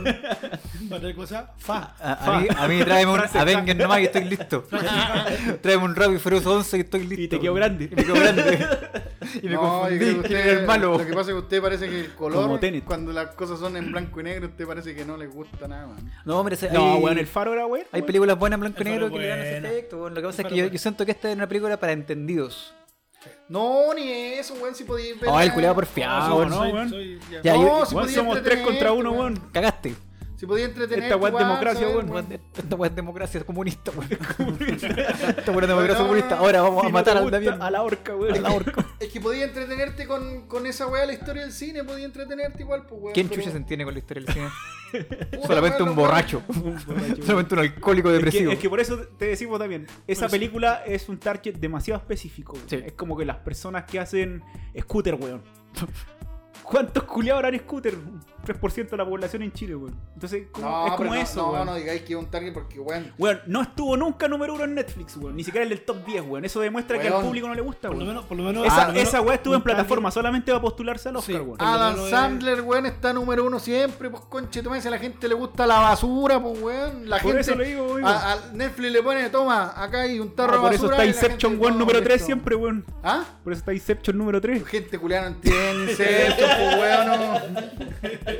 D: Otra cosa, fa.
C: A, a mí, a mí tráeme un Avenger nomás y estoy listo.
E: [laughs]
C: tráeme un Rápido y Furioso 11 y estoy listo.
E: Y te quedó grande.
C: Y
E: [laughs]
C: me quedó grande.
B: [laughs]
C: [laughs] Y me
B: No, yo
C: confundí.
B: creo que
C: ¿Quién
B: usted-
C: era el malo?
B: Lo que pasa es que usted parece que el color,
E: Como Tenet.
B: cuando las cosas son en blanco y negro, usted parece que no le gusta nada, weón.
C: No, hombre, se-
E: No,
C: hay-
E: Ah, weón, el faro era weón.
C: Hay
E: weón.
C: películas buenas en blanco y
D: El
C: negro
D: faro
C: que le dan ese
D: buena.
C: efecto. weón. Lo que pasa
D: El
C: es que
D: faro
C: yo,
D: buena.
C: yo siento que esta es una película para entendidos.
B: No, ni eso, weón, si podéis ver.
C: Ah, el culiao
E: Ah,
C: porfiado,
E: weón,
C: weón.
E: no,
D: soy-
E: weón.
D: soy- ya.
C: Ya, yo-
B: No, si
E: Weón,
B: podía
E: somos tres contra
B: entretenerte,
E: uno,
B: weón.
E: weón.
C: Cagaste.
B: Si podía entretener.
E: Esta weá es democracia,
B: ¿sabes,
E: weón?
B: weón?
C: Esta weá es democracia comunista, weón. Esta weá es democracia
B: no,
C: comunista.
B: no.
C: Ahora vamos
E: Si
C: a
E: no
C: matar
E: te
C: al
E: gusta,
C: Damián.
E: A la horca, weón. A la horca.
B: Es que podía entretenerte con, con esa weá la historia del cine, podía entretenerte igual, pues weón.
C: ¿Quién
B: pero-
C: chucha se entiende con la historia del cine?
B: Puta,
C: Solamente
B: weón,
C: un
B: no, weón.
C: borracho. [laughs] Solamente un alcohólico
E: Es
C: depresivo.
E: que, es que por eso te decimos también, esa
D: Por eso.
E: película es un target demasiado específico. weón.
C: Sí.
E: Es como que las personas que hacen scooter, weón. ¿Cuántos culiados harán scooter? Un 3% de la población en Chile, weón. Entonces, como-
B: No,
E: es
B: pero no,
E: como eso,
B: No,
E: weón.
B: no digáis que es un target porque, weón.
E: Weón, no estuvo nunca número uno en Netflix, weón. Ni siquiera en el top 10, weón. Eso demuestra que al
B: Weón.
E: público no le gusta,
D: Por lo
E: weón.
D: menos, por lo menos.
E: esa,
D: por lo
E: esa
D: menos
E: weá estuvo en
D: un target-
E: plataforma solamente va a postularse al Oscar,
D: Sí.
E: weón.
D: Ah,
B: Adam
D: primero es-
B: Sandler, weón, está número uno siempre, pues conche, tu madre, si a la gente le gusta la basura, pues weón. La
E: Por
B: gente,
E: eso le digo, weón.
B: A, a Netflix le pone, toma, acá hay un tarro
E: Ah, por
B: de
E: eso
B: basura.
E: está
B: y la
E: Inception,
B: gente,
E: weón,
B: no,
E: número 3
B: listo.
E: siempre, weón.
B: ¿Ah?
E: Por eso está Inception número 3.
B: Gente culiada no entiende Inception,
E: [laughs]
B: pues weón. No.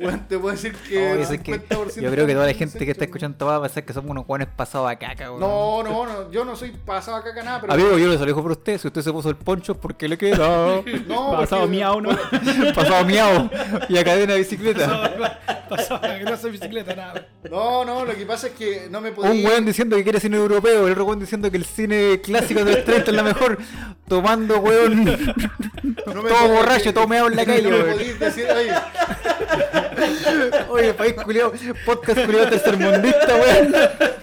B: Weón, te puedo decir que.
C: Oye, sé que
B: 50%
C: yo creo que toda la gente que
B: Inception,
C: está
B: weón.
C: escuchando esta weá va a pensar que somos unos guanes pasados a caca, weón.
B: No, no, no, yo no soy pasado acá nada, pero.
C: Amigo, yo les alejo por usted. Si usted se puso el poncho, ¿por qué le queda?
B: no,
E: Pasado
B: porque-
E: miau, ¿no?
C: [laughs] Pasado miau y a cadena de bicicleta.
D: Pasaba la grasa de bicicleta, nada.
B: No, no, lo que pasa es que no me podía.
C: Un weón diciendo que quiere cine europeo, el otro weón diciendo que el cine clásico de los 30 es la mejor. Tomando, weón.
B: no me
C: todo
B: podía-
C: borracho, todo meado en la
B: [laughs]
C: calle,
B: No me
C: weón.
B: podías decir, oye,
C: Oye, país culiao, podcast culiao tercermundista, weón.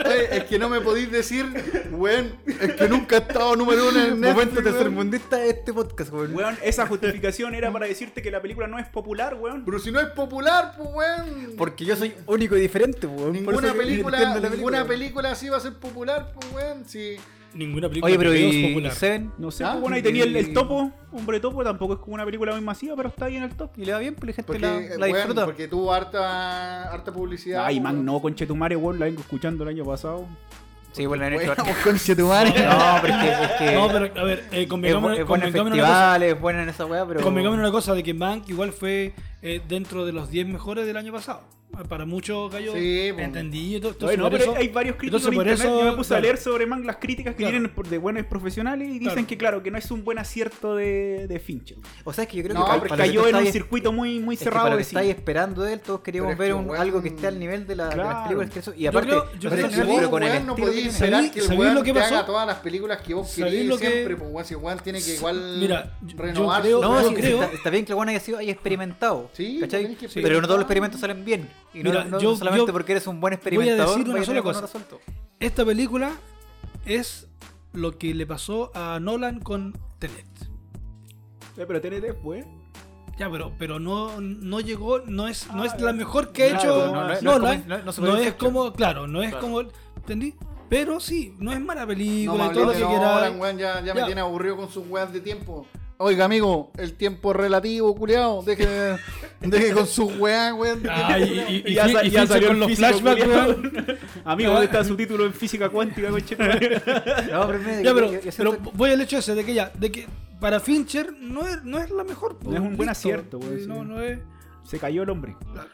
B: oye, es que no me podéis decir, weón, es que nunca he estado número uno en Netflix,
C: Momento
B: weón.
C: tercermundista de este podcast, weón.
E: Weón, esa justificación era para decirte que la película no es popular, weón.
B: Pero si no es popular, pues weón.
C: Porque yo soy único y diferente, weón. Por
B: Ninguna
C: eso que
B: película,
C: entiendo la
B: ninguna
C: weón.
B: película así va a ser popular, pues weón. Si
D: Ninguna película
C: Oye, pero
D: que veo es
C: y
D: popular.
C: Seven,
E: No sé,
B: Ah,
E: pues, bueno, ahí tenía el, el
C: y-
E: topo, hombre topo, tampoco es como una película muy masiva, pero está ahí en el top.
C: y le va bien, pues la gente
B: Porque,
C: la,
B: eh,
C: la
B: weón,
C: disfruta.
B: porque tuvo harta, harta publicidad.
E: Ay,
B: weón.
E: man, no, conchetumare, weón, la vengo escuchando el año pasado.
C: Sí, bueno, han hecho
B: Bueno,
C: harto.
B: conche tu madre.
C: No, pero es que. Es que
D: No, pero a ver, eh,
C: es, bu-
D: convengamos,
C: es buena en
D: convengamos en una cosa.
C: festivales, es buena en esa weá, pero.
D: Convengamos en una cosa de que Mank igual fue eh, dentro de los 10 mejores del año pasado. Ah, Para muchos gallos
B: Sí, pues.
D: entendí. Entonces,
E: Bueno,
D: por
E: pero
D: eso-
E: hay varios críticos en
D: entonces por
E: internet.
D: eso-
E: Yo me puse a
D: claro.
E: leer sobre man las críticas que
D: Claro.
E: tienen por- de buenos profesionales y dicen
D: Claro.
E: que, claro, que no es un buen acierto de, de Fincher.
C: O sea, Ah, es que yo creo
B: No,
C: que. para-
B: porque
C: para lo que
E: Cayó en un
C: estáis-
E: circuito muy, muy
C: es que
E: cerrado
C: para lo que
E: de
C: estáis
E: cine.
C: esperando de él, todos queríamos
B: Pero es
C: ver
B: que,
C: un-
B: weón,
C: algo que esté al nivel de, la- de las
E: claro.
C: películas que eso. Y aparte,
D: creo- yo
C: no sé
B: Pero
D: creo
C: si
B: si
D: que
B: vos,
C: al nivel,
D: sí,
C: pero con el
B: weón, no
C: estilo que
B: podías
C: tiene.
B: esperar
D: ¿Sabéis-
B: que el
D: sabéis
B: weón
D: lo que
B: te
D: pasó?
B: haga todas las películas que vos
D: ¿Sabéis
B: querés
D: lo que-
B: siempre, pues weón, si el weón tiene que
D: Sí,
B: igual
D: mira, yo- yo
B: renovarse.
D: creo-
C: No,
D: yo
C: sí,
D: creo-
C: Está, está bien que el weón haya sido haya experimentado.
B: Sí,
C: ¿cachai?
B: tenés que
C: Pero no todos los
B: experimentar.
C: experimentos salen bien. Y no,
D: Mira,
C: no
D: yo-
C: solamente
D: yo
C: porque eres un buen
D: decir
C: experimentador.
D: una
C: vaya
D: sola
C: a tener buenos
D: cosa.
C: resultados.
D: Esta película es lo que le pasó a Nolan con Tenet.
E: Eh, pero TNT después.
D: Ya, pero, pero no, no llegó, no es, no
E: Ah,
D: es la mejor que ha
E: claro,
D: hecho
E: no, no es-
C: no es
D: Nolan.
C: como- no- no se
D: No
C: puede
D: es
C: decir.
D: como, claro, no es
F: Claro.
D: como, ¿entendí? Pero sí, no es mala
B: No me
D: película y todo
B: hables
D: lo
B: de
D: que
B: Nolan,
D: quiera.
B: weón, ya, ya, me
D: Ya.
B: tiene aburrido con sus weas de tiempo. Oiga, amigo, el tiempo es relativo, culiao. Deje,
E: [laughs]
B: deje con sus weas, weón.
E: Ah,
D: Ay,
E: Y [laughs] ya sa- ya salió el físico, culiao. [laughs]
D: weón.
E: Amigo, ¿dónde [laughs] está su título en física cuántica, [laughs] conchetumare?
C: No, pero, mira,
D: [laughs] Ya,
C: yo-
D: pero,
C: yo- yo
D: pero
C: siento-
D: voy al hecho ese de que ya, de que para Fincher no es, no es la mejor. po,
E: No es un buen
D: listo.
E: acierto, weón,
D: Sí,
E: sí.
D: No, no es.
E: Se cayó el hombre.
D: Claro.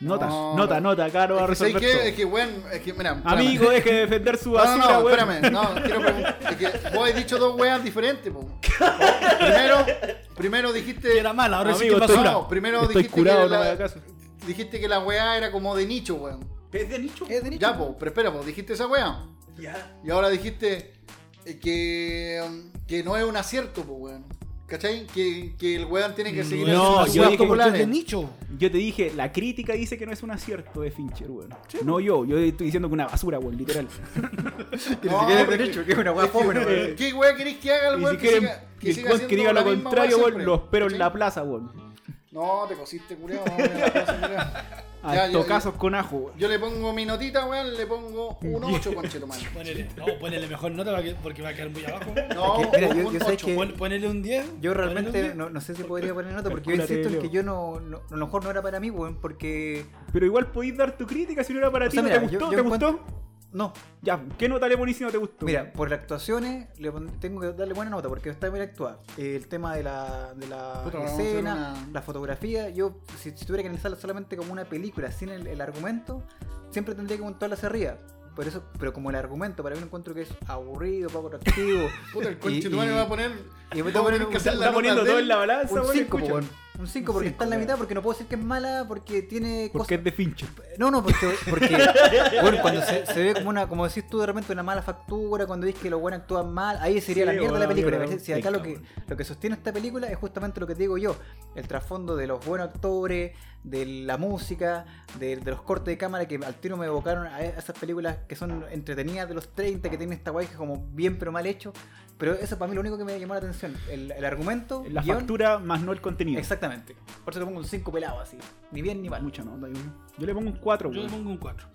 E: Notas,
B: No,
E: nota,
B: no.
E: nota, acá lo va a
B: Es que, ¿sabes
E: resolver
B: qué?
E: todo.
B: Es que, weón, es que, mira. espérame.
E: Amigo, deje de defender su
B: No, no,
E: basura,
B: no,
E: weón. [laughs]
B: espérame. No, quiero preguntar. Es que vos has dicho dos weas diferentes, po.
E: [laughs]
B: Primero, primero dijiste.
D: Que era mala, ahora sí
E: Amigo,
D: que
E: estoy-
D: basura.
B: No, primero
E: Estoy
B: dijiste
E: curado,
B: que
E: no me
B: la,
E: haga caso.
B: dijiste que la weá era como de nicho, weón.
F: ¿Es de nicho?
B: Ya, po, pero espera, po, dijiste esa weá.
F: Ya.
B: Y ahora dijiste eh, que, mm, que no es un acierto, po, weón. ¿Cachai? Que, que el weón tiene que seguir haciendo
E: No, yo
B: sus
E: dije
B: weas
E: que
D: popular
B: populares.
D: de nicho.
E: Yo te dije, la crítica dice que no es un acierto de Fincher, weón. No yo, yo estoy diciendo que una basura,
B: [laughs]
E: weón, literal.
C: que ni
B: No,
C: siquiera es
B: porque-
C: derecho, que es una weá
B: [laughs]
D: [laughs]
C: fome, no, weón.
B: ¿Qué weá querés que haga el
E: Y si
B: weón? que
E: quieren
B: siga-
E: que
B: que
E: el
B: siga
E: weón
B: haciendo
E: que diga lo
B: la misma weá
E: contrario, weón,
B: siempre,
E: lo espero en la
B: ¿cachai?
E: plaza, weón.
B: No, te cosiste, culiao. no, me la cosa, culiao. Ya,
E: A
B: ya,
E: tocazos con ajo, weón.
B: Yo le pongo mi notita, weón, le pongo un 8, conchetumal.
D: Ponele, no, ponele mejor nota para que- porque va a quedar muy abajo.
B: No,
C: Es que, mira,
B: un,
C: yo- yo sé
B: 8.
C: que-
D: Pon- ponele un 10.
C: Yo realmente
D: ponele un 10.
C: no, no sé si podría poner nota porque yo
E: Calcúlate,
C: insisto en que yo
E: Leo.
C: no, no- a lo mejor no era para mí, weón, porque
E: Pero igual podéis dar tu crítica si no era para
C: O
E: ti.
C: sea,
E: ¿No te
C: mira,
E: gustó?
C: yo- yo
E: ¿Te
C: encuentro-
E: gustó?
C: no,
E: Ya, ¿qué nota le ponís si no te gustó?
C: mira, por las actuaciones le pon- tengo que darle buena nota porque está bien actuada. El tema de la, de la
B: Puta, vamos a hacer
C: escena,
B: una-
C: la fotografía, yo si, si tuviera que analizarla solamente como una película sin el, el argumento, siempre tendría que montarla hacia arriba. Por eso, pero como el argumento, para mí lo encuentro que es aburrido, poco atractivo.
B: [laughs] Puta, el
C: Y-
B: conchetumal
C: y-
B: me va a poner.
C: y voy a
B: va a
C: poner
B: tener
C: un-
B: que hacer
E: está,
B: la
E: está
B: nota
E: poniendo
B: de
E: todo
B: él.
E: en la balanza,
C: un
E: weón.
C: 5,
E: escucha.
C: un 5 porque
E: cinco,
C: está en la
E: weón.
C: mitad, porque no puedo decir que es mala, porque tiene
E: Porque
C: cosas
E: es de Fincher.
C: No, no, porque, porque
E: [laughs]
C: bueno, cuando se, se ve como una, como decís tú de repente, una mala factura, cuando dices que los buenos actúan mal, ahí sería
E: Sí,
C: la mierda de la
E: bueno,
C: película.
E: yo
C: ¿cachai?
E: creo-
C: Si acá
E: sí,
C: lo que, lo que sostiene esta película es justamente lo que te digo yo, el trasfondo de los buenos actores, de la música, de, de los cortes de cámara que al tiro me evocaron a esas películas que son entretenidas de los 30, que tienen esta guay que es como bien pero mal hecho. Pero eso para mí lo único que me llamó la atención, el, el argumento,
E: La
C: guión,
E: factura más no el contenido.
C: Exactamente. Por eso le pongo un 5 pelado así. Ni bien ni mal.
E: Mucha nota, yo. Yo le pongo un 4,
D: Yo le
E: weón.
D: pongo un 4.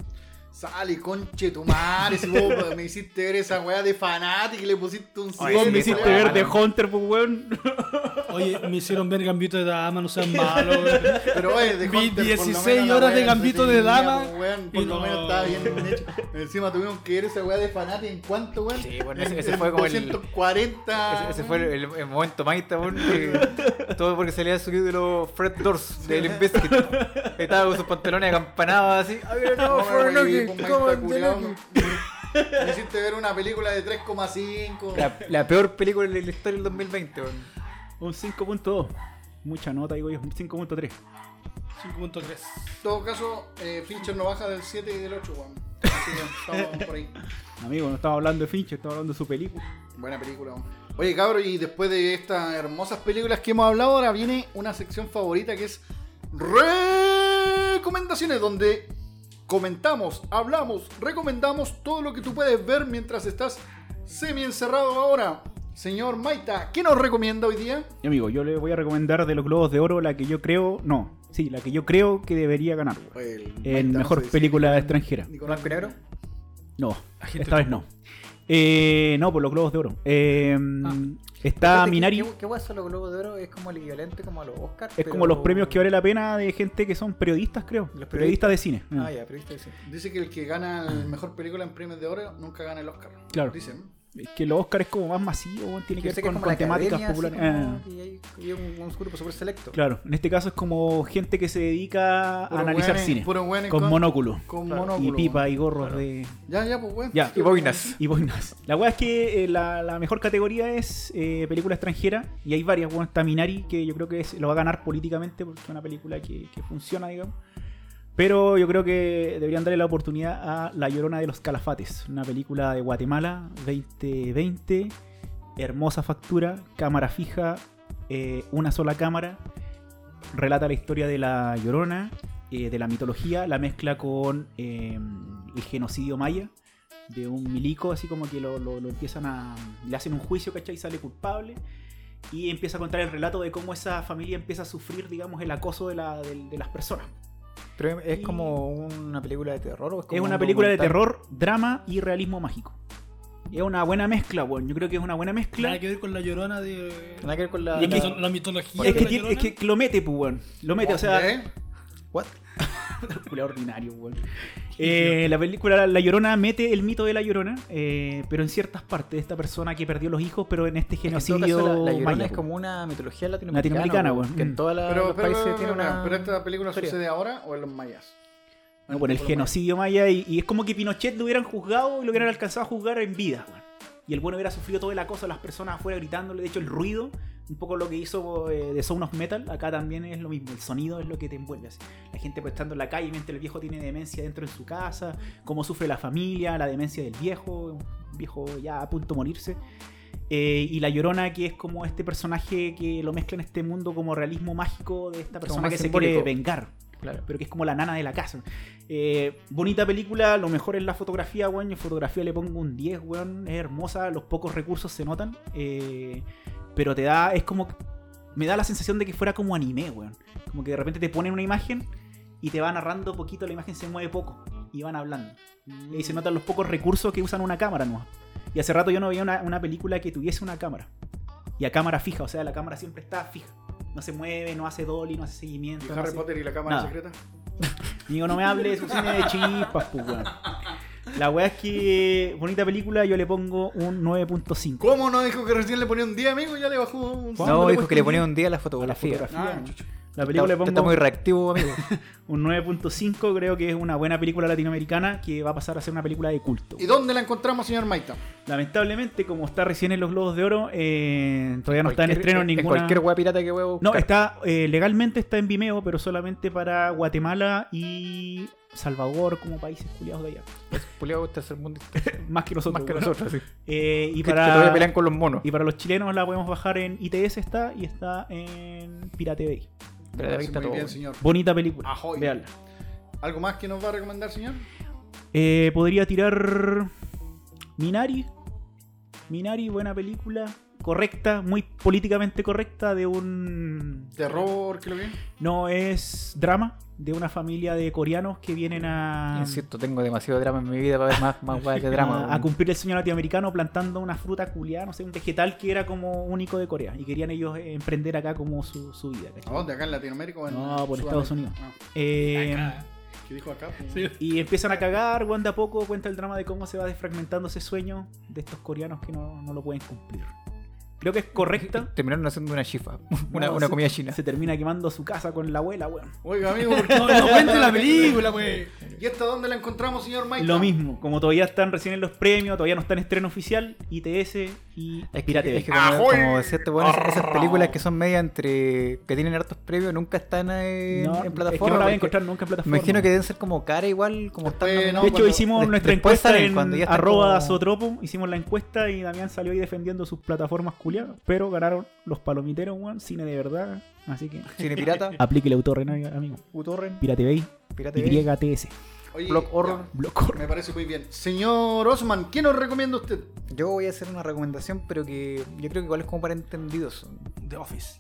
B: Sale, conche tu madre. Si vos
D: [laughs]
B: me hiciste ver esa weá de fanático y le pusiste un 7.
C: Oye,
E: Vos me
C: sí,
E: hiciste
C: weón.
E: ver de Hunter, pues, weón. [laughs]
D: Oye, me hicieron ver Gambito de Dama, no sean malos.
B: Pero oye, de
D: Vi
B: Hunter, por lo
D: 16
B: menos la
D: horas
B: weá
D: de Gambito de
B: entretenida,
D: Dama
B: po, weón, por
D: y
B: lo
D: no.
B: menos estaba bien hecho. Encima tuvimos que ver esa weá de fanático en cuánto, weón.
C: Sí, bueno, ese- ese fue como el-
B: 240.
C: Ese, ese fue el, el momento más weón. que- Todo porque salía su ídolo Fred Dors del Inbiscuit. Estaba con sus pantalones acampanados así. Ay, no,
B: No,
C: Fred
B: me reí,
C: Noki,
B: po,
C: come
B: maestra
C: on,
B: culiao.
C: Noki.
B: Me hiciste ver una película de 3,5.
C: La, la peor película de la historia del 2020, weón.
E: Un 5.2. Mucha nota, digo yo. Un 5.3.
D: 5.3.
B: En todo caso, eh, Fincher no baja del 7 y del 8, weón. Así que estamos por ahí.
E: Amigo, no estaba hablando de Fincher, estaba hablando de su película.
B: Buena película. weón. Oye, cabros, y después de estas hermosas películas que hemos hablado, ahora viene una sección favorita que es recomendaciones, donde comentamos, hablamos, recomendamos todo lo que tú puedes ver mientras estás semi encerrado ahora. Señor Maita, ¿qué nos recomienda hoy día?
E: Y, amigo, yo le voy a recomendar de los Globos de Oro la que yo creo. No, sí, la que yo creo que debería ganar. weón.
B: El
E: En mejor película extranjera.
C: ¿Blanco y negro?
E: No, esta vez no. Eh, no, por los globos de oro. Eh,
D: Ah.
E: Está
C: Fíjate que-
E: Minari.
C: ¿Qué, qué guay son los Globos de Oro? Es como el equivalente como a los Oscar.
E: Es como los premios que vale la pena de gente que son periodistas, creo.
C: Los
E: periodistas, de cine. Mm.
C: Ah, ya, pero viste ese.
B: Dice que el que gana la mejor película en premios de oro nunca gana el Oscar. ¿eh?
E: Claro.
B: Dicen.
E: Es que los Oscar es como más masivo, weón, tiene que
C: Yo sé que
E: ver
C: es
E: con,
C: como
E: con
C: la
E: temáticas
C: academia, así
E: populares.
C: como
E: Ah.
C: que hay- hay un, un grupo súper selecto.
E: Claro, en este caso es como gente que se dedica a
B: Puros
E: analizar
B: weones-
E: cine.
B: puros weones
E: Con monóculo.
B: Con
E: Claro.
B: monóculo.
E: Y pipa y gorros
B: Claro.
E: de.
B: Ya, ya, pues, weón.
E: Ya.
C: Y boinas.
E: Y boinas. La weá es que eh, la, la mejor categoría es eh, película extranjera. Y hay varias. Bueno, está Minari, que yo creo que es- lo va a ganar políticamente porque es una película que, que funciona, digamos. Pero yo creo que deberían darle la oportunidad a La Llorona de los Calafates. Una película de Guatemala 2020. Hermosa factura, cámara fija, eh, una sola cámara. Relata la historia de La Llorona, eh, de la mitología. La mezcla con eh, el genocidio maya de un milico, así como que lo, lo- lo empiezan a. le hacen un juicio, ¿cachai? Y sale culpable. Y empieza a contar el relato de cómo esa familia empieza a sufrir, digamos, el acoso de, la- del- de las personas.
C: Pero es
E: Y-
C: como una película de terror. ¿o es, como
E: Es una
C: un
E: película de
C: documental?
E: terror, drama y realismo mágico. Es una buena mezcla, bueno, yo creo que es una buena mezcla.
D: Nada que ver con la llorona de.
C: Nada que ver con la.
E: Y es que-
D: la, la mitología. de
E: Es que,
D: la
E: tiene- es
D: Llorona.
E: que lo mete, pues, weón. Lo mete, o sea,
B: ¿Eh?
C: What?
E: película ordinario, weón. Eh, la película La Llorona mete el mito de La Llorona, eh, pero en ciertas partes. Esta persona que perdió los hijos, pero en este
C: En todo
E: genocidio
C: caso, la, la Llorona
E: maya, pues.
C: es
E: po.
C: como una mitología latinoamericana.
E: Latinoamericana,
C: po,
E: weón.
C: Que
E: Mm.
C: en todos
B: Pero, pero,
C: los países
B: pero,
C: tiene
B: pero,
C: una.
B: pero esta película
C: historia.
B: sucede ahora o en los mayas.
E: No, por Ah, el genocidio maya y, y es como que Pinochet lo hubieran juzgado y lo hubieran alcanzado a juzgar en vida, weón. Y el bueno hubiera sufrido todo el acoso de las personas afuera gritándole, de hecho el ruido, un poco lo que hizo eh, de Sound of Metal, acá también es lo mismo, el sonido es lo que te envuelve. así. La gente protestando en la calle mientras el viejo tiene demencia dentro en su casa, cómo sufre la familia, la demencia del viejo, un viejo ya a punto de morirse. Eh, y la llorona que es como este personaje que lo mezcla en este mundo como realismo mágico de esta persona
C: más
E: que se
C: simbólico.
E: quiere vengar
C: Claro.
E: pero que es como la nana de la casa. Eh, bonita película, lo mejor es la fotografía, weón. Yo fotografía le pongo un 10, weón. Es hermosa, los pocos recursos se notan. eh, pero te da, es como, me da la sensación de que fuera como anime, weón. Como que de repente te ponen una imagen y te va narrando poquito, la imagen se mueve poco y van hablando.
C: Mm,
E: Y ahí
B: Mm.
E: se notan los pocos recursos que usan una cámara nueva. Y hace rato yo no veía una, una película que tuviese una cámara. Y a cámara fija, o sea, la cámara siempre está fija. No se mueve, no hace dolly, no hace seguimiento.
B: ¿Y
E: no
B: Harry
E: hace-
B: Potter y la cámara
E: Nada.
B: secreta?
E: Digo, no me hable de su cine de chispas, pues, weón. La weá es que. Bonita película, yo le pongo un 9.5.
B: ¿Cómo no dijo que recién le ponía un día, amigo? Ya le bajó un...
E: ¿Cuándo
C: No,
E: le
C: dijo que le
E: cuesta
C: ponía un día a la
E: A la
C: fotografía.
E: fotografía.
B: Ah, chucha.
E: la película le
C: Está- Está
E: pongo
C: muy reactivo, amigo.
E: un 9.5. Creo que es una buena película latinoamericana que va a pasar a ser una película de culto.
B: ¿Y dónde la encontramos, señor Maita?
E: Lamentablemente, como está recién en los Globos de Oro, eh, todavía no está en
C: Cualquier-
E: estreno ninguna.
C: cualquier wea pirata que huevo.
E: No, está eh, legalmente está en Vimeo, pero solamente para Guatemala y Salvador como países culiados de allá.
C: Puleado tercer mundo.
E: Más que nosotros.
C: Más que
E: weón.
C: nosotros, sí.
E: Eh, y
C: Que-
E: para
C: Que todavía pelean con los monos.
E: Y para los chilenos la podemos bajar en ITS está y está en Pirate Bay.
C: Pero de ahí está
B: Muy
C: todo,
B: bien,
C: bueno.
B: señor.
E: Bonita película.
B: Ajoy.
E: Veanla.
B: ¿Algo más que nos va a recomendar, señor?
E: Eh, podría tirar Minari. Minari, buena película. Correcta, muy políticamente correcta de un...
B: Terror, que lo que...
E: No, es drama de una familia de coreanos que vienen a...
C: Insisto, tengo demasiado drama en mi vida para ver más, más weas de drama.
E: a, a
C: weón.
E: cumplir el sueño latinoamericano plantando una fruta culiada, no sé, un vegetal que era como único de Corea y querían ellos emprender acá como su, su vida. ¿cachai?
B: ¿A dónde? ¿Acá en Latinoamérica o en
E: No, por Estados Unidos.
B: Ah,
E: Eh,
D: Acá.
B: ¿Qué dijo acá? pues?
D: Sí.
E: Y empiezan a cagar, Wanda a poco cuenta el drama de cómo se va desfragmentando ese sueño de estos coreanos que no, no lo pueden cumplir. Creo que es correcta.
C: Terminaron haciendo una chifa, una,
E: No,
C: una
E: se-
C: comida china.
E: Se termina quemando su casa con la abuela, weón.
B: Oiga, amigo, ¿por qué
D: No, no cuente
B: [laughs]
D: la película, wey.
B: ¿Y esta dónde la encontramos, señor Maita?
E: Lo mismo, como todavía están recién en los premios, todavía no está en estreno oficial, ITS y
C: Es que,
E: Pirate Bay.
C: es que como, como decía este weón, esas- esas películas que son media entre. que tienen hartos previos nunca están eh, en,
E: No,
C: en
E: es que no
C: plataforma.
E: la voy a
C: porque
E: encontrar nunca en
C: me
E: plataforma.
C: imagino que deben ser como cara igual, como
B: Después,
C: están
E: de
C: nominados.
E: hecho,
B: cuando-
E: hicimos
C: des-
E: nuestra
C: después
E: encuesta
C: salen,
E: en
C: cuando ya está
E: arroba
C: como-
E: Zotropo. Hicimos la encuesta y Damián salió ahí defendiendo sus plataformas culiadas. Pero ganaron los palomiteros, weón. Cine de verdad. Así que
C: Cine Pirata,
E: aplíquele autorrenario, amigo.
C: Utorren,
E: Pirate Bay,
C: Pirate Bay,
E: YTS.
B: Oye,
C: Block Horror.
B: ya,
E: Blockor.
B: Me parece muy bien. Señor Osman, ¿qué nos recomienda usted?
C: Yo voy a hacer una recomendación, pero que yo creo que igual es como para entendidos.
D: The Office.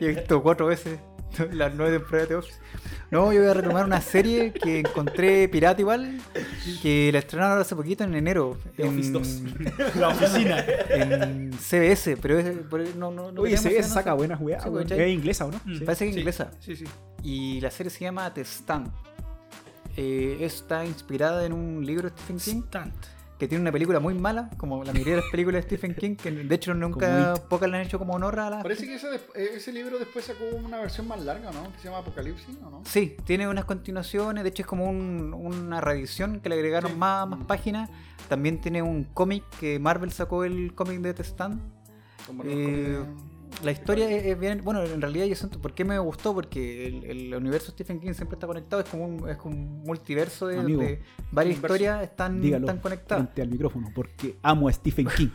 C: Yo he visto cuatro veces [laughs] Las nueve temporadas de Office. No, yo voy a retomar una serie que encontré pirata igual, que la estrenaron hace poquito en enero.
F: The
C: en,
F: Office 2.
E: La oficina.
C: [laughs] en CBS, pero es, por- no, no, no
E: Oye,
C: tenemos
E: se
C: ya, no
E: saca
C: sé.
E: buenas weas.
C: Sí,
E: weón.
C: ¿cachai?
E: es inglesa, ¿o no?
D: Mm.
E: Sí.
C: Parece que
D: Sí,
C: inglesa.
D: Sí, sí.
C: Y la serie se llama The Stand. Eh, está inspirada en un libro de Stephen King
D: Instant.
C: que tiene una película muy mala, como la mayoría de las películas de Stephen King, que de hecho nunca pocas le han hecho como honor a la.
B: Parece que ese, des- eh, ese libro después sacó una versión más larga, ¿no? Que se llama Apocalipsis, ¿o no?
C: Sí, tiene unas continuaciones, de hecho es como un- una reedición que le agregaron
B: Sí.
C: más, más páginas. También tiene un cómic que Marvel sacó el cómic de The Stand.
B: Como los
C: Eh,
B: comienzos.
C: La historia es, es bien, bueno, en realidad yo siento por qué me gustó, porque el, el universo Stephen King siempre está conectado, es como un, es como un multiverso de,
E: Amigo,
C: donde varias
B: universo.
C: historias están,
E: Dígalo.
C: están conectadas.
E: Frente al micrófono, porque amo a Stephen
C: [laughs]
E: King.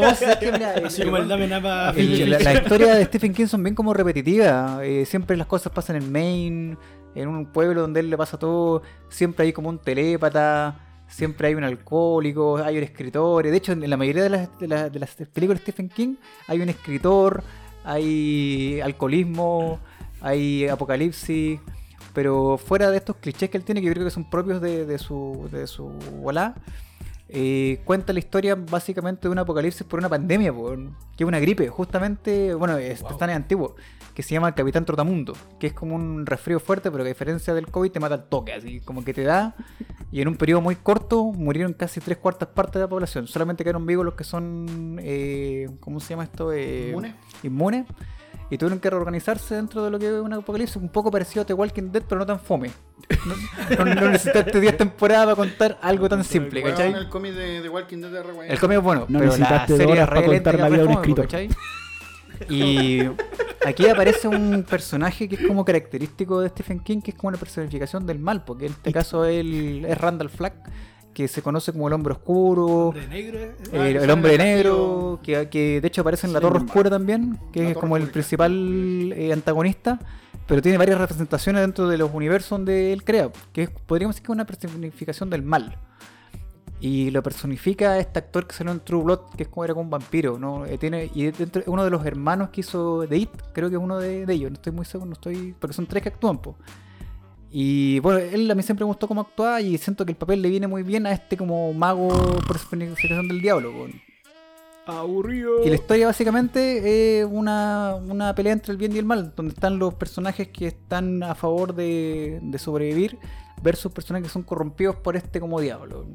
D: [laughs]
C: o sea, es [laughs] que mira, el-
D: Así
C: el-
D: como el dame [laughs] nada
C: el- la, la historia de Stephen King son bien como repetitivas, eh, siempre las cosas pasan en Maine, en un pueblo donde él le pasa todo, siempre hay como un telépata. Siempre hay un alcohólico, hay un escritor. De hecho, en la mayoría de las, de las- de las películas de Stephen King hay un escritor, hay alcoholismo, hay apocalipsis, pero fuera de estos clichés que él tiene, que yo creo que son propios de, de su de su volá, eh, cuenta la historia básicamente de un apocalipsis por una pandemia, po, que es una gripe, justamente, bueno, es, tan antiguo, que se llama Capitán Trotamundo, que es como un resfrío fuerte, pero que a diferencia del COVID te mata al toque, así como que te da, y en un periodo muy corto murieron casi tres cuartas partes de la población, solamente quedaron vivos los que son, eh, ¿cómo se llama esto? Eh,
B: ¿Inmunes?
C: inmunes y tuvieron que reorganizarse dentro de lo que es un apocalipsis un poco parecido a The Walking Dead, pero no tan fome. No, no- no necesitaste 10 temporadas para contar algo tan simple,
B: Bueno,
C: ¿cachai?
B: el cómic de, de Walking Dead de Aragüey.
C: El cómic es bueno,
E: No
C: pero la
E: necesitaste dos
C: serie
E: horas
C: es
E: para
C: re lenta
E: contar
C: y
E: la vida de un
C: re fome, po,
E: escritor.
C: ¿cachai? Y aquí aparece un personaje que es como característico de Stephen King, que es como una personificación del mal, porque en este caso él es Randall Flack, que se conoce como el hombre oscuro,
D: De negro. eh.
B: Ah,
C: el,
B: que
C: el
B: sale
C: hombre
B: en el
C: negro, que, que de hecho aparece en La Torre Oscura también,
B: La
C: que es
B: Torre
C: como el
B: Oscura.
C: principal eh, antagonista, pero tiene varias representaciones dentro de los universos donde él crea, que es- podríamos decir que es una personificación del mal. Y lo personifica este actor que salió en True Blood, que es como era como un vampiro, ¿no? Eh, tiene, y dentro- uno de los hermanos que hizo The It, creo que es uno de, de ellos, no estoy muy seguro, no estoy. Porque son tres que actúan, po. Y bueno, él a mí siempre me gustó cómo actuaba y siento que el papel le viene muy bien a este como mago personificación del diablo. po.
E: Aburrido.
C: Y la historia básicamente es una, una pelea entre el bien y el mal, donde están los personajes que están a favor de, de sobrevivir versus personajes que son corrompidos por este como diablo.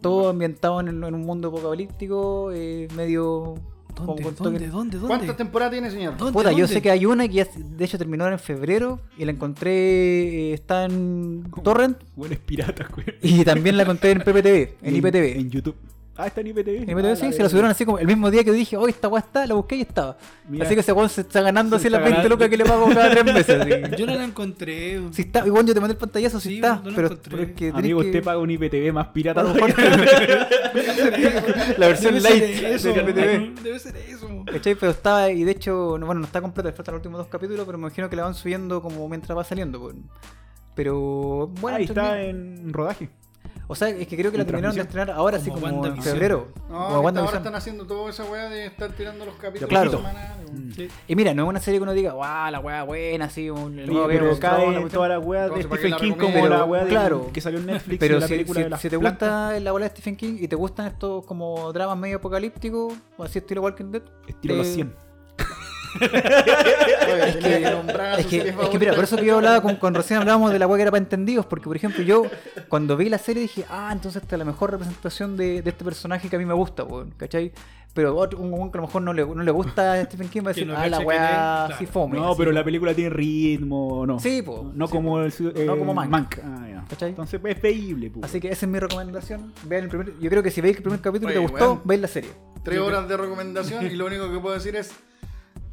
C: Todo ambientado en, el- en un mundo apocalíptico, eh, medio... como
D: ¿Dónde?
C: con toque-
D: ¿Dónde? ¿Dónde?
B: ¿Cuántas
D: ¿Dónde?
B: temporadas tiene, señor?
D: ¿Dónde?
C: Puta, yo
D: ¿Dónde?
C: sé que hay una que ya, de hecho terminó ahora en febrero y la encontré, eh, está en Torrent
E: Buenos piratas, güey.
C: y también la
D: [laughs]
C: encontré en PPTV, en IPTV.
E: En YouTube. Ah, está en IPTV.
C: En IPTV
E: Ah,
C: sí,
E: la
C: se la subieron así como el mismo día que dije, hoy esta weá está, la busqué y estaba.
E: Mira.
C: Así que ese weón se está ganando
E: Se
C: así las
E: está
C: 20
E: ganando.
C: lucas que le pago cada tres meses.
E: [laughs]
C: así.
D: Yo no la encontré.
C: Si está, igual yo te mandé el pantallazo, si
D: Sí,
C: está,
D: no lo
C: pero,
D: encontré.
C: pero es que tenés
E: Amigo,
C: que-
E: usted paga un IPTV más pirata.
C: a lo
E: todavía.
C: mejor-
E: [laughs]
C: la versión
D: Debe ser
C: light
D: eso,
C: de PPTV.
D: ¿no? Debe ser eso.
C: ¿Cachai? Pero está, y de hecho, no, bueno, no está completa, le faltan los últimos dos capítulos, pero me imagino que la van subiendo como mientras va saliendo. pues. Pero bueno,
E: Ahí está
C: entretenida.
E: en rodaje.
C: o sea, es que creo que la
E: en
C: terminaron de
E: transmisión.
C: estrenar ahora, así
D: Como
C: como en
D: WandaVision.
C: febrero.
B: No,
C: como
B: ahorita ahora
C: WandaVision.
B: están haciendo toda esa weá de estar tirando los capítulos
C: Claro. Mm.
B: semanales.
D: Sí.
C: Y mira, no es una serie que uno diga, wow, la weá buena, así, un, el nuevo
E: Oye,
C: Game
E: pero
C: of Thrones,
E: cae
C: la
E: en
C: cuestión".
E: toda la wea de
B: Entonces, ¿para qué
E: Stephen
B: la
E: King como
C: recomiendo?
E: la wea de
C: Claro.
E: que salió en Netflix
C: Pero
E: de la
C: si,
E: película
C: si-
E: de las
C: si te
E: plantas.
C: gusta la bola de Stephen King y te gustan estos como dramas medio apocalípticos, o así estilo Walking Dead,
E: Estilo los
C: eh,
E: 100.
B: Es
C: Ah, es que, es que mira, por eso que yo hablaba con, con recién hablábamos de la weá que era para entendidos, porque por ejemplo yo cuando vi la serie dije, ah, entonces esta es la mejor representación de, de este personaje que a mí me gusta, weón, ¿cachai? Pero otro, un weón que a lo mejor no le, no le gusta a Stephen King va a
D: Que
C: decir,
D: no
C: ah, la
D: cacha que
C: weá
D: tiene,
C: así
D: claro.
C: fome.
E: No,
C: así,
E: pero la
C: weón.
E: película tiene ritmo, ¿no?
C: Sí, po.
E: No
C: sí,
E: como el ciu-
C: No
E: eh,
C: como Mank.
E: Ah, ya.
C: ¿Cachai?
E: Entonces pues, es veíble, po.
C: Así que esa es mi recomendación. Vean el primer, yo creo que si veis el primer capítulo y te
B: Oye,
C: gustó,
B: weón.
C: veis la serie.
B: Tres horas de recomendación y lo único que puedo decir es.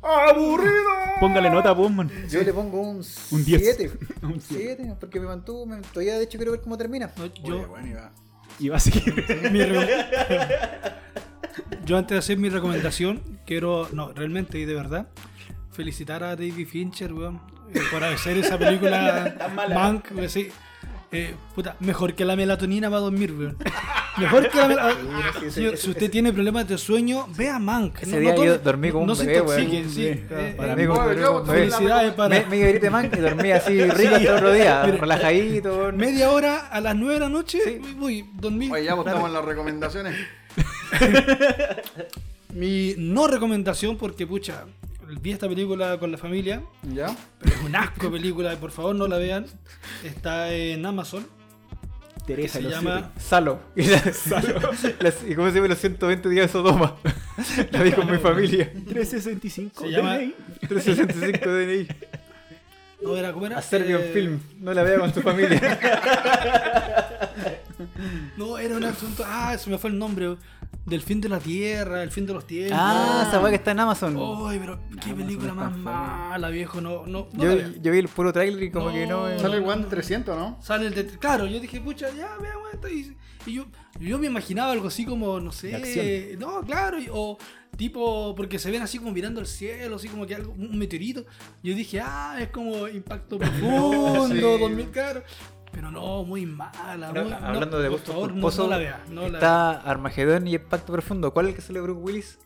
B: ¡Aburrido!
E: Póngale nota, pues, man.
C: Yo le pongo un 7.
E: Un 10.
D: [laughs]
C: Un 7, porque me mantuvo, me- todavía de hecho quiero ver cómo termina.
D: No,
B: Oye,
D: yo,
B: bueno, y va.
E: Y va a seguir.
D: mi recom- yo antes de hacer mi recomendación, quiero, no, realmente y de verdad, felicitar a David Fincher, weón, eh, por hacer esa película Mank, weón, sí. Eh, puta, mejor que la melatonina va a dormir, weón. Mejor que la mera-
C: sí, sí,
D: Señor,
C: sí,
D: si usted tiene problemas de sueño, vea Mank.
C: Ese día yo
D: tome-
C: dormí como un
D: no se
C: bebé,
D: intoxique,
C: weón.
D: sí.
E: Sí,
D: Eh,
E: para
D: eh,
E: mí
B: como-
C: pues,
D: Felicidades para.
C: Me, me llevé de man y
D: [laughs]
C: dormí así rico hasta otro día,
D: Mira.
C: relajadito. weón.
D: Media hora a las 9 de la noche,
C: Sí.
D: uy, dormí.
B: Oye, ya votamos en las recomendaciones.
D: Mi no recomendación, porque pucha, vi esta película con la familia.
B: ¿Ya?
D: Pero es un asco de película, por favor no la vean. Está en Amazon. que
E: Teresa
D: se
E: los
D: llama.
C: Salo. [laughs] Y, la- las- y cómo se llama los 120 días de
D: [laughs]
C: Sodoma. La vi con mi familia.
E: siete. 365.
D: Se llama-
E: DNI.
C: 365 DNI.
D: [laughs] No era cómo era.
C: A Serbian
D: Eh,
C: Film. No la vea con tu familia.
D: [laughs] No, era un asunto. Ah, se me fue el nombre. Del fin de la tierra, el fin de los tiempos.
C: Ah, esa weá que está en Amazon.
D: Ay, pero qué película más mala, viejo. No, no, Oh, no
C: yo,
D: la vean.
C: yo vi el puro trailer y como que no. eh.
B: Sale el One 300, ¿no?
D: Sale el de. Claro, yo dije, pucha, ya veamos esto. Y, y yo, yo me imaginaba algo así como, no sé.
E: De acción.
D: No, claro, y- o tipo, porque se ven así como mirando al cielo, así como que algo, un meteorito. Yo dije, ah, es como
E: [laughs]
D: impacto profundo,
B: Sí.
D: 2000, claro. Pero no, muy mala.
C: Ahora,
D: muy- no,
C: hablando de
D: por
C: gustos
D: favor, no-
C: culposos,
D: no la vea. No la vea.
C: Está Armagedón y el Pacto Profundo. ¿Cuál es el que sale Brooke Willis?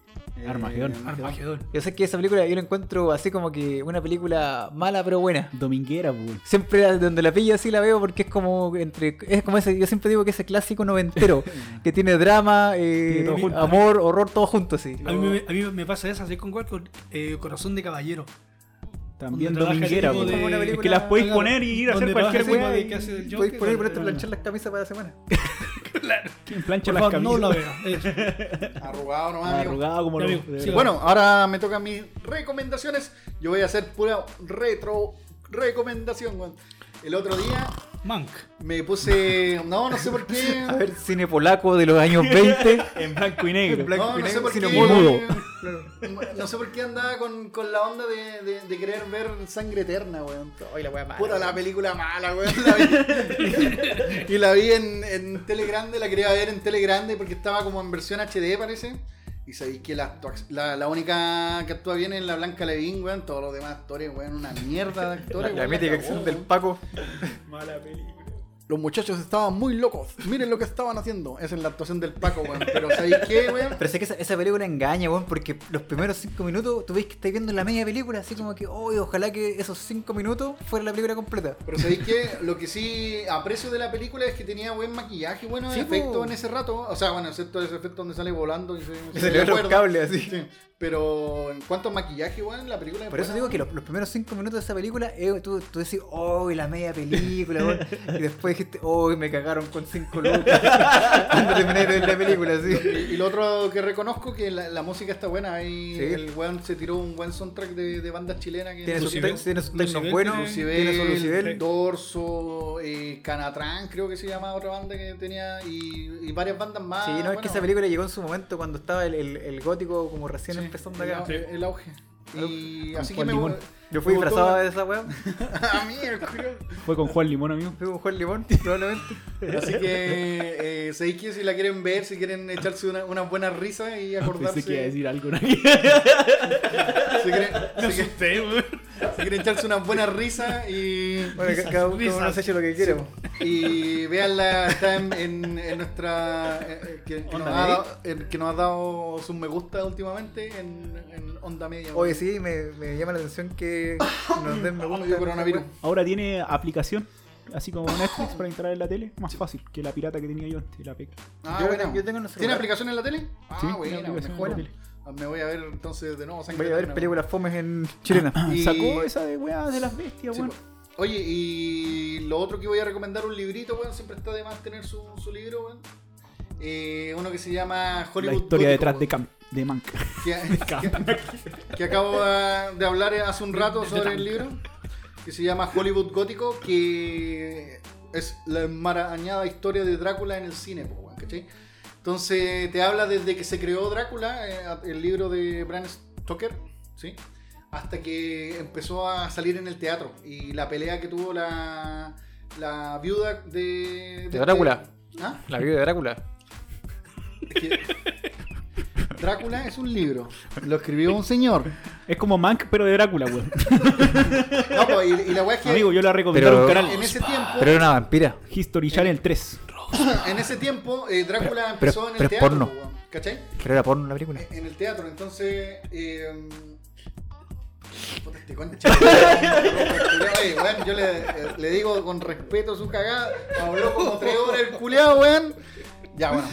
E: Armagedón.
D: Armagedón.
C: Yo sé que esa película yo la encuentro así como que una película mala pero buena.
E: Dominguera, pues.
C: Siempre la- donde la pillo así la veo porque es como entre es como ese yo siempre digo que ese clásico noventero que tiene drama, eh,
E: Tiene todo junto.
C: amor, horror todo junto así.
D: A mí, me- a mí me pasa esa, así con cuál, con eh, Corazón de Caballero.
E: También
D: Donde trabaja el
E: dominguera,
D: tipo
E: pues.
D: de- Como una
E: Es
C: película-
E: que las podéis
D: Claro.
E: poner y ir a hacer
D: Donde
E: cualquier
D: trabaja el
E: weá.
D: tipo de
E: y-
D: que hace el Joker,
C: Podéis poner y ponerte a
D: bueno.
C: planchar las camisas para la semana.
E: en plancha
D: Por
E: las
D: favor, no
E: camisas.
D: la vea. Eso.
B: Arrugado nomás, amigo.
E: Arrugado como
D: Ya,
E: los-
D: amigo,
E: de
D: sí,
E: [laughs] verdad.
B: Bueno, ahora me tocan mis recomendaciones. Yo voy a hacer pura retro recomendación, weón. El otro día
D: Mank.
B: me puse. No, no sé por qué.
C: A ver, cine polaco de
D: [laughs]
C: los años 20.
E: En blanco y negro.
C: En blanco-
B: No, no sé por qué.
C: Sino
E: mudo.
B: [laughs] No- No sé por qué andaba con, con la onda de, de- de querer ver sangre eterna, weón.
C: Ay, la wea mala.
B: Puta la película mala, weón. La vi- [laughs] y la vi en, en Tele Grande, la quería ver en Tele Grande porque estaba como en versión HD, parece. Y sabéis que la, actua- la, la única que actúa bien es la Blanca Levin, weón. Todos los demás actores, weón, una mierda de
C: La,
B: actores.
C: la
B: weón,
C: mítica
B: cagó,
C: acción
B: weón.
C: del Paco.
B: Los muchachos estaban muy locos. Miren lo que estaban haciendo. Esa es la actuación del Paco, weón. Pero sabéis qué, weón.
C: Pero sé que esa, esa película engaña, weón, porque los primeros cinco minutos tú ves que estás viendo la media película, así como que, oh, ojalá que esos cinco minutos fuera la película completa.
B: Pero sabéis que lo que sí aprecio de la película es que tenía buen maquillaje, bueno,
C: Sí, po.
B: efecto en ese rato. O sea, bueno, excepto ese efecto donde sale volando y se,
C: Y
B: se
C: se le ven los
B: acuerda.
C: cables así.
B: Sí. Pero en cuanto a maquillaje, weón, la película. es
C: Por eso
B: buena.
C: digo que los, los primeros cinco minutos de esa película, eh, tú, tú decís, oh, la media película, weón. y después dijiste, oh, me cagaron con cinco lucas. [laughs] Cuando terminé de ver la película, así.
B: Y, y lo otro que reconozco que la, la música está buena. Ahí
C: Sí.
B: el weón se tiró un buen soundtrack de, de bandas chilenas. Que
C: Tiene sus
D: Lucibel.
C: tec- tiene sus tecnos
D: Lucibel
C: buenos,
D: tiene-
B: Lucibel,
C: tiene su Lucibel.
B: Dorso, eh, Canatrán, creo que se llamaba otra banda que tenía, y, y varias bandas más.
C: Sí, no, es
B: Ah, bueno,
C: que esa película llegó en su momento cuando estaba el, el- el gótico como recién
B: sí,
C: empezando
B: el,
C: acá.
B: au- el auge. Y
E: Con
B: así que
E: Juan
B: me,
E: Limón.
C: Yo fui
B: me gustó
C: disfrazado
B: la-
C: de esa weón.
B: A mí, el culo.
E: Fue con Juan Limón, amigo.
C: Fui con Juan Limón, probablemente.
B: Así que, eh, sabéis que si la quieren ver, si quieren echarse una, una buena risa y acordarse.
E: Pensé que iba a
B: Si
E: decir algo. ¿no?
D: [laughs]
B: quieren, si quieren- si quieren echarse una buena risa y,
C: Bueno, ca- cada uno cada uno se eche lo que quiere. po.
B: y veanla, está en, en- en nuestra. eh, eh, que, que nos ha, dado- eh, que nos ha dado sus me gusta últimamente en, en Onda Media.
C: Oye, sí, me, me llama la atención que nos den me
B: Ah, me
C: gusta.
B: dio coronavirus.
E: Ahora tiene aplicación, así como Netflix, para entrar en la tele. Más fácil que la pirata que tenía yo antes, la PECA.
B: Ah,
C: Yo-
B: bueno.
C: yo tengo en
B: ¿Tiene
C: el celular.
B: aplicación en la tele? Ah,
E: Sí,
B: bueno,
E: tiene aplicación en
B: mejor. Ah,
E: la tele.
B: Me voy a ver entonces de nuevo Sangre
C: Voy a ver
B: Eterna.
C: películas fomes en [coughs] chilena.
B: Y-
E: Ah, Sacó esa de weá de las bestias,
B: Sí,
E: weón.
B: po. Oye, y lo otro que voy a recomendar, un librito, weón, siempre está de más tener su, su libro, weón. Eh, uno que se llama
E: La
B: Hollywood
E: historia
B: Gótico,
E: detrás de
B: weón,
E: Camp, de Mank. [laughs]
B: Que, que- que acabo ah, de hablar hace un rato sobre el libro, que se llama Hollywood Gótico, que es la enmarañada historia de Drácula en el cine, po, weón, ¿cachai? Entonces te habla desde que se creó Drácula, eh, el libro de Bram Stoker, ¿sí? hasta que empezó a salir en el teatro y la pelea que tuvo la, la viuda de,
C: De Drácula.
B: ¿Ah?
C: La vida de Drácula.
B: Es que- [laughs] Drácula es un libro, lo escribió un señor.
E: Es como Mank, pero de
B: [laughs]
E: Drácula, weón. [laughs]
B: No, pues, y, y la weá es que
E: Amigo, yo la recomiendo a
C: Pero-
E: un canal.
B: en ese tiempo
C: Pero era una vampira.
E: History Channel 3.
B: en ese tiempo, eh, Drácula
C: Pero-
B: empezó en el
C: pero es
B: teatro.
C: porno.
B: po, weón, ¿Cachai?
C: Pero era porno la película.
B: Eh, En el teatro, entonces. eh, puta, este concha de madre, culiao, eh, weón, yo le, eh, le digo con respeto su cagada. Habló como tres horas el culiado, weón. Ya, bueno.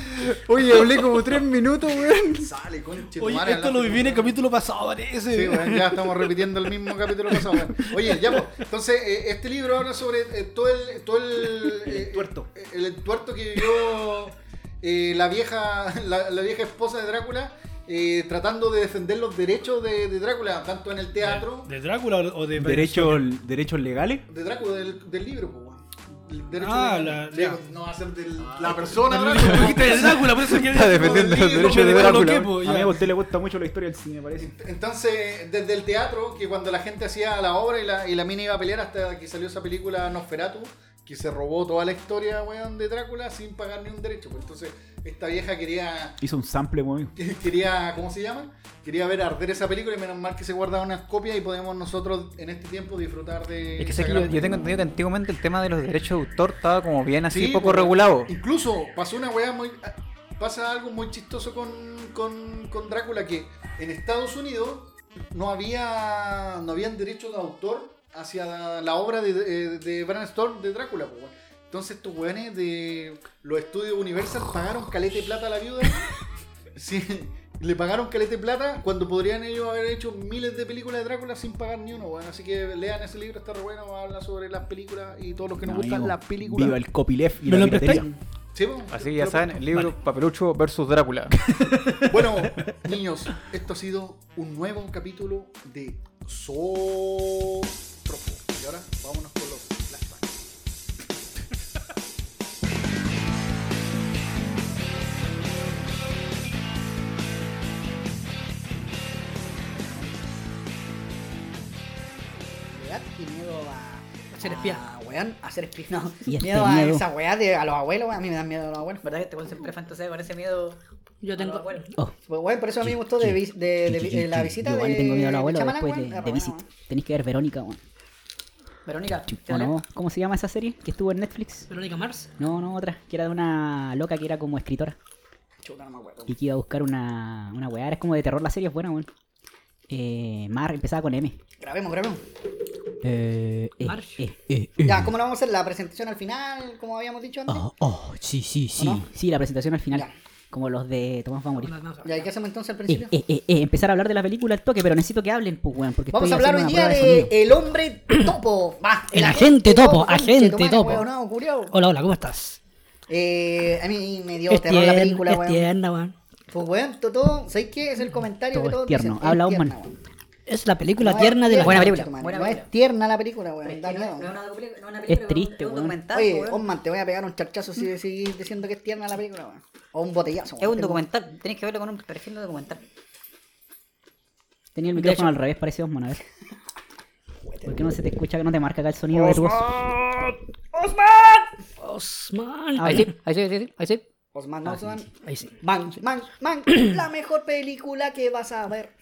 C: Oye, hablé como tres minutos, weón.
B: Sale, concha de
D: Oye,
B: madre,
D: esto
B: hablaste
D: lo viví en el
B: como-
D: capítulo pasado, parece.
B: Sí, bueno, ya estamos repitiendo el mismo capítulo pasado. bueno. Oye, ya, pues, entonces, eh, este libro habla sobre eh, todo el. Todo el, eh,
E: entuerto.
B: eh, El, entuerto que vivió eh, la, vieja, la, la vieja esposa de Drácula, eh, tratando de defender los derechos de, de Drácula, tanto en el teatro.
D: ¿De Drácula o de
E: ¿Derechos, derechos legales?
B: De Drácula, del, del libro, pues, bueno. El derecho
D: Ah,
B: de-
D: la-
B: sí,
D: la-
B: no va a ser de la persona Drácula.
D: Drácula? De Drácula, por eso que
C: Está defendiendo
B: Como
C: los
B: el
C: derechos de
B: libro,
C: Drácula.
D: Pues ya.
E: Amigo, a usted le gusta mucho la historia del cine, parece.
B: Entonces, desde el teatro, que cuando la gente hacía la obra y la, y la mina iba a pelear hasta que salió esa película Nosferatu, que se robó toda la historia, weón, de Drácula sin pagar ni un derecho. Pues entonces, esta vieja quería, [laughs]
E: Hizo un sample, weón.
B: quería, ¿cómo se llama? Quería ver arder esa película y menos mal que se guardaban unas copias y podemos nosotros en este tiempo disfrutar de...
C: Es que sé
B: esa
C: que yo,
B: gran
C: yo tengo
B: película.
C: entendido que antiguamente el tema de los derechos de autor estaba como bien así,
B: Sí,
C: poco
B: porque
C: regulado.
B: Incluso pasó una weá muy. Pasa algo muy chistoso con, con, con Drácula que en Estados Unidos no había no habían derechos de autor hacia la, la obra de, de, de Bram Stoker de Drácula. po, weón. Entonces estos weones de los estudios Universal pagaron calete de plata a la viuda.
C: [laughs]
B: sí, le pagaron calete de plata cuando podrían ellos haber hecho miles de películas de Drácula sin pagar ni uno. weón. Así que lean ese libro, está re bueno, habla sobre las películas y todos los que nos gustan
E: Amigo,
B: las películas.
E: Viva el copyleft y
D: ¿Me
E: la
D: lo
E: piratería.
D: prestáis?
B: Sí, po.
C: Así que ya saben, el libro Papelucho versus Drácula.
B: Bueno, niños, esto ha sido un nuevo capítulo de Zootropo. Y ahora vámonos con los flashbacks.
G: Weá, y miedo a. A ser espía. A, weón, a ser espía. [laughs] No,
E: Y este
G: miedo a
E: miedo.
G: esa weá de a los abuelos, weón. A mí me dan miedo a los abuelos. ¿Verdad que
H: este
G: te siempre fantasea con ese miedo?
I: Yo tengo.
H: Oh,
G: Pues, weón, por eso a mí me gustó de, vi- de, de, vi- eh, la visita
H: yo igual
G: de.
H: le tengo miedo al abuelo
G: Shyamalan,
H: después de,
G: weón. Ah,
H: de
G: bueno,
H: Visit.
G: weón.
H: Tenéis que ver Verónica, weón.
G: Verónica, ¿te
H: ¿O
G: vale?
H: no? ¿Cómo se llama esa serie que estuvo en Netflix?
I: Verónica Mars.
H: No, no, otra, que era de una loca que era como escritora
G: Chuta, no me acuerdo.
H: y que iba a buscar una, una weá. Era como de terror la serie, es buena, weón. Eh, Mar empezaba con M.
G: Grabemos, grabemos.
H: Eh, eh,
I: Marsh.
H: eh, eh, eh.
G: Ya, ¿cómo lo vamos a hacer? La presentación al final, como habíamos dicho antes.
H: Ah, oh, sí, sí, sí.
G: no?
H: Sí, la presentación al final.
G: Ya.
H: Como los de Tomás va a morir.
I: Una danza.
G: Ya, ¿y qué hacemos entonces al
H: Eh,
G: principio?
H: eh, eh, eh, empezar a hablar de la película al toque, pero necesito que hablen, pues, weón. Porque
G: Vamos a
H: estoy
G: hablar hoy día
H: haciendo una
G: de
H: prueba de
G: El hombre topo. Va,
I: El agente topo,
G: conche
I: agente
G: tu madre,
I: topo.
G: weón, no, culiao.
I: Hola, hola, ¿cómo estás?
G: Eh, a mí me dio
I: es
G: terror la
I: tierna,
G: película,
I: es
G: weón.
I: tierna, weón.
G: Pues weón, to- todo, ¿sabes qué? Es el comentario
H: Todo
G: que
H: es
G: todos
H: tierno.
G: dicen.
H: Habla
G: Es
H: Hoffman.
G: tierna, weón.
I: Es la película
G: No es
I: tierna de la
G: tierna, concha
I: película.
G: tu madre,
I: Buena
G: No
I: película.
G: es tierna la película, weón. Da miedo.
H: Es triste, weón.
G: Oye, Osman, te voy a pegar un charchazo
I: Mm.
G: si seguís diciendo que es tierna la película, weón. O un botellazo.
J: Es
G: weón.
J: un
G: Tengo-
J: documental, tenés que verlo con un perfil de documental.
H: sonido. Tenía el
I: De
H: micrófono
I: hecho-
H: al revés, parece Osman, a
G: [laughs]
H: ver. ¿Por qué no se te escucha que no te marca acá el sonido de tu voz? Ahí
I: Osman. Ahí
H: sí,
I: sí, ahí sí, ahí sí, ahí Ah, sí.
G: Osman, no, Osman.
I: Ahí sí. [clears throat]
G: Man, man, man, la mejor película que vas a ver.